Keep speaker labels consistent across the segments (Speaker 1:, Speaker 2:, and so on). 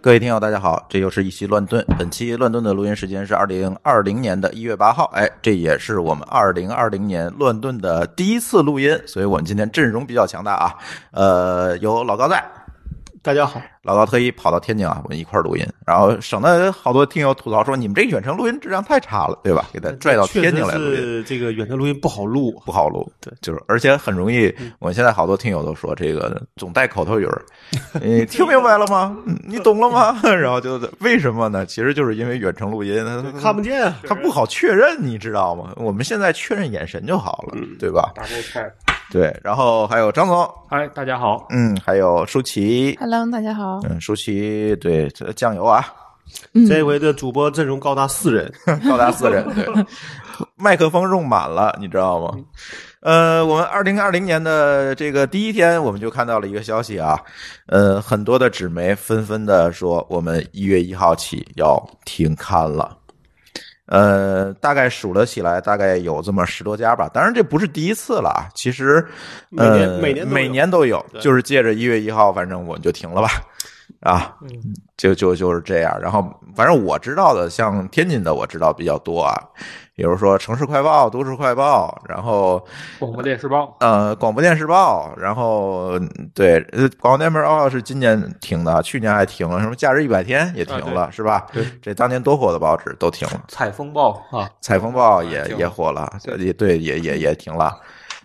Speaker 1: 各位听友，大家好，这又是一期乱炖。本期乱炖的录音时间是二零二零年的一月八号，哎，这也是我们二零二零年乱炖的第一次录音，所以我们今天阵容比较强大啊。呃，有老高在，
Speaker 2: 大家好，
Speaker 1: 老高特意跑到天津啊，我们一块儿录音，然后省得好多听友吐槽说你们这远程录音质量太差了，对吧？给他拽到天津来录音。
Speaker 2: 确实是这个远程录音不好录，
Speaker 1: 不好录，嗯
Speaker 2: 对，
Speaker 1: 就是而且很容易。我现在好多听友都说这个总带口头语儿，你听明白了 吗？嗯你懂了吗？ 然后就为什么呢？其实就是因为远程录音，
Speaker 2: 看不见啊。
Speaker 1: 他不好确认，你知道吗？我们现在确认眼神就好了，对吧？
Speaker 3: 打不开。
Speaker 1: 对，然后还有张总，
Speaker 3: 嗨，大家好，
Speaker 1: 嗯，还有舒淇，
Speaker 4: Hello，大家好。
Speaker 1: 嗯，舒淇，对，这酱油啊，
Speaker 2: 这回的主播阵容高达四人，
Speaker 1: 高达四人，对，麦克风用满了，你知道吗？呃，我们二零二零年的这个第一天，我们就看到了一个消息啊，呃，很多的纸媒纷纷的说，我们一月一号起要停刊了。呃，大概数了起来，大概有这么十多家吧。当然，这不是第一次了啊。其实，
Speaker 2: 每年
Speaker 1: 呃
Speaker 2: 每年都有
Speaker 1: 每年都有，
Speaker 2: 对
Speaker 1: 就是借着一月一号，反正我们就停了吧。啊，就就就是这样。然后，反正我知道的，像天津的我知道比较多啊，比如说《城市快报》《都市快报》，然后
Speaker 3: 广播电视报。
Speaker 1: 呃，广播电视报，然后嗯对，呃，广播电视报是今年停的，去年还停了，什么假日一百天也停了，是吧？
Speaker 3: 对，
Speaker 1: 这当年多火的报纸都停了，
Speaker 3: 采风报啊，
Speaker 1: 采风报也
Speaker 3: 停了
Speaker 1: 也火了，
Speaker 3: 对
Speaker 1: 也对，也也也停了。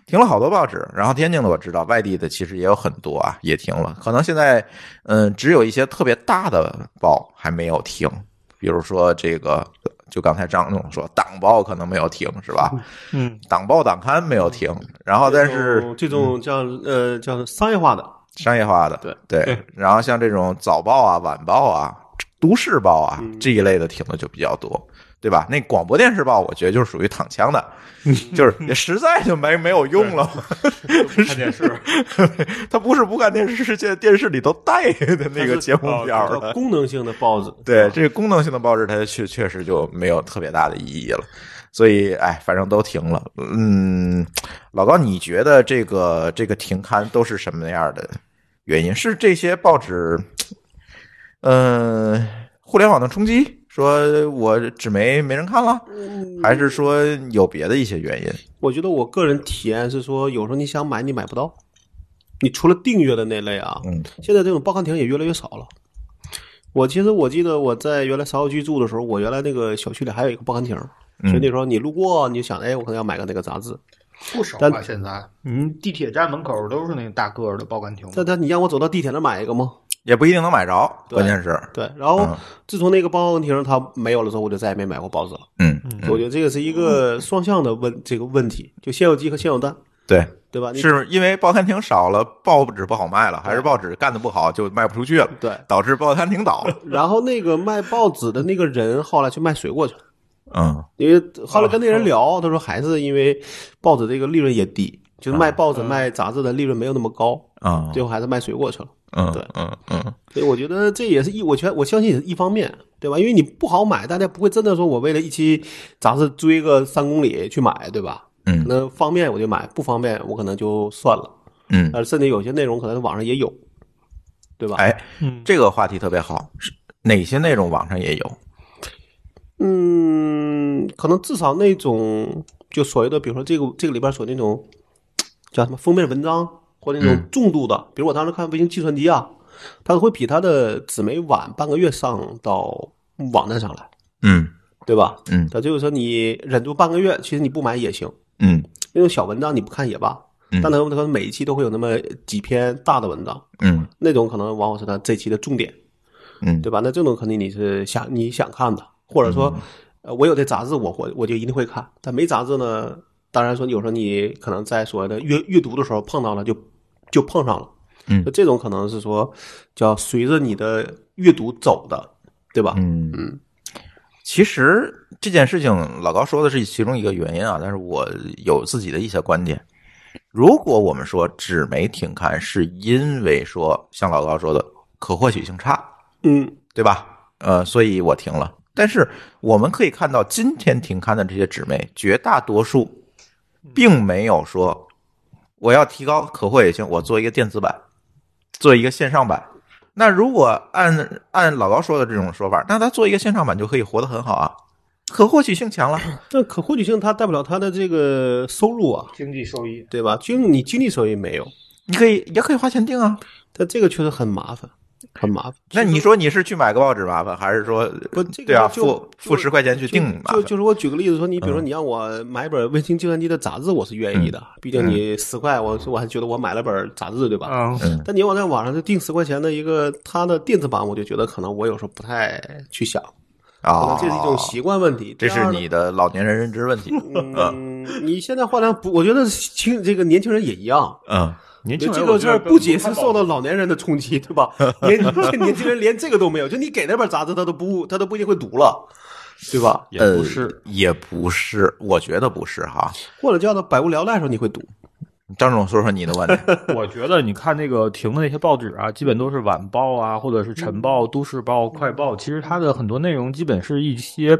Speaker 1: 停了好多报纸，然后天津的我知道，外地的其实也有很多啊，也停了。可能现在，嗯、只有一些特别大的报还没有停，比如说这个，就刚才张总说，党报可能没有停，是吧？
Speaker 2: 嗯，
Speaker 1: 党报、党刊没有停，然后但是嗯
Speaker 2: 这种叫呃叫商业化的，
Speaker 1: 商业化的，
Speaker 2: 对
Speaker 1: 对
Speaker 2: 对。
Speaker 1: 然后像这种早报啊、晚报啊、都市报啊
Speaker 2: 嗯
Speaker 1: 这一类的停的就比较多，对吧？那广播电视报，我觉得就是属于躺枪的，就是实在就没没有用了，
Speaker 3: 看电 视，
Speaker 1: 它不是不看电视，是现在电视里都带的那个节目表
Speaker 2: 它是
Speaker 1: 的。
Speaker 2: 功能性的报纸，
Speaker 1: 对，这个功能性的报纸，它确确实就没有特别大的意义了。所以，哎，反正都停了。嗯，老高，你觉得这个这个停刊都是什么样的原因？是这些报纸，嗯，互联网的冲击，说我纸媒没人看了，还是说有别的一些原因？
Speaker 2: 我觉得我个人体验是说，有时候你想买你买不到，你除了订阅的那类啊，
Speaker 1: 嗯，
Speaker 2: 现在这种报刊亭也越来越少了。我其实我记得我在原来芍药居住的时候，我原来那个小区里还有一个报刊亭，
Speaker 1: 嗯
Speaker 2: 所以那时候你路过你就想，哎，我可能要买个那个杂志，
Speaker 5: 不少
Speaker 2: 但
Speaker 5: 吧？现在，嗯，地铁站门口都是那个大个儿的报刊亭。
Speaker 2: 但他你让我走到地铁那儿买一个吗？
Speaker 1: 也不一定能买着，
Speaker 2: 对
Speaker 1: 关键是，
Speaker 2: 对，然后
Speaker 1: 嗯
Speaker 2: 自从那个报刊亭它没有了之后，我就再也没买过报纸了。
Speaker 1: 嗯，
Speaker 2: 我觉得这个是一个双向的问这个问题，就先有鸡和先有蛋，
Speaker 1: 对，
Speaker 2: 对吧？你
Speaker 1: 是因为报刊亭少了，报纸不好卖了，还是报纸干的不好就卖不出去了，
Speaker 2: 对
Speaker 1: 导致报刊亭倒了。
Speaker 2: 然后那个卖报纸的那个人后来去卖水果去了，
Speaker 1: 嗯，
Speaker 2: 因为后来跟那人聊，他说还是因为报纸这个利润也低，就是卖报纸、卖杂志的利润没有那么高，
Speaker 1: 啊，
Speaker 2: 最后还是卖水果去了。
Speaker 1: 嗯，
Speaker 2: 对
Speaker 1: 嗯嗯，
Speaker 2: 所以我觉得这也是一，我全我相信也是一方面，对吧？因为你不好买，大家不会真的说我为了一期杂志追个三公里去买，对吧？
Speaker 1: 嗯
Speaker 2: 可能方便我就买，不方便我可能就算了。
Speaker 1: 嗯，
Speaker 2: 呃，甚至有些内容可能网上也有，对吧？
Speaker 1: 哎，
Speaker 5: 嗯
Speaker 1: 这个话题特别好，是哪些内容网上也有？
Speaker 2: 嗯，可能至少那种就所谓的，比如说这个这个里边所那种叫什么封面文章，或者那种重度的，
Speaker 1: 嗯
Speaker 2: 比如我当时看《维京计算机》啊，它会比它的纸媒晚半个月上到网站上来，
Speaker 1: 嗯
Speaker 2: 对吧？
Speaker 1: 嗯
Speaker 2: 它就是说你忍住半个月，其实你不买也行，
Speaker 1: 嗯
Speaker 2: 那种小文章你不看也罢。
Speaker 1: 嗯
Speaker 2: 但它可能每一期都会有那么几篇大的文章，
Speaker 1: 嗯
Speaker 2: 那种可能往往是它这期的重点。
Speaker 1: 嗯，
Speaker 2: 对吧？那这种肯定你是想你想看的，或者
Speaker 1: 嗯
Speaker 2: 说，呃，我有这杂志我，我我就一定会看。但没杂志呢，当然说有时候你可能在所谓的阅阅读的时候碰到了就，就碰上了。
Speaker 1: 嗯
Speaker 2: 那这种可能是说叫随着你的阅读走的，对吧？
Speaker 1: 嗯嗯。其实这件事情，老高说的是其中一个原因啊，但是我有自己的一些观点。如果我们说纸媒停刊，是因为说像老高说的可获取性差，
Speaker 2: 嗯
Speaker 1: 对吧？呃，所以我停了。但是我们可以看到，今天停刊的这些纸媒，绝大多数
Speaker 2: 嗯
Speaker 1: 并没有说我要提高可获也性，我做一个电子版，做一个线上版，那如果按按老高说的这种说法，那他做一个线上版就可以活得很好啊，可获取性强了。
Speaker 2: 但可获取性它代不了它的这个收入啊，
Speaker 5: 经济收益。
Speaker 2: 对吧？经你经济收益没有，
Speaker 1: 你可以也可以花钱订啊。
Speaker 2: 但这个确实很麻烦，很麻烦。
Speaker 1: 那你说你是去买个报纸麻烦，还是说
Speaker 2: 不，这个
Speaker 1: 对啊，
Speaker 2: 就
Speaker 1: 付付十块钱去
Speaker 2: 就
Speaker 1: 订麻
Speaker 2: 就
Speaker 1: 烦？
Speaker 2: 就是我举个例子说，你比如说你让我买本《卫星计算机》的杂志，我是愿意的，毕竟你十块，我我还觉得我买了本杂志，对吧？
Speaker 3: 嗯，
Speaker 2: 但你要我在网上就订十块钱的一个它的电子版，我就觉得可能我有时候不太去想，可
Speaker 1: 啊
Speaker 2: 能，这是一种习惯问题。
Speaker 1: 这
Speaker 2: 第
Speaker 1: 是
Speaker 2: 二呢
Speaker 1: 你的老年人认知问 题。
Speaker 2: 嗯，你现在换量不，我觉得青这个年轻人也一样。
Speaker 1: 嗯，
Speaker 3: 年
Speaker 2: 这
Speaker 3: 轻人
Speaker 2: 个事儿不仅是受到老年人的冲击，对吧？年年轻人 连这个都没有，就你给那本杂志，他都不，他都不一定会读了，对吧？
Speaker 3: 也
Speaker 1: 呃
Speaker 3: 不是，
Speaker 1: 也不是，我觉得不是哈。
Speaker 2: 或者叫他百无聊赖的时候你会读，
Speaker 1: 张总说说你的观点。
Speaker 3: 我觉得你看那个停的那些报纸啊，基本都是晚报啊，或者是
Speaker 5: 嗯
Speaker 3: 晨报、都市报、快报。其实它的很多内容基本是一些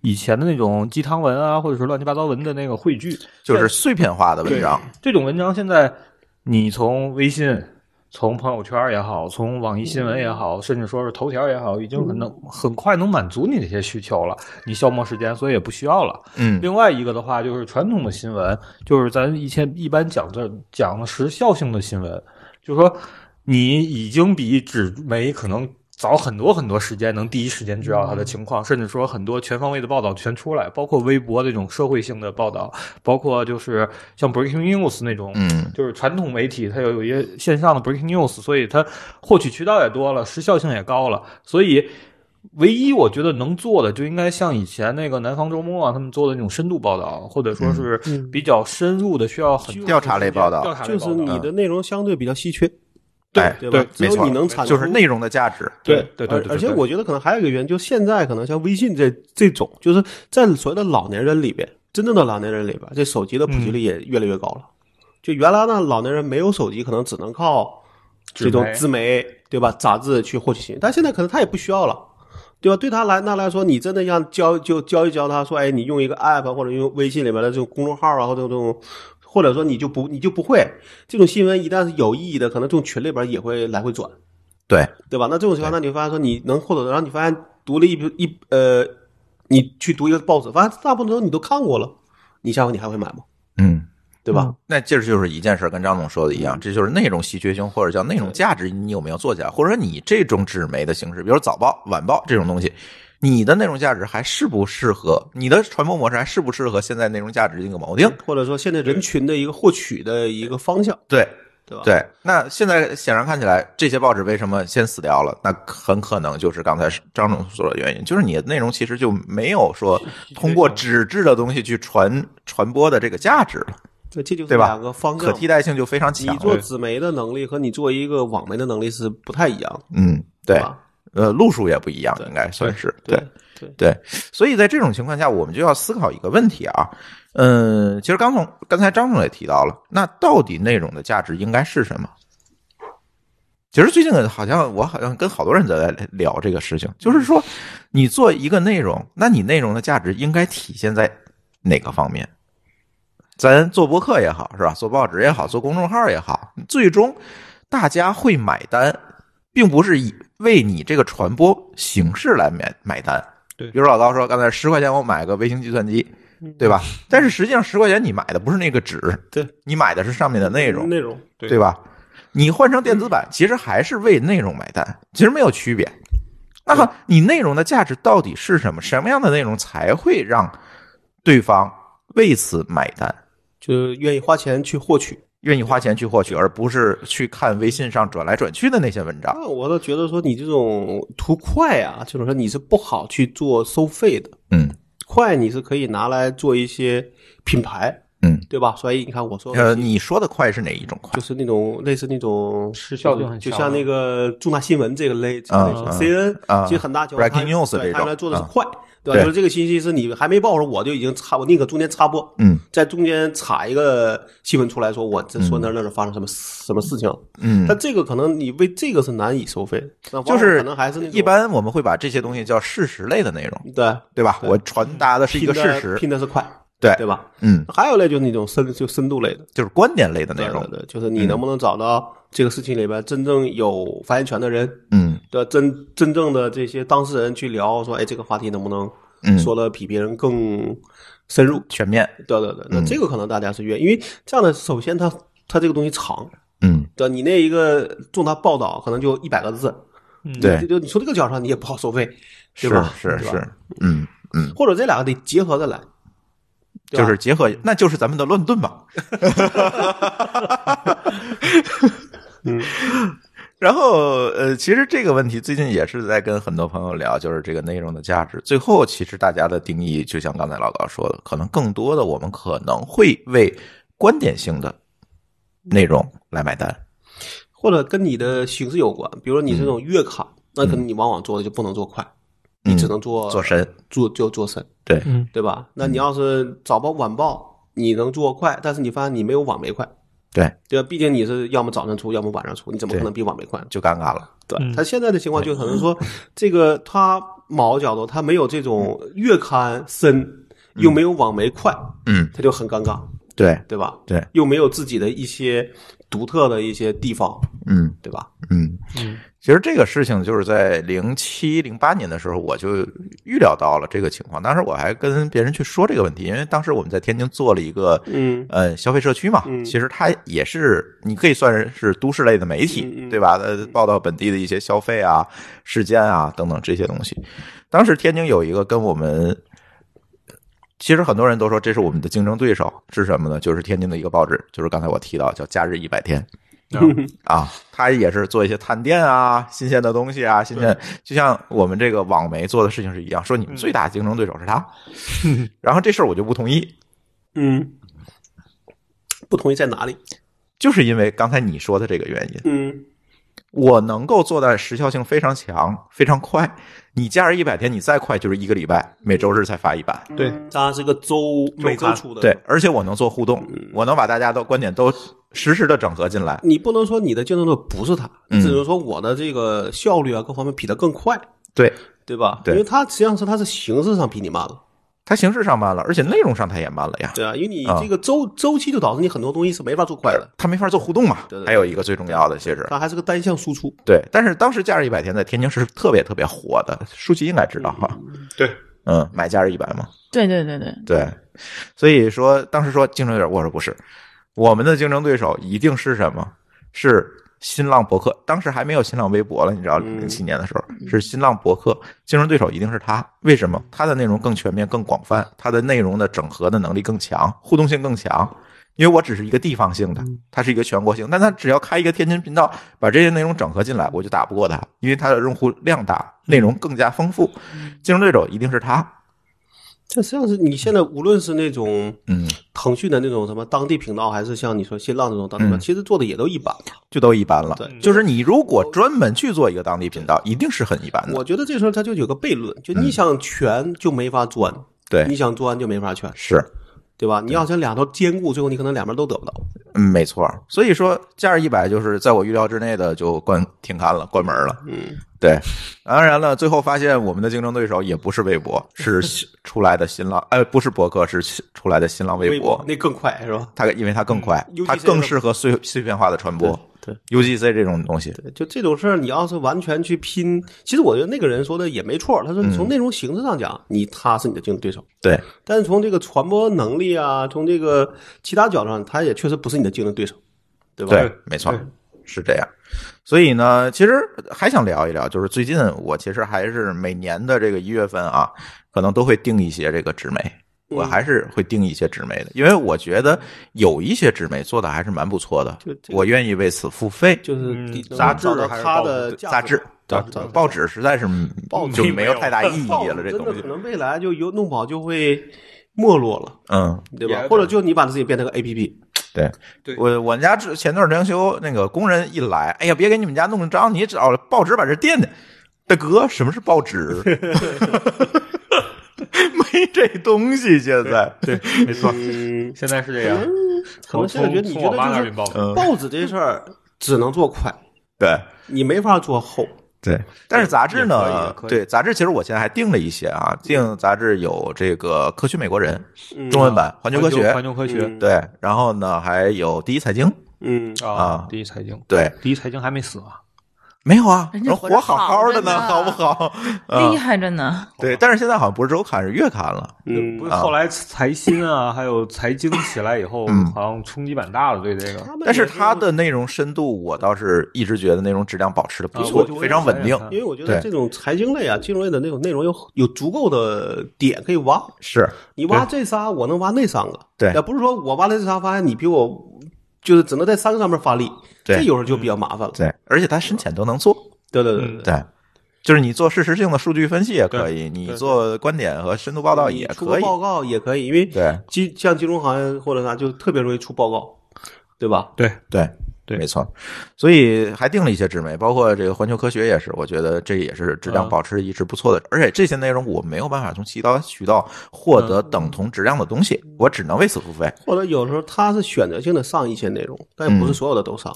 Speaker 3: 以前的那种鸡汤文啊，或者是乱七八糟文的那个汇聚。
Speaker 1: 就是碎片化的文章，
Speaker 3: 这种文章现在你从微信、从朋友圈也好，从网易新闻也好，甚至说是头条也好，已经很能很快能满足你这些需求了。你消磨时间，所以也不需要了。
Speaker 1: 嗯，
Speaker 3: 另外一个的话，就是传统的新闻，就是咱以前一般讲这讲的时效性的新闻，就是说你已经比纸媒可能早很多很多时间，能第一时间知道它的情况，甚至说很多全方位的报道全出来，包括微博这种社会性的报道，包括就是像 breaking news 那种，
Speaker 1: 嗯
Speaker 3: 就是传统媒体它有一些线上的 breaking news，所以它获取渠道也多了，时效性也高了，所以。唯一我觉得能做的，就应该像以前那个南方周末啊，他们做的那种深度报道，或者说是
Speaker 2: 嗯
Speaker 3: 比较深入的，需要很
Speaker 1: 调查类报道
Speaker 3: 调查类
Speaker 2: 就
Speaker 3: 报嗯
Speaker 2: 是你的内容相对比较稀缺，
Speaker 1: 啊哎，
Speaker 2: 对吧？只
Speaker 1: 没
Speaker 2: 有
Speaker 1: 错
Speaker 2: 你能产出，
Speaker 1: 就是内容的价值。
Speaker 3: 对对对对
Speaker 2: 而
Speaker 3: 对
Speaker 2: 而且我觉得可能还有一个原因，就现在可能像微信这这种，就是在所谓的老年人里边，真正的老年人里边，这手机的普及
Speaker 3: 嗯
Speaker 2: 率也越来越高了。就原来呢，老年人没有手机，可能只能靠这种
Speaker 3: 纸
Speaker 2: 自媒对吧杂志去获取信息，但现在可能他也不需要了。对吧？对他来那来说，你真的让教就教一教他说，哎，你用一个 app 或者用微信里边的这种公众号啊，或者这种，或者说你就不你就不会这种新闻，一旦是有意义的，可能这种群里边也会来回转。
Speaker 1: 对，
Speaker 2: 对吧？那这种情况，那你会发现说你能获得的，然后你发现读了一一呃，你去读一个报纸，发现大部分都你都看过了，你下回你还会买吗？
Speaker 1: 嗯。
Speaker 2: 对吧？
Speaker 1: 那这就是一件事儿，跟张总说的一样，这就是内容稀缺性或者叫内容价值，你有没有做起来，或者说你这种纸媒的形式，比如早报、晚报这种东西，你的内容价值还适不适合你的传播模式，还适不适合现在内容价值的一个锚定？
Speaker 2: 或者说现在人群的一个获取的一个方向，
Speaker 1: 对
Speaker 2: 对吧？，
Speaker 1: 对。那现在显然看起来，这些报纸为什么先死掉了？那很可能就是刚才张总说的原因，就是你的内容其实就没有说通过纸质的东西去传传播的这个价值了，
Speaker 2: 这这就是
Speaker 1: 对吧
Speaker 2: 两个方向
Speaker 1: 可
Speaker 2: 嘛。
Speaker 1: 替代性就非常强
Speaker 2: 你
Speaker 1: 了。
Speaker 2: 做纸媒的能力和你做一个网媒的能力是不太一样的，
Speaker 1: 嗯，对
Speaker 2: 对。吧？
Speaker 1: 呃，路数也不一样，
Speaker 2: 对
Speaker 1: 应该算是
Speaker 2: 对
Speaker 1: 对
Speaker 2: 对
Speaker 1: 所以在这种情况下，我们就要思考一个问题啊，嗯，其实刚从刚才张总也提到了，那到底内容的价值应该是什么？其实最近好像我好像跟好多人在聊这个事情，就是说，你做一个内容，那你内容的价值应该体现在哪个方面？咱做博客也好，是吧？做报纸也好，做公众号也好，最终大家会买单，并不是以为你这个传播形式来买买单。
Speaker 3: 对
Speaker 1: 比如老高说，刚才十块钱我买个微型计算机，对吧？但是实际上十块钱你买的不是那个纸，
Speaker 2: 对，
Speaker 1: 你买的是上面的内容，
Speaker 2: 内容
Speaker 3: 对
Speaker 1: 对吧？你换成
Speaker 2: 嗯
Speaker 1: 电子版，其实还是为内容买单，其实没有区别。那么你内容的价值到底是什么？什么样的内容才会让对方为此买单？
Speaker 2: 就是愿意花钱去获取。
Speaker 1: 愿意花钱去获取，而不是去看微信上转来转去的那些文章。
Speaker 2: 那我倒觉得说你这种图快啊，就是说你是不好去做收费的，
Speaker 1: 嗯
Speaker 2: 快你是可以拿来做一些品牌，
Speaker 1: 嗯，
Speaker 2: 对吧？所以你看我说
Speaker 1: 呃，你说的快是哪一种快
Speaker 2: 就？是那种类似那种
Speaker 3: 时效性很
Speaker 2: 就
Speaker 3: 强
Speaker 2: 像那个重大新闻这个类，这个类
Speaker 1: 啊
Speaker 2: 型
Speaker 1: 啊
Speaker 2: CNN
Speaker 1: 啊
Speaker 2: 其实很大情
Speaker 1: Breaking
Speaker 2: 况它
Speaker 1: news 这
Speaker 2: 对它
Speaker 1: 种
Speaker 2: 来做的是
Speaker 1: 啊
Speaker 2: 快，对吧？
Speaker 1: 对
Speaker 2: 就是这个信息是你还没报的时候，我就已经插，我宁可中间插播，
Speaker 1: 嗯
Speaker 2: 在中间插一个新闻出来说，我这说那儿那儿发生什么什么事情，
Speaker 1: 嗯，
Speaker 2: 但这个可能你为这个是难以收费的，那往往
Speaker 1: 就是
Speaker 2: 可能还是那种
Speaker 1: 一般我们会把这些东西叫事实类的内容，
Speaker 2: 对
Speaker 1: 对吧？
Speaker 2: 对
Speaker 1: 我传达的是一个
Speaker 2: 拼的
Speaker 1: 事实，
Speaker 2: 拼的是快，
Speaker 1: 对
Speaker 2: 对吧？
Speaker 1: 嗯，
Speaker 2: 还有类就是那种深就深度类的
Speaker 1: 就是观点类的嗯
Speaker 2: 对
Speaker 1: 内容
Speaker 2: 对，对，就是你能不能找到这个事情里边真正有发言权的人，
Speaker 1: 嗯
Speaker 2: 的真真正的这些当事人去聊，说哎，这个话题能不能
Speaker 1: 嗯，
Speaker 2: 说的比别人更深入？
Speaker 1: 全面，
Speaker 2: 对对对，那
Speaker 1: 嗯
Speaker 2: 这个可能大家是愿意，因为这样的，首先它它这个东西长，
Speaker 1: 嗯，
Speaker 2: 对吧你那一个重大报道可能就一百个字，
Speaker 3: 嗯
Speaker 1: 对
Speaker 2: 就就你从这个角度上你也不好收费，
Speaker 1: 是
Speaker 2: 对吧？
Speaker 1: 是
Speaker 2: 对吧
Speaker 1: 是，嗯嗯，
Speaker 2: 或者这两个得结合着来，对
Speaker 1: 就
Speaker 2: 吧
Speaker 1: 是结合，那就是咱们的乱炖吧。
Speaker 2: 嗯，
Speaker 1: 然后呃，其实这个问题最近也是在跟很多朋友聊，就是这个内容的价值。最后，其实大家的定义，就像刚才老高说的，可能更多的我们可能会为观点性的内容来买单。
Speaker 2: 或者跟你的形式有关，比如说你是那
Speaker 1: 嗯
Speaker 2: 种月卡，那可能你往往做的就不能做快，你只能做
Speaker 1: 做深，
Speaker 2: 做就做深，
Speaker 1: 对，
Speaker 3: 嗯
Speaker 2: 对吧？那你要是早报晚报，你能做快，但是你发现你没有网媒快，
Speaker 1: 对，
Speaker 2: 对吧？毕竟你是要么早上出，要么晚上出，你怎么
Speaker 1: 对
Speaker 2: 可能比网媒快呢？
Speaker 1: 就尴尬了。
Speaker 2: 对
Speaker 3: 嗯
Speaker 2: 他现在的情况就可能 说，这个他某角度他没有这种月刊深，又没有网媒快，
Speaker 1: 嗯，
Speaker 2: 他就很尴尬，
Speaker 1: 对，
Speaker 2: 对吧？
Speaker 1: 对，
Speaker 2: 又没有自己的一些独特的一些地方，
Speaker 1: 嗯。
Speaker 2: 对吧？
Speaker 1: 嗯，其实这个事情就是在零七零八年的时候，我就预料到了这个情况。当时我还跟别人去说这个问题，因为当时我们在天津做了一个
Speaker 2: 嗯
Speaker 1: 呃消费社区嘛，
Speaker 2: 嗯
Speaker 1: 其实它也是你可以算是都市类的媒体，
Speaker 2: 嗯嗯
Speaker 1: 对吧？呃，报道本地的一些消费啊、事件啊等等这些东西。当时天津有一个跟我们。其实很多人都说这是我们的竞争对手，是什么呢？就是天津的一个报纸，就是刚才我提到叫《假日一百天》，啊，
Speaker 2: 嗯
Speaker 1: 他也是做一些探店啊、新鲜的东西啊、新鲜，就像我们这个网媒做的事情是一样，说你
Speaker 2: 嗯
Speaker 1: 们最大的竞争对手是 他，然后这事儿我就不同意，
Speaker 2: 嗯，不同意在哪里？
Speaker 1: 就是因为刚才你说的这个原因，
Speaker 2: 嗯
Speaker 1: 我能够做到时效性非常强、非常快，你假日一百天，你再快就是一个礼拜，每周日才发一版，
Speaker 5: 对，
Speaker 2: 它是个周每周
Speaker 5: 刊
Speaker 2: 出的，
Speaker 1: 对，而且我能做互动，
Speaker 2: 嗯
Speaker 1: 我能把大家的观点都实时的整合进来，
Speaker 2: 你不能说你的竞争对手不是他，
Speaker 1: 嗯
Speaker 2: 你只能说我的这个效率啊各方面比他更快，
Speaker 1: 对，
Speaker 2: 对吧？
Speaker 1: 对
Speaker 2: 因为他实际上是他是形式上比你慢了，
Speaker 1: 它形式上慢了，而且内容上它也慢了呀，
Speaker 2: 对啊，因为你
Speaker 1: 啊
Speaker 2: 这个周、周期就导致你很多东西是没法做快的，
Speaker 1: 它没法做互动嘛
Speaker 2: 对对，对
Speaker 1: 还有一个最重要的其实。
Speaker 2: 它还是个单向输出。
Speaker 1: 对，但是当时《假日一百天》在天津是特别特别火的，舒淇应该知道哈。
Speaker 5: 对，
Speaker 1: 嗯，买《假日一百》嘛，
Speaker 4: 对对对对，
Speaker 1: 对，所以说当时说竞争对手，我说不是，我们的竞争对手一定是什么？是新浪博客，当时还没有新浪微博了，你知道，
Speaker 2: 嗯
Speaker 1: 零七年的时候、是新浪博客，竞争对手一定是他。为什么？他的内容更全面、更广泛，他的内容的整合的能力更强，互动性更强。因为我只是一个地方性
Speaker 2: 嗯
Speaker 1: 的，它是一个全国性，但他只要开一个天津频道，把这些内容整合进来，我就打不过他，因为他的用户量大，内容更加丰富，
Speaker 2: 嗯
Speaker 1: 竞争对手一定是他。
Speaker 2: 这实际上是你现在无论是那种
Speaker 1: 嗯，
Speaker 2: 腾讯的那种什么当地频道，还是像你说新浪这种当地频道，
Speaker 1: 嗯
Speaker 2: 其实做的也都一般。
Speaker 1: 就都一般了。
Speaker 2: 对
Speaker 1: 就是你如果专门去做一个当地频道，一定是很一般的。
Speaker 2: 我觉得这时候他就有个悖论，就你想全就没法钻，你
Speaker 1: 嗯对，
Speaker 2: 想钻就没法全，
Speaker 1: 是，
Speaker 2: 对吧？你要想两头兼顾，最后你可能两边都得不到。
Speaker 1: 嗯，没错。所以说，假日一百就是在我预料之内的，就关停刊了，关门了。
Speaker 2: 嗯，
Speaker 1: 对，当然了，最后发现我们的竞争对手也不是微博， 是新出来的新浪，哎，不是博客，是新出来的新浪微博。
Speaker 2: 那更快是吧？
Speaker 1: 它因为它
Speaker 2: 嗯
Speaker 1: 更快，
Speaker 2: UGC
Speaker 1: 它更适合碎碎片化的传播。
Speaker 2: 对
Speaker 1: UGC 这种东西，
Speaker 2: 就这种事儿，你要是完全去拼，其实我觉得那个人说的也没错。他说
Speaker 1: 嗯
Speaker 2: 你从内容形式上讲，你他是你的竞争对手，
Speaker 1: 对
Speaker 2: 但是从这个传播能力啊，从这个其他角度上，他也确实不是你的竞争对手，对吧？
Speaker 1: 对，没错
Speaker 5: 对，
Speaker 1: 是这样。所以呢，其实还想聊一聊，就是最近我其实还是每年的这个一月份啊，可能都会定一些这个纸媒，
Speaker 2: 嗯
Speaker 1: 我还是会定一些纸媒的，因为我觉得有一些纸媒做的还是蛮不错的
Speaker 2: 就，这个
Speaker 1: 我愿意为此付费。
Speaker 2: 就是
Speaker 3: 嗯
Speaker 2: 你能
Speaker 3: 杂
Speaker 2: 找
Speaker 3: 志
Speaker 2: 到
Speaker 3: 还是
Speaker 2: 他
Speaker 3: 报纸
Speaker 2: 的价
Speaker 1: 杂
Speaker 2: 值
Speaker 1: 志、
Speaker 2: 杂
Speaker 1: 对
Speaker 2: 志杂志
Speaker 1: 报纸实在是
Speaker 2: 报
Speaker 1: 就
Speaker 3: 纸
Speaker 1: 没有太大意义
Speaker 2: 报
Speaker 1: 了，这
Speaker 2: 真
Speaker 1: 东
Speaker 2: 的
Speaker 1: 西
Speaker 2: 可，能未来就有弄不好就会没落了，
Speaker 1: 嗯。
Speaker 2: 对吧
Speaker 5: 也？
Speaker 2: 或者就你把自己变成个 A P P，
Speaker 1: 对，
Speaker 5: 对
Speaker 1: 我我们家之前段装修那个工人一来，哎呀，别给你们家弄脏，你找报纸把这垫垫。大哥，什么是报纸？ 没这东西，现在对，
Speaker 3: 没错，
Speaker 2: 嗯，
Speaker 3: 现在是这样。
Speaker 2: 可能现在觉得你
Speaker 3: 从
Speaker 2: 觉
Speaker 3: 我妈那
Speaker 2: 得
Speaker 3: 边报
Speaker 2: 就
Speaker 3: 的
Speaker 2: 是报纸这事儿只能做快，
Speaker 1: 对
Speaker 2: 你没法做厚，
Speaker 1: 对，但是杂志
Speaker 3: 也可以
Speaker 1: 呢
Speaker 3: 也可，以
Speaker 1: 对杂志其实我现在还订了一些啊，订杂志有这个《科学美国人》
Speaker 2: 嗯
Speaker 1: 中文版《环球科学
Speaker 3: 环》，球科学
Speaker 2: 嗯
Speaker 1: 对，然后呢还有《第一财经》，
Speaker 2: 嗯，
Speaker 1: 啊
Speaker 3: 第一财经，
Speaker 1: 对，
Speaker 3: 第一财经还没死啊，
Speaker 1: 没有啊，
Speaker 4: 人家
Speaker 1: 人
Speaker 4: 活
Speaker 1: 活
Speaker 4: 着
Speaker 1: 好
Speaker 4: 好
Speaker 1: 好
Speaker 4: 着
Speaker 1: 的呢，
Speaker 4: 呢
Speaker 1: 好不好？啊
Speaker 4: 厉，害着呢。
Speaker 1: 对，但是现在好像不是周刊，是月刊了。
Speaker 2: 嗯
Speaker 3: 不是后来财新啊，还有财经起来以后
Speaker 1: 嗯，
Speaker 3: 好像冲击蛮大的，对这个。
Speaker 2: 他们
Speaker 1: 但是
Speaker 2: 也
Speaker 1: 它的内容深度，我倒是一直觉得内容质量保持的不
Speaker 3: 啊
Speaker 1: 错
Speaker 3: 我就，
Speaker 1: 非常稳定
Speaker 3: 我。
Speaker 2: 因为我觉
Speaker 1: 对
Speaker 2: 得这种财经类啊、金融类的那种内容有有足够的点可以挖，
Speaker 1: 是，
Speaker 2: 你挖这仨，我能挖那三个，
Speaker 1: 对
Speaker 2: 也不是说我挖了这仨，发现你比我就是只能在三个上面发力，
Speaker 1: 对
Speaker 2: 这有时候就比较麻烦了。
Speaker 1: 对，而且它深浅都能做，
Speaker 2: 对对对
Speaker 3: 嗯
Speaker 2: 对，
Speaker 1: 对。就是你做事实性的数据分析也可以，你
Speaker 3: 对
Speaker 1: 做观点和深度报道也
Speaker 2: 你出
Speaker 1: 可
Speaker 2: 个
Speaker 1: 以，
Speaker 2: 报告也可以，因为
Speaker 1: 对
Speaker 2: 金像金融行业或者啥就特别容易出报告，对吧？
Speaker 3: 对，
Speaker 1: 对
Speaker 3: 对
Speaker 1: 没错。所以还定了一些纸媒，包括这个环球科学也是，我觉得这也是质量
Speaker 3: 嗯
Speaker 1: 保持一直不错的。而且这些内容我没有办法从其他渠道获
Speaker 3: 嗯
Speaker 1: 得等同质量的东西，我只能为此付费。
Speaker 2: 或者有时候它是选择性的上一些内容，但也不是所有的都上。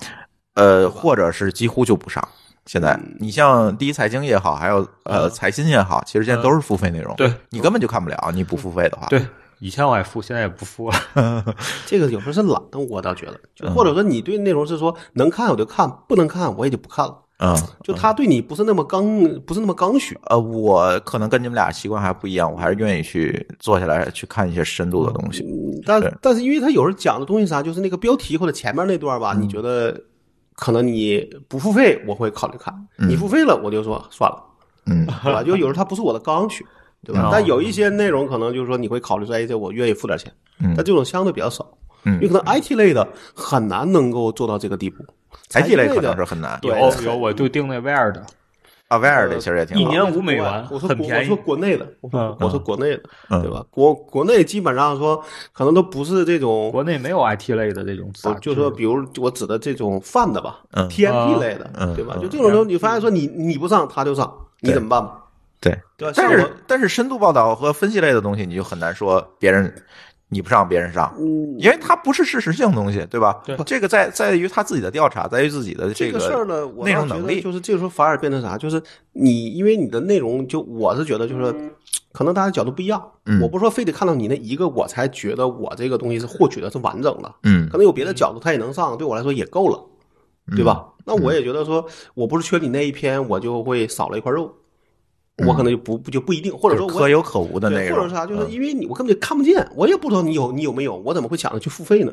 Speaker 1: 呃，或者是几乎就不上。现在
Speaker 2: 嗯
Speaker 1: 你像第一财经也好，还有呃财新也好，其实现
Speaker 2: 嗯
Speaker 1: 在都是付费内容，
Speaker 3: 对
Speaker 1: 你根本就看不了，你不付费的话，
Speaker 3: 对，以前我也付，现在也不付了。
Speaker 2: 这个有时候是懒，我倒觉得，
Speaker 1: 嗯
Speaker 2: 就或者说你对内容是说能看我就看，不能看我也就不看了。
Speaker 1: 嗯。
Speaker 2: 就他对你不是那么刚，不是那么刚需。
Speaker 1: 呃，我可能跟你们俩习惯还不一样，我还是愿意去坐下来去看一些深度的东西。
Speaker 2: 但
Speaker 1: 对
Speaker 2: 但是因为他有时候讲的东西啥，就是那个标题或者前面那段
Speaker 1: 嗯
Speaker 2: 吧，你觉得可能你不付费我会考虑看，你付费了我就说算了，
Speaker 1: 嗯，哦
Speaker 2: 对吧？就有时候它不是我的刚需，对吧
Speaker 3: 嗯？
Speaker 2: 但有一些内容可能就是说你会考虑说，哎，这我愿意付点钱，
Speaker 1: 嗯
Speaker 2: 但这种相对比较少，
Speaker 1: 嗯
Speaker 2: 因为可能 IT 类的很难能够做到这个地步。
Speaker 1: 财
Speaker 2: 经
Speaker 1: 经类可能
Speaker 2: 的
Speaker 1: 是很难，
Speaker 2: 对
Speaker 3: 有有，我就订那 w e r 的，
Speaker 1: 啊，威尔的其实也挺好
Speaker 2: 呃
Speaker 3: 一年5美元
Speaker 2: 我说
Speaker 3: 很
Speaker 2: 国
Speaker 3: 便宜
Speaker 2: 我说国内的，我说
Speaker 3: 嗯
Speaker 2: 我说国内的，
Speaker 1: 嗯
Speaker 2: 对吧？国国内基本上说可能都不是这种
Speaker 3: 国内没有 IT 类的这种杂
Speaker 2: 我
Speaker 3: 志，
Speaker 2: 就说，比如我指的这种泛的吧
Speaker 1: 嗯
Speaker 2: ，TMP 类
Speaker 1: 嗯
Speaker 2: 的，对吧？
Speaker 1: 嗯
Speaker 2: 就这种东西，你发现说你你不上，他就上，你
Speaker 1: 对
Speaker 2: 怎么办吧？
Speaker 1: 对，
Speaker 2: 对吧？
Speaker 1: 但
Speaker 2: 像我
Speaker 1: 是但是深度报道和分析类的东西，你就很难说别人你不上别人
Speaker 2: 嗯
Speaker 1: 上，因为它不是事实性的东西，对吧？
Speaker 3: 对
Speaker 1: 这个在在于他自己的调查，在于自己的
Speaker 2: 这
Speaker 1: 个
Speaker 2: 个事儿呢，我
Speaker 1: 内
Speaker 2: 倒
Speaker 1: 容
Speaker 2: 觉
Speaker 1: 能
Speaker 2: 得
Speaker 1: 力
Speaker 2: 就。是这个时候反而变成啥？就是你因为你的内容，就我是觉得就是，可能大家角度不一样。
Speaker 1: 嗯
Speaker 2: 我不是说非得看到你那一个，我才觉得我这个东西是获取的是完整的。
Speaker 1: 嗯
Speaker 2: 可能有别的角度他也能上，对我来说也够了，对
Speaker 1: 嗯
Speaker 2: 吧？那我也觉得说，我不是缺你那一篇，我就会少了一块肉，我可能就不不就不一定，或者说
Speaker 1: 嗯就是
Speaker 2: 我
Speaker 1: 可有可无的嗯内
Speaker 2: 对，或
Speaker 1: 容，
Speaker 2: 者是啥，就是因为你我根本就看不见，我也不知道你有你有没有，我怎么会抢着去付费呢？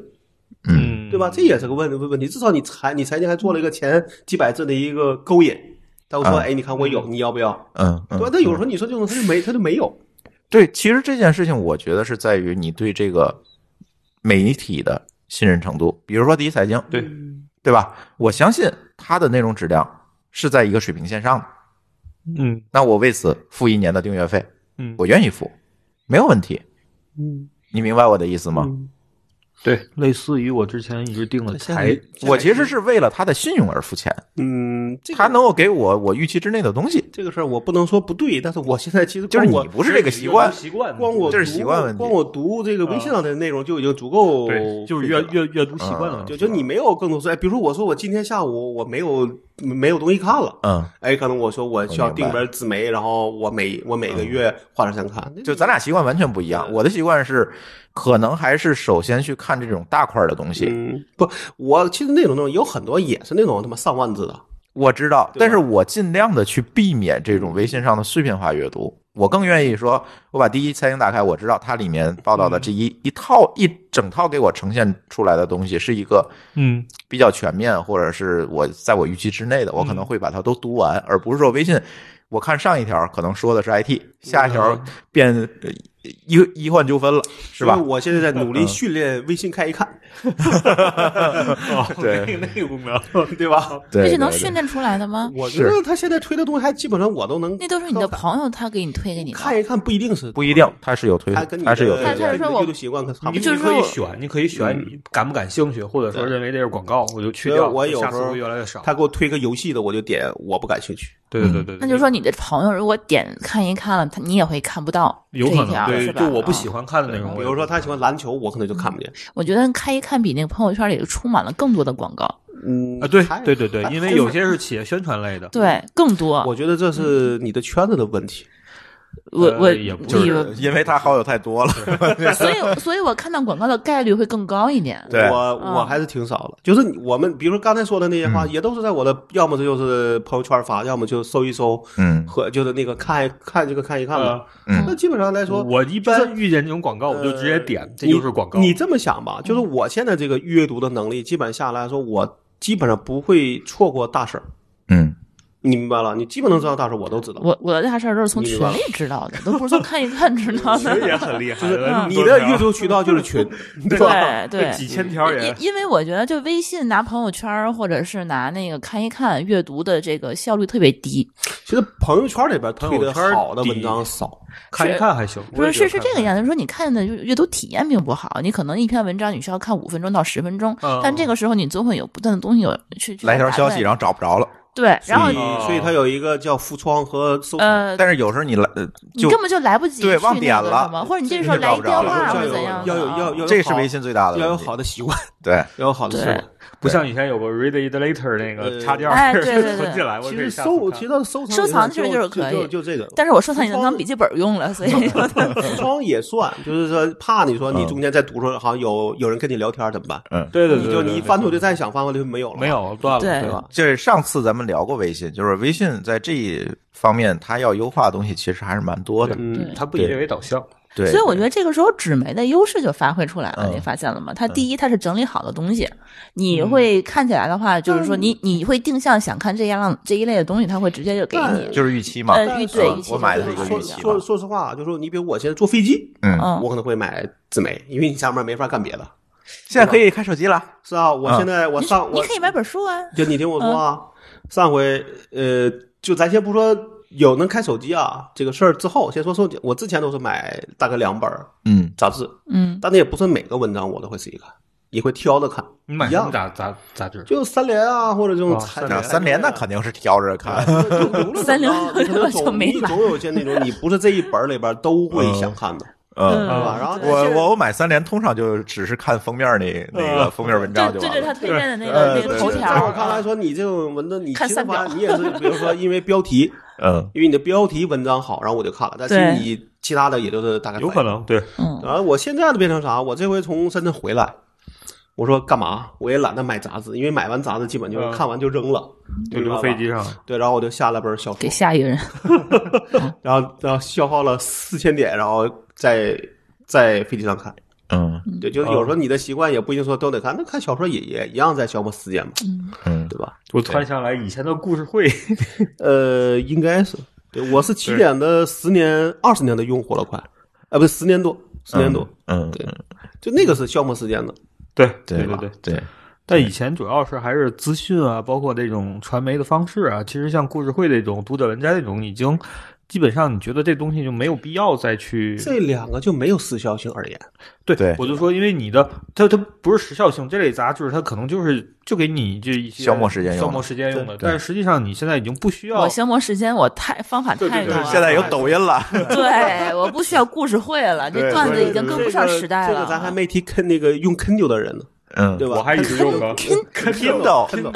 Speaker 1: 嗯
Speaker 2: 对吧？这也是个问问问题。至少你财你财经还做了一个前几百字的一个勾引，他会说，
Speaker 1: 啊
Speaker 2: 哎，你看我有，你要不要？
Speaker 1: 嗯
Speaker 2: 对吧
Speaker 1: 嗯，？
Speaker 2: 但有时候你说这种他就没他就没有，
Speaker 1: 对，其实这件事情我觉得是在于你对这个媒体的信任程度，比如说第一财经，
Speaker 3: 对
Speaker 1: 对吧？我相信它的内容质量是在一个水平线上的，
Speaker 3: 嗯
Speaker 1: 那我为此付一年的订阅费，
Speaker 3: 嗯，
Speaker 1: 我愿意付，没有问题。
Speaker 2: 嗯
Speaker 1: 你明白我的意思吗？
Speaker 3: 对，类似于我之前一直订的
Speaker 2: 现在
Speaker 3: 财，
Speaker 1: 我其实是为了他的信用而付钱，
Speaker 2: 嗯，这个
Speaker 1: 他能够给我我预期之内的东西。
Speaker 2: 这个事儿我不能说不对，但是我现在其实
Speaker 1: 就是
Speaker 2: 光我
Speaker 1: 你不是这个习惯，
Speaker 3: 习惯
Speaker 2: 光我
Speaker 1: 这是
Speaker 2: 读
Speaker 1: 习惯问题
Speaker 2: 光我读这个微信上的内容就已经足够费劲
Speaker 3: 对，
Speaker 2: 了，
Speaker 3: 就是阅阅阅读习惯了，
Speaker 2: 嗯就就你没有更多说，哎，比如说我说我今天下午我没有没有东西看了，
Speaker 1: 嗯，
Speaker 2: 哎，可能我说我需要
Speaker 1: 我明白嗯
Speaker 2: 订本纸媒，然后我每我每个月花点时间看，
Speaker 3: 嗯
Speaker 1: 就咱俩习惯完全不一样。我的习惯是，可能还是首先去看这种大块儿的东西。
Speaker 2: 嗯，不，我其实那种内容有很多也是那种他妈上万字的，
Speaker 1: 我知道，
Speaker 2: 对吧
Speaker 1: 但是我尽量的去避免这种微信上的碎片化阅读。我更愿意说，我把第一财经打开，我知道它里面报
Speaker 4: 嗯
Speaker 1: 道的这一、一套一整套给我呈现出来的东西是一个
Speaker 3: 嗯
Speaker 1: 比较全面，或者是我在我预期之内的，我可
Speaker 4: 嗯
Speaker 1: 能会把它都读完，而不是说微信，我看上一条可能说的是 IT，下一
Speaker 4: 嗯
Speaker 1: 条变呃医医患纠纷了，是吧嗯
Speaker 2: 所以？我现在在努力训练微信看一看，
Speaker 1: 对
Speaker 3: 哦那个功 能，
Speaker 2: 对 吧？
Speaker 1: 对，
Speaker 4: 这是
Speaker 1: 对
Speaker 4: 能
Speaker 1: 对
Speaker 4: 训练出来的吗？
Speaker 2: 我觉得他现在推的东西还基本上我都能
Speaker 4: 那都是你的朋友他给你推给你的，
Speaker 2: 看一看，不一定是
Speaker 1: 不一定，它是有推
Speaker 2: 他跟，你
Speaker 1: 它是有
Speaker 2: 的
Speaker 1: 推
Speaker 4: 它
Speaker 1: 荐
Speaker 4: 是
Speaker 1: 的。
Speaker 4: 说我
Speaker 2: 阅读习惯可差不
Speaker 3: 你
Speaker 2: 多。
Speaker 4: 就是
Speaker 3: 可以
Speaker 4: 我
Speaker 3: 选，你可以选
Speaker 2: 嗯
Speaker 3: 你感不感兴趣，或者说认为这是广告，我就去
Speaker 2: 因为
Speaker 3: 掉。
Speaker 2: 我有
Speaker 3: 下
Speaker 2: 时
Speaker 3: 次
Speaker 2: 候
Speaker 3: 会越来越少。
Speaker 2: 他嗯给我推个游戏的，我就点我不感兴趣。
Speaker 3: 对对对对，
Speaker 4: 那就是说你的朋友如果点看一看了，他你也会看不到
Speaker 3: 有可
Speaker 4: 这一条
Speaker 3: 能对，
Speaker 4: 是吧啊
Speaker 3: 就我不喜欢看的那种。
Speaker 2: 嗯比如
Speaker 4: 嗯
Speaker 2: 说他喜欢篮球，我可能就看不见。
Speaker 4: 我觉得看一看比那个朋友圈里头充满了更多的广告。
Speaker 2: 嗯
Speaker 3: 啊，对
Speaker 2: 还
Speaker 3: 对对对，
Speaker 2: 还
Speaker 3: 因为有些是企业宣传类的，
Speaker 4: 对，更多。
Speaker 2: 我觉得这是你的圈子的问题。
Speaker 4: 我
Speaker 3: 呃
Speaker 4: 我
Speaker 3: 也不
Speaker 4: 以
Speaker 3: 是
Speaker 4: 为
Speaker 1: 因为他好友太多了。
Speaker 4: 所以所以我看到广告的概率会更高一点。
Speaker 1: 对
Speaker 2: 我
Speaker 4: 嗯
Speaker 2: 我还是挺少的，就是你我们比如说刚才说的那些
Speaker 3: 嗯
Speaker 2: 话，也都是在我的，要么就是朋友圈发，要么就搜一搜
Speaker 1: 嗯
Speaker 2: 和就是那个看一看这个看一看吧。
Speaker 1: 嗯
Speaker 2: 那基本上来说，
Speaker 3: 我一
Speaker 2: 就
Speaker 3: 般
Speaker 2: 是
Speaker 3: 遇见这种广告，我就直接点
Speaker 2: 呃，
Speaker 3: 这就是广告。
Speaker 2: 你。你这么想吧，
Speaker 4: 嗯
Speaker 2: 就是我现在这个阅读的能力，基本下来说，我基本上不会错过大事儿。
Speaker 1: 嗯，
Speaker 2: 你明白了？你基本能知道大事儿，我都知道。
Speaker 4: 我我的大事儿都是从
Speaker 2: 你
Speaker 4: 群
Speaker 2: 吧
Speaker 4: 里知道的，都不是从看一看知 道的。
Speaker 3: 很 厉害，呃
Speaker 4: 嗯
Speaker 2: 你
Speaker 3: 啊
Speaker 2: 的阅读渠道就是 群，对吧？
Speaker 4: 对对，
Speaker 3: 几千条也
Speaker 4: 因因为我觉得，就微信拿朋友圈儿或者是拿那个看一看阅读的这个效率特别低，
Speaker 2: 其实朋友圈里边推的
Speaker 3: 朋友圈
Speaker 2: 好的
Speaker 3: 第一
Speaker 2: 文章少，
Speaker 3: 看一看还行。
Speaker 4: 不
Speaker 3: 我也
Speaker 4: 是
Speaker 3: 觉得
Speaker 4: 是是这个
Speaker 3: 看一看
Speaker 4: 样子。说你看的阅阅读体验并不好，你可能一篇文章你需要看五分钟到十分钟，
Speaker 3: 嗯
Speaker 4: 但这个时候你总会有不断的东西有去去
Speaker 1: 来条
Speaker 4: 打
Speaker 1: 消息，
Speaker 4: 断
Speaker 1: 然后找不着了。
Speaker 4: 对，然
Speaker 2: 所
Speaker 4: 后
Speaker 2: 以
Speaker 1: 啊
Speaker 2: 所以它有一个叫浮窗和收藏。
Speaker 4: 呃，
Speaker 1: 但是有时候你来，呃
Speaker 4: 你
Speaker 1: 就
Speaker 4: 根本就来不及
Speaker 1: 对
Speaker 4: 去
Speaker 1: 忘
Speaker 4: 那
Speaker 1: 点
Speaker 4: 个
Speaker 1: 了
Speaker 4: 什么，或者你这时
Speaker 1: 就
Speaker 4: 候
Speaker 1: 找
Speaker 4: 来
Speaker 1: 不
Speaker 4: 一
Speaker 1: 着
Speaker 4: 电
Speaker 1: 了
Speaker 4: 话
Speaker 1: 要
Speaker 4: 或
Speaker 1: 有
Speaker 4: 者怎样的
Speaker 2: 要有
Speaker 4: 啊
Speaker 2: 要有
Speaker 1: 这是微信最大的问题
Speaker 2: 要有好的习惯，
Speaker 1: 对，
Speaker 2: 要有好的
Speaker 4: 对
Speaker 2: 习惯。
Speaker 3: 不像以前有个 read it later 那
Speaker 2: 呃
Speaker 3: 个插件儿，
Speaker 4: 哎对对 对
Speaker 3: 存起来。我
Speaker 2: 其
Speaker 3: 可以
Speaker 2: 实
Speaker 3: 下
Speaker 2: 收，
Speaker 3: 次
Speaker 2: 其实它收藏
Speaker 4: 收藏其实
Speaker 2: 就
Speaker 4: 就是可以
Speaker 2: 就就这个。
Speaker 4: 但是我收藏已经当笔记本用了，所以
Speaker 2: 浮窗也算， 就是说怕你说你
Speaker 1: 嗯
Speaker 2: 中间在读书，好像有有人跟你聊天怎么办？
Speaker 1: 嗯
Speaker 3: 看，对对对，
Speaker 2: 你就
Speaker 3: 对
Speaker 2: 你一
Speaker 3: 对
Speaker 2: 翻回来再想翻回来就没有了。
Speaker 3: 没，有断了，
Speaker 4: 对
Speaker 3: 对吧？
Speaker 1: 就是上次咱们聊过微信，就是微信在这一方面，它要优化的东西其实还是蛮多的。
Speaker 2: 嗯，
Speaker 3: 它不以
Speaker 1: 对
Speaker 3: 这为导向，
Speaker 1: 对，
Speaker 4: 所以我觉得这个时候纸媒的优势就发挥出来了，
Speaker 1: 嗯
Speaker 4: 你发现了吗？它第一，它是整理好的东西，你会看起来的话，就是
Speaker 2: 嗯
Speaker 4: 说你你会定向想看这样这一类的东西，它会直接就给
Speaker 2: 但
Speaker 4: 你。
Speaker 1: 就是预期嘛。
Speaker 4: 嗯
Speaker 2: 但
Speaker 4: 预
Speaker 2: 是
Speaker 4: 对
Speaker 2: 说
Speaker 4: 预期
Speaker 1: 我买的
Speaker 4: 是
Speaker 1: 是一个
Speaker 2: 说
Speaker 1: 预期
Speaker 2: 说
Speaker 1: 嘛。
Speaker 2: 说实话，就说你比如我现在坐飞机，
Speaker 1: 嗯，
Speaker 4: 嗯
Speaker 2: 我可能会买纸媒，因为你下面没法干别的，
Speaker 1: 现在可以看手机了。
Speaker 2: 是啊。我
Speaker 1: 嗯
Speaker 2: 现在我
Speaker 4: 你
Speaker 2: 上
Speaker 4: 你
Speaker 2: 我
Speaker 4: 可以买本书啊，
Speaker 2: 就你听我说啊，上回呃，就咱先不说有能开手机啊这个事儿之后，先说说我之前都是买大概两本儿
Speaker 1: 嗯，
Speaker 2: 杂志，
Speaker 4: 嗯，
Speaker 2: 但那也不是每个文章我都会仔细看，也会挑着看，
Speaker 3: 你买
Speaker 2: 一
Speaker 3: 什
Speaker 2: 样
Speaker 3: 么杂杂杂志？
Speaker 2: 就三联啊或者这种
Speaker 3: 哦
Speaker 2: 财
Speaker 1: 那三联那肯定是挑着看。
Speaker 2: 定
Speaker 4: 三联我就
Speaker 2: 总
Speaker 4: 没
Speaker 2: 你
Speaker 4: 买
Speaker 2: 总有些那种你不是这一本儿里边儿都会想看的，
Speaker 1: 嗯，
Speaker 2: 对啊吧？然后
Speaker 1: 我我我买三联通常就只是看封面那那个封面文章
Speaker 4: 对
Speaker 1: 就完
Speaker 4: 对对，
Speaker 1: 了
Speaker 4: 它。推荐的那
Speaker 1: 呃
Speaker 4: 个那个
Speaker 1: 对
Speaker 4: 头
Speaker 1: 对
Speaker 4: 条
Speaker 2: 在我看
Speaker 4: 儿
Speaker 2: 来，说，你这种文章，你其
Speaker 4: 看
Speaker 2: 实
Speaker 4: 三
Speaker 2: 发
Speaker 4: 秒
Speaker 2: 现你也是，比如说因为标题，
Speaker 1: 嗯，
Speaker 2: 因为你的标题文章好，然后我就看了，但是
Speaker 4: 对
Speaker 2: 你其他的也就是大概
Speaker 3: 有
Speaker 2: 反应
Speaker 3: 可能对，
Speaker 4: 嗯，
Speaker 2: 啊，我现在都变成啥？我这回从深圳回来，我说干嘛？我也懒得买杂志，因为买完杂志基本就是
Speaker 3: 嗯
Speaker 2: 看完就扔了，
Speaker 3: 就
Speaker 2: 明白
Speaker 3: 留
Speaker 2: 吧
Speaker 3: 飞机。上。
Speaker 2: 对，然后我就下了本小
Speaker 4: 给
Speaker 2: 说，
Speaker 4: 下一个人，
Speaker 2: 然后然后消耗了四千点，然后在在飞机上看。
Speaker 1: 嗯
Speaker 2: 对，就是有时候你的习惯也不一定说都得看，那看小说也也一样在消磨时间嘛，
Speaker 1: 嗯，
Speaker 2: 对吧？
Speaker 3: 我突然想起来以前的故事会，
Speaker 2: 呃，应该是，对，我是起点的十年、二十年的用户了，快，啊，不是十年多，十年多，
Speaker 1: 嗯，
Speaker 2: 对就那个是消磨时间的。
Speaker 3: 对
Speaker 1: 对
Speaker 3: 对
Speaker 1: 吧
Speaker 3: 对。
Speaker 1: 对，
Speaker 3: 但以前主要是还是资讯啊，包括这种传媒的方式啊，其实像故事会这种、读者文摘这种，已经基本上你觉得这东西就没有必要再去
Speaker 2: 这两个就没有时效性而言。
Speaker 3: 对
Speaker 1: 对
Speaker 3: 我就说，因为你的它它不是时效性，这类杂志它可能就是就给你这一些
Speaker 1: 消磨时间用的
Speaker 3: 消磨时间用的，
Speaker 1: 对
Speaker 3: 但是实际上你现在已经不需要
Speaker 4: 我。消磨时间，我太方法
Speaker 3: 对对
Speaker 4: 太
Speaker 3: 对
Speaker 4: 多了。
Speaker 1: 现在有抖音了。
Speaker 4: 对，我不需要故事会了，这
Speaker 1: 对
Speaker 4: 段子
Speaker 1: 对
Speaker 4: 已经跟不上时代
Speaker 2: 这
Speaker 4: 了。
Speaker 2: 个这个咱还没提坑那个用 Kindle 的人呢，
Speaker 1: 嗯，
Speaker 2: 对吧？
Speaker 3: 我还一 直用呢
Speaker 1: Kindle，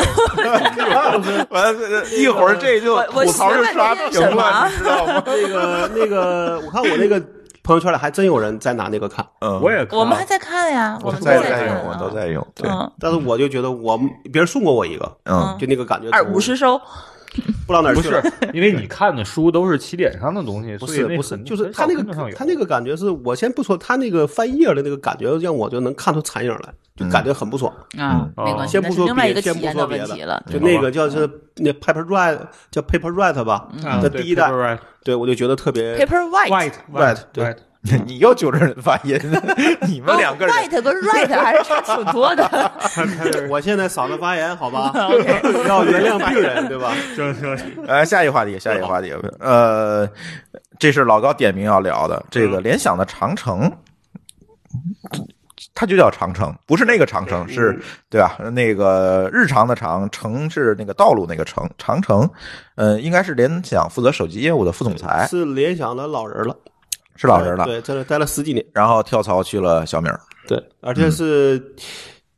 Speaker 1: 完了 一会儿这就
Speaker 4: 我我
Speaker 1: 吐槽就刷
Speaker 4: 学
Speaker 1: 屏
Speaker 4: 问这是什
Speaker 1: 了，
Speaker 4: 么
Speaker 1: 你知道吗？
Speaker 2: 那个那个，我看我那个朋友圈里还真有人在拿那个看，
Speaker 1: 嗯，
Speaker 3: 我也看
Speaker 4: 我们还在看呀，
Speaker 1: 我
Speaker 4: 们都
Speaker 1: 在
Speaker 4: 看
Speaker 1: 在
Speaker 4: 啊，
Speaker 1: 用，我都在用。对，
Speaker 4: 嗯，
Speaker 2: 但是我就觉得我别人送过我一个，
Speaker 1: 嗯
Speaker 2: 就那个感觉
Speaker 4: 二五十收，
Speaker 2: 不知道哪儿
Speaker 3: 不
Speaker 2: 去了
Speaker 3: 是。，因为你看的书都是起点上的东西，
Speaker 2: 不
Speaker 3: 所以
Speaker 2: 是
Speaker 3: 那
Speaker 2: 不是，
Speaker 3: 很
Speaker 2: 就是
Speaker 3: 很少
Speaker 2: 他那个
Speaker 3: 跟得上有
Speaker 2: 他那个感觉是我先不说他那个翻页的那个感觉，让我就能看出残影来，就感觉很不爽。
Speaker 4: 啊，
Speaker 3: 嗯
Speaker 4: 没关系，
Speaker 2: 先不
Speaker 4: 那是
Speaker 2: 说
Speaker 4: 另外
Speaker 2: 别
Speaker 4: 一个
Speaker 2: 先
Speaker 4: 体
Speaker 2: 不
Speaker 4: 验
Speaker 2: 说
Speaker 4: 的
Speaker 2: 别
Speaker 4: 问
Speaker 2: 的
Speaker 4: 题了。
Speaker 2: 就那个叫是那 Paper Write 叫 Paper Write 吧，
Speaker 3: 啊
Speaker 2: 那
Speaker 3: 对
Speaker 2: 第一代
Speaker 3: Paperwhite
Speaker 2: 对我就觉得特别
Speaker 4: Paper White，
Speaker 3: White
Speaker 2: 呃 White，对
Speaker 3: White，
Speaker 4: 嗯
Speaker 1: 你又纠正人发音， 你们两个人
Speaker 4: White 跟 Right 还是差挺多的。
Speaker 2: 我现在嗓子发炎，好 吧，
Speaker 4: OK，
Speaker 2: 要原谅病人，对吧？
Speaker 3: 行行行，
Speaker 1: 呃，下一个话题，下一个话题，呃，这是老高点名要聊的，这个联想的长城，它就叫长城，不是那个长城，是对嗯吧？那个日常的长城是那个道路那个城，长城，呃，应该是联想负责手机业务的副总裁，
Speaker 2: 是联想的老人了，
Speaker 1: 是哎老人了，
Speaker 2: 对，在这待了十几年，
Speaker 1: 然后跳槽去了小米儿，
Speaker 2: 对，而且是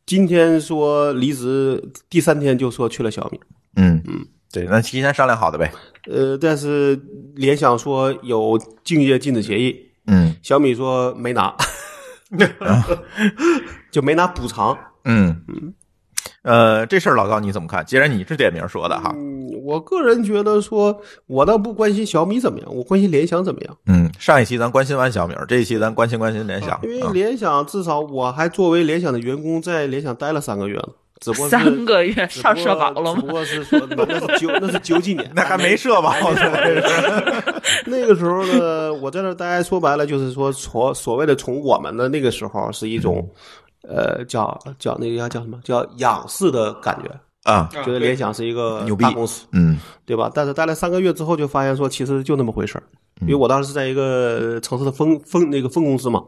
Speaker 2: 今天说离职，第三天就说去了小米。
Speaker 1: 嗯嗯，对，那提前商量好的呗。
Speaker 2: 呃，但是联想说有竞业禁止协议，
Speaker 1: 嗯
Speaker 2: 小米说 没拿，就没拿补偿。
Speaker 1: 嗯呃，这事儿老高你怎么看？既然你是点名说的哈，
Speaker 2: 嗯，我个人觉得说，我倒不关心小米怎么样，我关心联想怎么样。
Speaker 1: 嗯，上一期咱关心完小米儿，这一期咱关心关心联想。
Speaker 2: 哦因为
Speaker 1: 嗯
Speaker 2: 联想至少我还作为联想的员工，在联想待了三个月了，只不过是
Speaker 4: 三个月
Speaker 2: 只不
Speaker 4: 上
Speaker 2: 过
Speaker 4: 社保了
Speaker 2: 只
Speaker 4: 吗
Speaker 2: 不？过是 说那是九那是九几年，
Speaker 1: 那还没社保呢，
Speaker 2: 那个时候呢，我在那儿待，说白了就是说从所谓的从我们的那个时候是一种，
Speaker 1: 嗯
Speaker 2: 呃，叫叫那个叫叫什么叫仰视的感觉，
Speaker 1: 啊，
Speaker 5: 啊
Speaker 2: 觉得联想是一个
Speaker 1: 牛逼
Speaker 2: 大公司，
Speaker 1: 嗯
Speaker 2: 对吧？但是待了三个月之后，就发现说其实就那么回事儿，
Speaker 1: 嗯
Speaker 2: 因为我当时是在一个呃城市的分分那个分公司嘛，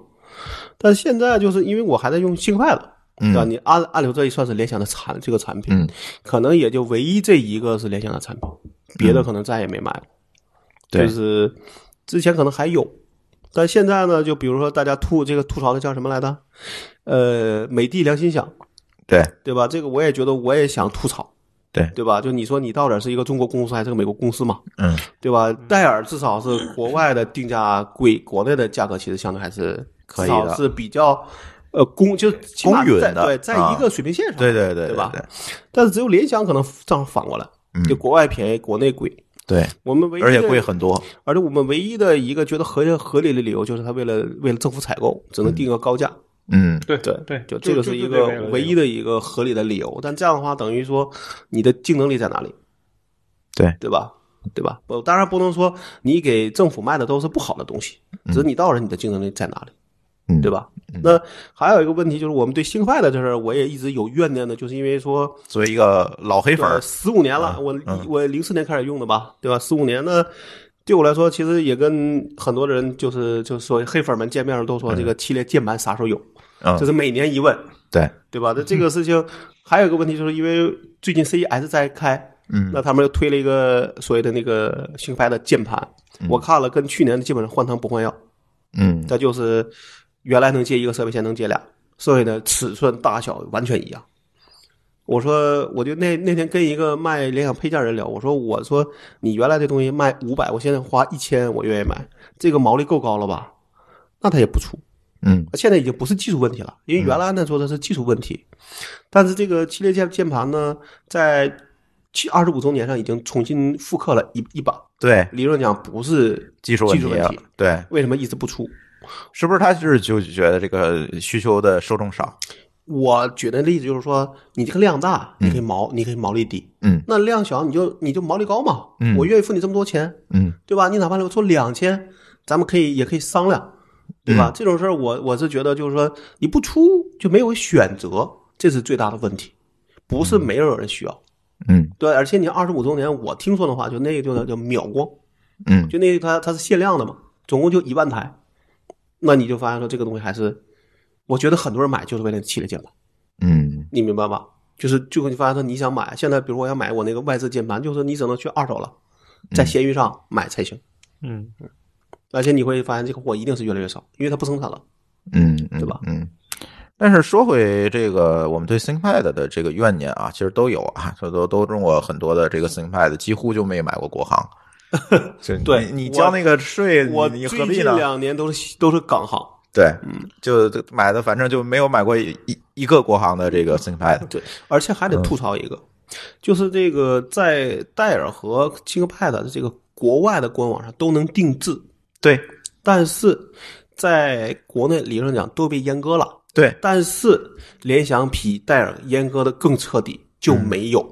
Speaker 2: 但现在就是因为我还在用新快乐。对吧？
Speaker 1: 嗯
Speaker 2: 你按按理说这也算是联想的产这个产品，
Speaker 1: 嗯
Speaker 2: 可能也就唯一这一个是联想的产品，别的可能再也没卖了。
Speaker 1: 对
Speaker 2: 就是之前可能还有，但现在呢，就比如说大家吐这个吐槽的叫什么来着？呃，美的良心想，
Speaker 1: 对
Speaker 2: 对吧？这个我也觉得我也想吐槽，
Speaker 1: 对
Speaker 2: 对吧？就你说你到底是一个中国公司还是个美国公司嘛，
Speaker 1: 嗯
Speaker 2: 对吧？戴尔至少是国外的定价贵，国内的价格其实相对还是
Speaker 1: 嗯可以的
Speaker 2: 至少是比较。呃，公就起码
Speaker 1: 公允
Speaker 2: 在
Speaker 1: 的
Speaker 2: 对，在
Speaker 1: 啊
Speaker 2: 一个水平线上，
Speaker 1: 对对对
Speaker 2: 对吧
Speaker 1: 对
Speaker 2: 但是只有联想可能正好反过来，
Speaker 1: 嗯
Speaker 2: 就国外便宜，国内贵。
Speaker 1: 对，
Speaker 2: 我们唯一的
Speaker 1: 而且贵，很多，
Speaker 2: 而且我们唯一的一个觉得合合理的理由就是他为了为了政府采购，只能定个高价。
Speaker 1: 嗯
Speaker 5: 对
Speaker 2: 对
Speaker 5: 对，
Speaker 2: 就这个是一个唯一
Speaker 5: 的。
Speaker 2: 的一个合理的理由。但这样的话，等于说你的竞争力在哪里？
Speaker 1: 对
Speaker 2: 对吧？对吧？不，当然不能说你给政府卖的都是不好的东西，只是你到了你的竞争力在哪里，
Speaker 1: 嗯，
Speaker 2: 对？吧？那还有一个问题就是，我们对新快的这事儿，我也一直有怨念的，就是因为说
Speaker 1: 作为一个老黑粉儿，
Speaker 2: 十五年了，我
Speaker 1: 嗯
Speaker 2: 我零四年开始用的吧，对吧？十五年呢，对我来说，其实也跟很多人就是就是说黑粉们见面都说这个系列键盘啥时候有，
Speaker 1: 嗯
Speaker 2: 这，是每年一问，
Speaker 1: 对，
Speaker 2: 对吧？那这个事情还有一个问题，就是因为最近 CES 在开，
Speaker 1: 嗯
Speaker 2: 那他们又推了一个所谓的那个新拍的键盘，我看了跟去年基本上换汤不换药，
Speaker 1: 嗯
Speaker 2: 它就是原来能接一个设备线能接俩，剩下的尺寸大小完全一样。我说，我就那那天跟一个卖联想配件人聊，我说，我说你原来这东西卖五百，我现在花一千，我愿意买，这个毛利够高了吧？那他也不出，
Speaker 1: 嗯
Speaker 2: 现在已经不是技术问题了，因为原来呢说的是技术问题，但是这个系列键键盘呢，在七二十五周年上已经重新复刻了一一版，
Speaker 1: 对，
Speaker 2: 理论讲不是
Speaker 1: 技术问
Speaker 2: 技术
Speaker 1: 题
Speaker 2: 问题，
Speaker 1: 对，
Speaker 2: 为什么一直不出？
Speaker 1: 是不是他就是就觉得这个需求的受众少？
Speaker 2: 我举的例子就是说，你这个量大，
Speaker 1: 嗯
Speaker 2: 你可以毛，你可以毛利低；
Speaker 1: 嗯
Speaker 2: 那量小，你就你就毛利高嘛。
Speaker 1: 嗯
Speaker 2: 我愿意付你这么多钱，
Speaker 1: 嗯
Speaker 2: 对吧？你哪怕说两千，咱们可以也可以商量，对
Speaker 1: 嗯
Speaker 2: 吧？这种事儿，我我是觉得就是说，你不出就没有选择，这是最大的问题，不是没有人需要。
Speaker 1: 嗯
Speaker 2: 对，而且你二十五周年，我听说的话，就那个就叫秒光，
Speaker 1: 嗯
Speaker 2: 就那个它它是限量的嘛，总共就一万台，那你就发现说这个东西还是，我觉得很多人买就是为了气的键盘。
Speaker 1: 嗯
Speaker 2: 你明白吧？就是就会你发现说你想买，现在比如我想买我那个外置键盘，就是你只能去二手了，在闲鱼上买才行。
Speaker 3: 嗯，
Speaker 2: 而且你会发现这个货一定是越来越少，因为它不生产了。
Speaker 1: 嗯，
Speaker 2: 对吧
Speaker 1: 嗯。但是说回这个，我们对 ThinkPad 的这个怨念啊，其实都有啊，这都都中过很多的这个 ThinkPad，几乎就没买过国行。就你
Speaker 2: 对
Speaker 1: 你
Speaker 2: 我
Speaker 1: 交那个税，
Speaker 2: 我
Speaker 1: 你你
Speaker 2: 最
Speaker 1: 何
Speaker 2: 近
Speaker 1: 必呢？
Speaker 2: 两嗯年都是都是港行，
Speaker 1: 对，就买的，反正就没有买过一一一个国行的这个 ThinkPad。
Speaker 2: 对，而且还得吐槽一个，就是这个在戴尔和 ThinkPad 的这个国外的官网上都能定制，
Speaker 1: 对
Speaker 2: 但是在国内理论上讲都被阉割了。
Speaker 1: 对，
Speaker 2: 但是联想比戴尔阉割的更彻底，就没有。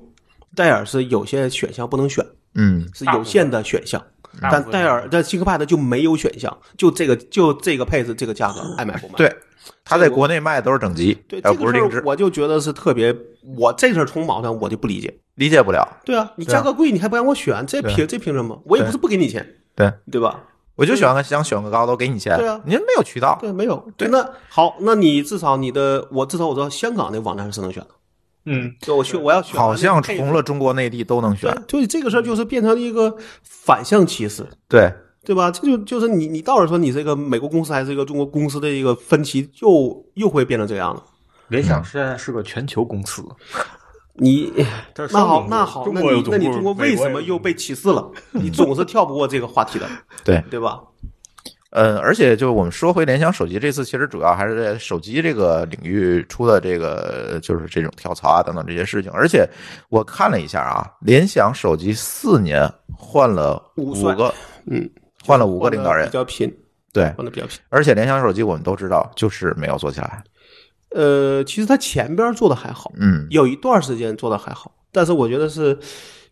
Speaker 2: 戴尔是有些选项不能选，
Speaker 1: 嗯
Speaker 2: 是有限的选项，
Speaker 3: 大
Speaker 2: 但
Speaker 3: 部分
Speaker 2: 戴尔但 ThinkPad 就没有选项，就这个就这个配置这个价格，爱买不买。
Speaker 1: 对，它在国内卖的都是整机，
Speaker 2: 对，
Speaker 1: 而
Speaker 2: 这
Speaker 1: 不是
Speaker 2: 个事
Speaker 1: 定制
Speaker 2: 儿，我就觉得是特别，我这事儿从网上我就不理解。
Speaker 1: 理解不了。
Speaker 2: 对啊，你
Speaker 1: 对啊
Speaker 2: 价格贵，你还不让我选，这
Speaker 1: 对啊
Speaker 2: 凭这凭什么？我也不是不给你钱，
Speaker 1: 对，
Speaker 2: 对吧？
Speaker 1: 我就喜欢个想选个高的，我给你钱，
Speaker 2: 对啊
Speaker 1: 您没有渠道。
Speaker 2: 对，没有。
Speaker 1: 对
Speaker 2: 那好，那你至少你的，我至少我知道香港那网站是能选的。
Speaker 3: 嗯，
Speaker 2: 对，我选我要选完
Speaker 1: 好
Speaker 2: 那个
Speaker 1: 像
Speaker 2: 配置
Speaker 1: 除了中国内地都能选，
Speaker 2: 对，就是这个事儿就是变成了一个反向歧视，
Speaker 1: 对，
Speaker 2: 对吧？这就就是你你到底说你这个美国公司还是一个中国公司的一个分歧，又又会变成这样了。
Speaker 3: 联想现在是个全球公司，
Speaker 2: 你
Speaker 3: 但是
Speaker 2: 那好
Speaker 3: 说，明
Speaker 2: 那好，
Speaker 3: 中
Speaker 2: 那
Speaker 3: 国有
Speaker 2: 你
Speaker 3: 总
Speaker 2: 那
Speaker 3: 部，
Speaker 2: 你中国为
Speaker 3: 美
Speaker 2: 什
Speaker 3: 有
Speaker 2: 么
Speaker 3: 总
Speaker 2: 又
Speaker 3: 部
Speaker 2: 被歧视 了？你总是跳不过这个话题的，
Speaker 1: 对
Speaker 2: 对吧？
Speaker 1: 呃，而且就我们说回联想手机这次，其实主要还是在手机这个领域出的这个就是这种跳槽啊等等这些事情。而且我看了一下啊，联想手机四年换了
Speaker 2: 五
Speaker 1: 五
Speaker 2: 帅
Speaker 1: 个，
Speaker 2: 嗯，
Speaker 1: 换了五个领导
Speaker 2: 换得
Speaker 1: 人
Speaker 2: 比，较拼，
Speaker 1: 对。
Speaker 2: 换的比较拼。
Speaker 1: 而且联想手机我们都知道，就是没有做起来。
Speaker 2: 呃，其实他前边做的还好，
Speaker 1: 嗯，
Speaker 2: 有一段时间做的还好，但是我觉得是，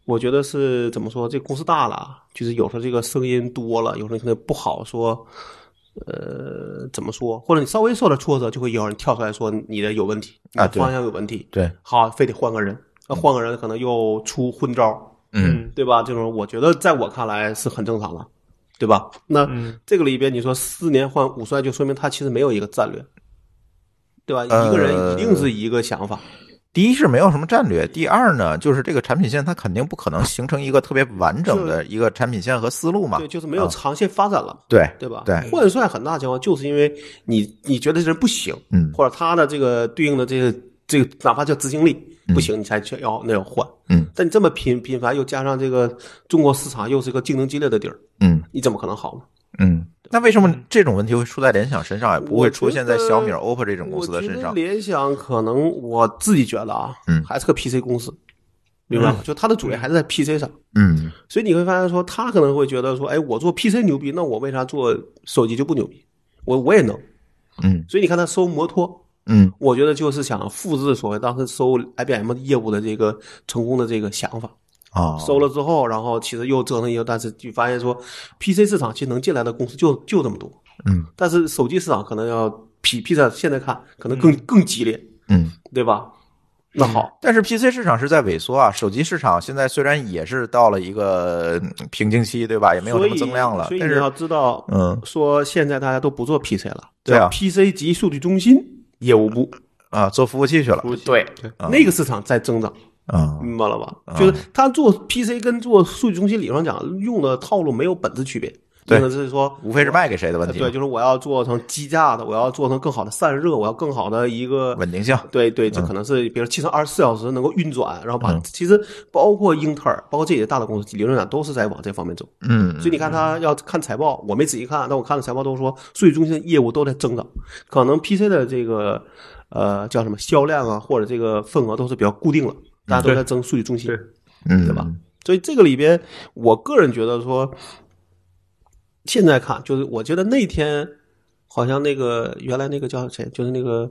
Speaker 2: 我觉得是怎么说？这公司大了啊，就是有时候这个声音多了，有时候可能不好说。呃，怎么说？或者你稍微受点挫折，就会有人跳出来说你的有问题，你
Speaker 1: 啊
Speaker 2: 的
Speaker 1: 对
Speaker 2: 方向有问题。
Speaker 1: 对，
Speaker 2: 好，非得换个人，那换个人可能又出昏招，
Speaker 1: 嗯，
Speaker 2: 对吧？这种我觉得在我看来是很正常的，对吧？那
Speaker 3: 嗯
Speaker 2: 这个里边你说四年换五帅，就说明他其实没有一个战略，对吧？一个
Speaker 1: 呃
Speaker 2: 人一定是一个想法，
Speaker 1: 第一是没有什么战略，第二呢，就是这个产品线它肯定不可能形成一个特别完整的一个产品线和思路嘛
Speaker 2: 对，。就是没有长线发展了嘛，
Speaker 1: 对，
Speaker 2: 对
Speaker 1: 啊
Speaker 2: 吧？
Speaker 1: 对
Speaker 2: 换帅很大情况就是因为你你觉得这人不行，
Speaker 1: 嗯
Speaker 2: 或者他的这个对应的这个这个哪怕叫执行力不行，你才去要那要换。
Speaker 1: 嗯，
Speaker 2: 但你这么频频繁，又加上这个中国市场又是个竞争激烈的地儿，
Speaker 1: 嗯
Speaker 2: 你怎么可能好呢？
Speaker 1: 嗯。那为什么这种问题会出在联想身上，也不会出现在
Speaker 2: 我觉得
Speaker 1: 小米、OPPO 这种公司的身
Speaker 2: 我觉得
Speaker 1: 上？
Speaker 2: 联想可能我自己觉得啊，
Speaker 1: 嗯
Speaker 2: 还是个 PC 公司，明白吗？就它的主业还是在 PC 上，
Speaker 1: 嗯
Speaker 2: 所以你会发现说，他可能会觉得说，哎，我做 PC 牛逼，那我为啥做手机就不牛逼？我我也能。
Speaker 1: 嗯
Speaker 2: 所以你看他收摩托，
Speaker 1: 嗯
Speaker 2: 我觉得就是想复制所谓当时收 IBM 业务的这个成功的这个想法。
Speaker 1: 哦，
Speaker 2: 收了之后，然后其实又折腾一个，但是就发现说，PC 市场其实能进来的公司就就这么多，
Speaker 1: 嗯
Speaker 2: 但是手机市场可能要比 P 上现在看可能更、更激烈，
Speaker 1: 嗯。
Speaker 2: 对吧？那好，
Speaker 1: 但是 PC 市场是在萎缩啊，手机市场现在虽然也是到了一个嗯瓶颈期，对吧？也没有
Speaker 2: 所
Speaker 1: 什么
Speaker 2: 以
Speaker 1: 增量了，
Speaker 2: 所以
Speaker 1: 但
Speaker 2: 你
Speaker 1: 是
Speaker 2: 要知道，
Speaker 1: 嗯
Speaker 2: 说现在大家都不做 PC 了，
Speaker 1: 对啊
Speaker 2: 叫，PC 及数据中心业务部，
Speaker 1: 啊，做服务器去了
Speaker 2: 嗯对
Speaker 1: 啊
Speaker 2: 那个市场在增长，
Speaker 1: 啊，
Speaker 2: 明白了吧？就是他做 PC 跟做数据中心理论上讲用的套路没有本质区别，
Speaker 1: 对
Speaker 2: 用的是说
Speaker 1: 无非是卖给谁的问题嘛
Speaker 2: 对，，就是我要做成机架的，我要做成更好的散热，我要更好的一个
Speaker 1: 稳嗯定性。
Speaker 2: 对对，这可能是比如七乘二十四小时能够运转，然后
Speaker 1: 嗯
Speaker 2: 把、其实包括英特尔，包括这些大的公司，理论上都是在往这方面走。
Speaker 1: 嗯
Speaker 2: 所以你看，他要看财报，我没仔细看，但我看了财报都说数据中心业务都在增长，可能 PC 的这个呃叫什么销量啊，或者这个份额都是比较固定了，大家都在争数据中心。
Speaker 1: 嗯，
Speaker 2: 对吧？所以这个里边，我个人觉得说，现在看就是，我觉得那天好像那个原来那个叫谁，就是那个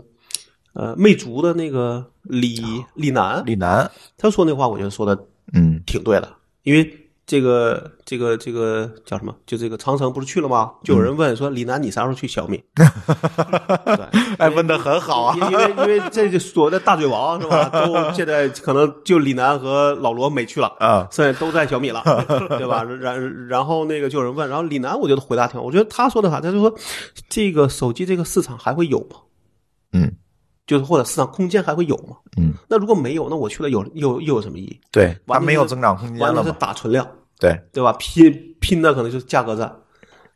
Speaker 2: 呃魅族的那个李
Speaker 1: 啊
Speaker 2: 李楠，
Speaker 1: 李楠，
Speaker 2: 他说那话，我觉得说的
Speaker 1: 嗯
Speaker 2: 挺对的，因为这个这个这个叫什么？就这个长城不是去了吗？就有人问说，李楠你啥时候去 小米？对。
Speaker 1: 哎，问的很好啊
Speaker 2: 因，因为因为这就所谓的大嘴王是吧？都现在可能就李楠和老罗没去了
Speaker 1: 啊
Speaker 2: 剩下都在小 米了，对吧？然然后那个就有人问，然后李楠我觉得回答挺好，我觉得他说的啥，他就说这个手机这个市场还会有吗？
Speaker 1: 嗯，
Speaker 2: 就是或者市场空间还会有吗？
Speaker 1: 嗯，
Speaker 2: 那如果没有，那我去了有又又有什么意义？
Speaker 1: 对，它
Speaker 2: 完全
Speaker 1: 没有
Speaker 2: 就是
Speaker 1: 增长空间
Speaker 2: 完
Speaker 1: 了
Speaker 2: 全是
Speaker 1: 嘛，
Speaker 2: 打存量，
Speaker 1: 对，
Speaker 2: 对吧？拼拼的可能就是价格战，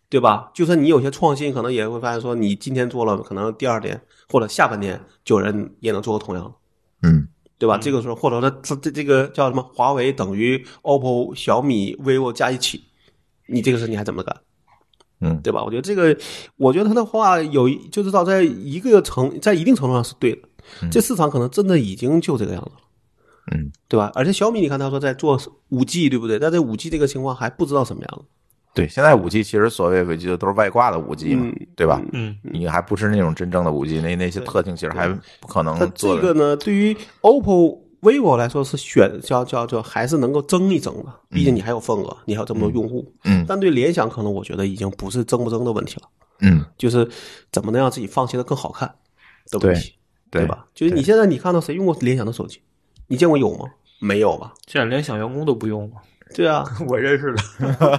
Speaker 2: 对吧？就算你有些创新，可能也会发现说，你今天做了，可能第二年或者下半年，就有人也能做个同样的，
Speaker 1: 嗯
Speaker 2: 对吧？这个时候，或者说这这这个叫什么？华为等于 OPPO、小米、vivo 加一起，你这个事你还怎么干？
Speaker 1: 嗯，
Speaker 2: 对吧？我觉得这个，我觉得他的话有一，就知道在一个程，在一定程度上是对的。这市场可能真的已经就这个样子了，
Speaker 1: 嗯，
Speaker 2: 对吧？而且小米，你看他说在做五 G，对不对？但这五 G 这个情况还不知道什么样
Speaker 1: 对，现在五 G 其实所谓五 G 的都是外挂的五 G 嘛，
Speaker 2: 嗯
Speaker 1: 对吧？
Speaker 3: 嗯，
Speaker 1: 你还不是那种真正的五 G，那那些特性其实还不可
Speaker 2: 它
Speaker 1: 能嗯做
Speaker 2: 这
Speaker 1: 的
Speaker 2: 个呢，对于 OPPO、vivo 来说是选叫叫叫还是能够争一争的，毕竟你还有份额，你还有这么多用户。
Speaker 1: 嗯
Speaker 2: 但对联想，可能我觉得已经不是争不争的问题了，
Speaker 1: 嗯，
Speaker 2: 就是怎么能让自己放弃的更好看的问题，
Speaker 1: 对
Speaker 2: 吧？？就是你
Speaker 1: 对
Speaker 2: 现在你看到谁用过联想的手机？你见过有吗？没有吧？
Speaker 3: 现在联想员工都不用了。
Speaker 2: 对啊，
Speaker 3: 我认识的，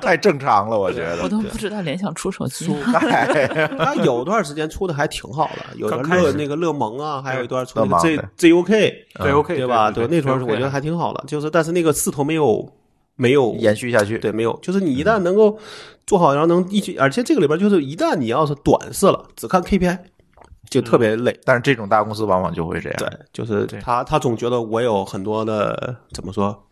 Speaker 1: 太正常了，我觉
Speaker 4: 我
Speaker 1: 得。
Speaker 4: 都不知道联想出手机，
Speaker 1: 哎
Speaker 2: 他有段时间出的还挺好的，有的
Speaker 3: 刚开始
Speaker 2: 乐那个乐盟啊，还有一段出
Speaker 1: 乐
Speaker 2: 那
Speaker 1: 盟
Speaker 2: 个
Speaker 1: 对
Speaker 2: Z ZUK，
Speaker 3: 对 OK，
Speaker 2: 对吧？
Speaker 3: 对，
Speaker 2: 那时候我
Speaker 3: 啊
Speaker 2: 觉得还挺好的，就是但是那个势头没有没有
Speaker 1: 嗯延续下去，
Speaker 2: 对，没有，就是你一旦能够做好，然后能一起，而且这个里边就是一旦你要是短视了，只看 KPI，就特别累。
Speaker 1: 但是这种大公司往往就会这样。
Speaker 2: 对，就是
Speaker 1: 对
Speaker 2: 他他总觉得我有很多的怎么说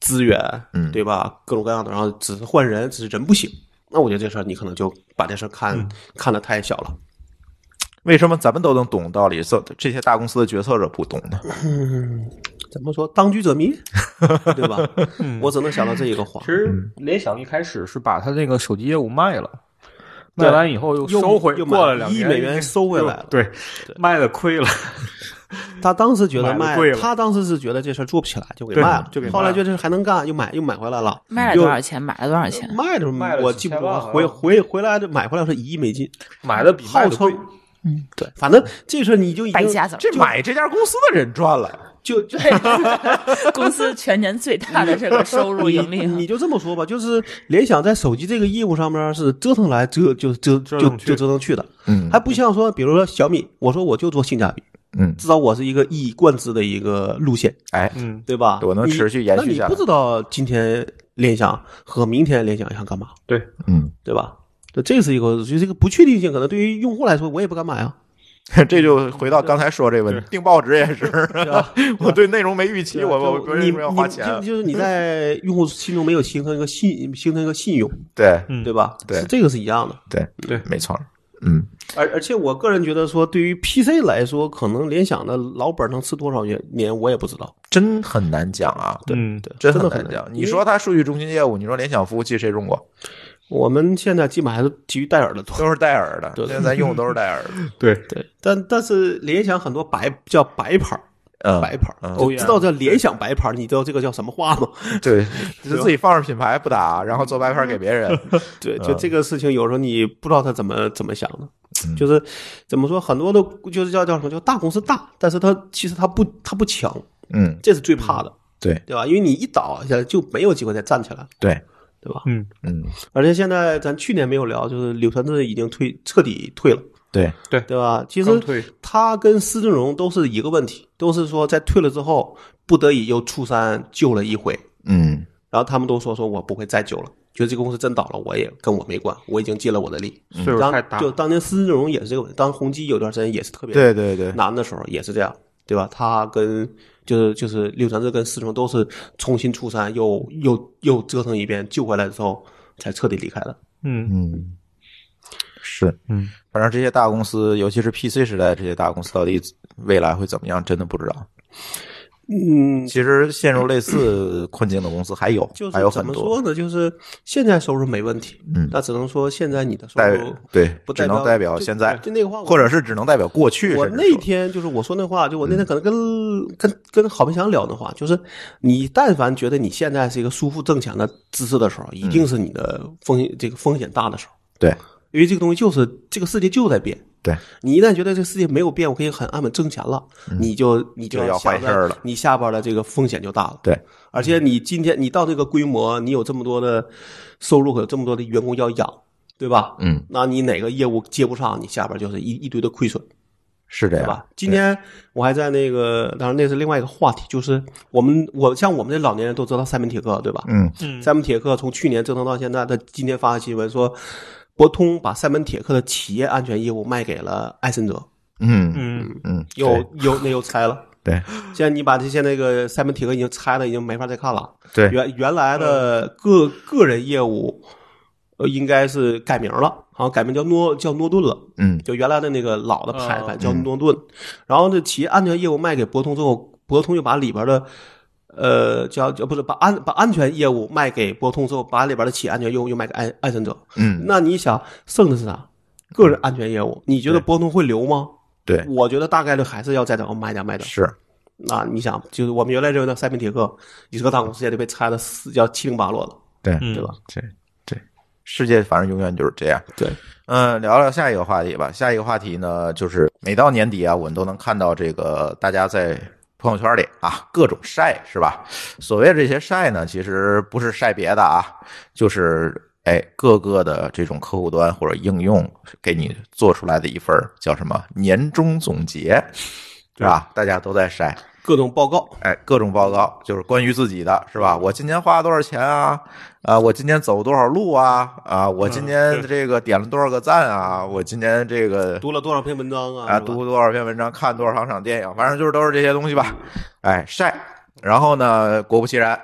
Speaker 2: 资源，
Speaker 1: 嗯
Speaker 2: 对吧？各种各样的，然后只是换人，只是人不行。那我觉得这事儿你可能就把这事儿看、
Speaker 3: 嗯
Speaker 2: 看得太小了。
Speaker 1: 为什么咱们都能懂道理，这这些大公司的决策者不懂呢？
Speaker 2: 怎么说当局者 迷，对吧？
Speaker 3: 嗯
Speaker 2: 我只能想到这一个话嗯
Speaker 3: 其。实联想一开始是把它那个手机业务卖了，卖完以后又收回，
Speaker 2: 又买
Speaker 3: 过了两
Speaker 2: 一亿
Speaker 3: 年
Speaker 2: 美元收回来了。
Speaker 3: 对，卖了亏了，
Speaker 2: 他当时觉得
Speaker 3: 买
Speaker 2: 卖
Speaker 3: 得贵，了
Speaker 2: 他当时是觉得这事儿做不起来，就给卖了。
Speaker 3: 对就给卖了
Speaker 2: 后来觉得这还能干，又买又买回来了。
Speaker 4: 卖了
Speaker 2: 又
Speaker 4: 多少钱，买了多少钱？
Speaker 2: 卖的
Speaker 3: 卖了
Speaker 2: 我
Speaker 3: 几
Speaker 2: 记不
Speaker 3: 千
Speaker 2: 住了，
Speaker 3: 万好
Speaker 2: 回
Speaker 3: 像
Speaker 2: 回回来的买回来是一亿美金，
Speaker 3: 买的比卖
Speaker 2: 号
Speaker 3: 的贵。
Speaker 2: 称。对，反正这事儿你就已
Speaker 4: 败
Speaker 2: 经
Speaker 4: 家子儿，
Speaker 1: 这买这家公司的人赚了，
Speaker 2: 就就
Speaker 4: 公司全年最大的这个收入盈利啊
Speaker 2: 你你就这么说吧，就是联想在手机这个业务上面是折腾来折就折就
Speaker 3: 折
Speaker 2: 就
Speaker 3: 腾去
Speaker 2: 折腾去的，
Speaker 1: 嗯
Speaker 2: 还不像说比如说小米，我说我就做性价比，
Speaker 1: 嗯，
Speaker 2: 至少我是一个一以贯之的一个路线，
Speaker 1: 哎，
Speaker 3: 嗯，
Speaker 2: 对吧？
Speaker 1: 我能
Speaker 2: 你
Speaker 1: 持续延续下
Speaker 2: 那
Speaker 1: 来
Speaker 2: 你不知道今天联想和明天联想想干嘛，
Speaker 3: 对，
Speaker 1: 嗯，
Speaker 2: 对吧？这这是一个，就这个不确定性，可能对于用户来说，我也不敢买 啊。
Speaker 1: 嗯这就回到刚才说这个问题，订报纸也是，我对内容没预期，我我
Speaker 2: 就
Speaker 1: 我为
Speaker 2: 你
Speaker 1: 什么要花
Speaker 2: 你
Speaker 1: 钱？啊
Speaker 2: 就就是你在用户心中没有形成一个信，形成一个信用，
Speaker 1: 对
Speaker 3: 嗯
Speaker 2: 对吧？
Speaker 1: 对
Speaker 2: 是这个是一样的。
Speaker 1: 对
Speaker 3: 对
Speaker 1: 没错，嗯，
Speaker 2: 而而且我个人觉得说，对于 PC 来说，可能联想的老本能吃多少年，年我也不知道。
Speaker 1: 真很难讲啊，
Speaker 3: 嗯，
Speaker 2: 对，
Speaker 1: 真
Speaker 2: 真的
Speaker 1: 很
Speaker 2: 很
Speaker 1: 难讲。你说它数据中心业务，你说联想服务器谁用 过？
Speaker 2: 我们现在基本还是基于戴尔的多。
Speaker 1: 都是戴尔的，
Speaker 2: 对
Speaker 1: 现在咱用的都是戴尔 的，
Speaker 3: 对，
Speaker 2: 对，但但是联想很多白叫白牌儿，
Speaker 1: 嗯，
Speaker 2: 白牌儿，
Speaker 1: 嗯
Speaker 2: 就知道叫联想白牌儿，你知道这个叫什么话吗？
Speaker 1: 对，就是自己放上品牌不打，然后做白牌给别 人，
Speaker 2: 对，
Speaker 1: 嗯
Speaker 2: 就这个事情，有时候你不知道他怎么怎么想的
Speaker 1: 嗯，
Speaker 2: 就是怎么说，很多的，就是叫叫什么，就大公司大，但是他其实他不他不强，
Speaker 1: 嗯，
Speaker 2: 这是最怕的，
Speaker 1: 对
Speaker 2: 对吧？因为你一倒下来就没有机会再站起来，
Speaker 1: 对，
Speaker 2: 对吧？
Speaker 3: 嗯，
Speaker 1: 嗯，
Speaker 2: 而且现在咱去年没有聊，就是柳传志已经退彻底退了，
Speaker 1: 对，
Speaker 2: 对吧？其
Speaker 3: 刚
Speaker 2: 实
Speaker 3: 退
Speaker 2: 他跟施正荣都是一个问题，都是说在退了之后，不得已又出山救了一回，
Speaker 1: 嗯，
Speaker 2: 然后他们都说说我不会再救了，觉得这个公司真倒了，我也跟我没关，我已经尽了我的力。
Speaker 3: 岁数
Speaker 2: 当
Speaker 3: 太大
Speaker 2: 就，当年施正荣也是这个问题，当红基有段时间也是特别
Speaker 1: 对对对，
Speaker 2: 难的时候也是这样，对吧？他跟就是就是柳传志跟施正荣都是重新出山，又又又折腾一遍，救回来之后才彻底离开的。
Speaker 3: 嗯
Speaker 1: 嗯，是，
Speaker 3: 嗯，
Speaker 1: 反正这些大公司，尤其是 PC 时代这些大公司，到底未来会怎么样，真的不知道。
Speaker 2: 嗯，
Speaker 1: 其实陷入类似困境的公司还有，
Speaker 2: 就
Speaker 1: 还有
Speaker 2: 是怎
Speaker 1: 很
Speaker 2: 么
Speaker 1: 多
Speaker 2: 说，呢？就是现在收入没问题，
Speaker 1: 嗯
Speaker 2: 那只能说现在你的收
Speaker 1: 代
Speaker 2: 入
Speaker 1: 对
Speaker 2: 不，
Speaker 1: 只
Speaker 2: 代表
Speaker 1: 能代表
Speaker 2: 就
Speaker 1: 现在，
Speaker 2: 就那个话我，
Speaker 1: 或者是只能代表过去。
Speaker 2: 我
Speaker 1: 甚至
Speaker 2: 那
Speaker 1: 说嗯
Speaker 2: 天就是我说那话，就我那天可能跟、跟跟郝明祥聊的话，就是你但凡觉得你现在是一个舒服挣钱的姿势的时候，一
Speaker 1: 嗯
Speaker 2: 定是你的风险、这个风险大的时候，
Speaker 1: 对
Speaker 2: 因为这个东西就是这个世界就在变。
Speaker 1: 对，
Speaker 2: 你一旦觉得这个世界没有变，我可以很安稳挣钱了，你就你
Speaker 1: 嗯就要
Speaker 2: 下
Speaker 1: 坏
Speaker 2: 边
Speaker 1: 事儿了
Speaker 2: 你下边的这个风险就大了。
Speaker 1: 对，
Speaker 2: 而且你今天你到这个规模，你有这么多的收入，有这么多的员工要养，对吧？
Speaker 1: 嗯，
Speaker 2: 那你哪个业务接不上，你下边就是一一堆的亏损。
Speaker 1: 是这
Speaker 2: 对
Speaker 1: 样
Speaker 2: 吧？今天我还在那个，当然那是另外一个话题，就是我们我像我们这老年人都知道塞门铁克，对吧？
Speaker 1: 嗯
Speaker 2: 塞门铁克从去年折腾到现在，他今天发的新闻说，博通把塞门铁克的企业安全业务卖给了艾森哲，
Speaker 1: 嗯
Speaker 3: 嗯，
Speaker 1: 嗯，
Speaker 2: 又又那又拆了。
Speaker 1: 对
Speaker 2: 现在你把这些那个塞门铁克已经拆了，已经没法再看了。
Speaker 1: 对嗯对
Speaker 2: 原原来的个个人业务，呃，应该是改名了，好像改名叫诺叫诺顿了。
Speaker 1: 嗯
Speaker 2: 就原来的那个老的牌
Speaker 3: 哦
Speaker 2: 牌叫诺顿，然后这企业安全业务卖给博通之后，博通又把里边的呃叫叫不是把安把安全业务卖给博通之后，把里边的企业安全业务又卖给爱爱森者。
Speaker 1: 嗯，
Speaker 2: 那你想剩的是啥？个人安全业务，你觉得
Speaker 1: 对
Speaker 2: 博通会留吗？
Speaker 1: 对
Speaker 2: 我觉得大概率还是要再找个买家卖的。
Speaker 1: 是
Speaker 2: 那你想，就是我们原来认为的塞宾铁克，你这个大公司也得被拆的四要七零八落了。
Speaker 1: 对
Speaker 3: 嗯
Speaker 1: 对吧？这这世界反正永远就是这样。
Speaker 2: 对，
Speaker 1: 嗯，聊聊下一个话题吧。下一个话题呢，就是每到年底啊，我们都能看到这个大家在朋友圈里啊各种晒，是吧？所谓这些晒呢，其实不是晒别的啊，就是哎各个的这种客户端或者应用给你做出来的一份儿叫什么年终总结。是吧？大家都在晒，
Speaker 2: 各种报告，
Speaker 1: 哎，各种报告就是关于自己的，是吧？我今年花了多少钱啊？啊，我今年走多少路啊？啊，我
Speaker 2: 嗯
Speaker 1: 今年这个点了多少个赞啊？我今年这个
Speaker 2: 读了多少篇文章啊？
Speaker 1: 啊，
Speaker 2: 是吧
Speaker 1: 读多少篇文章，看多少场电影，反正就是都是这些东西吧。
Speaker 2: 嗯
Speaker 1: 哎，晒，然后呢，果不其然，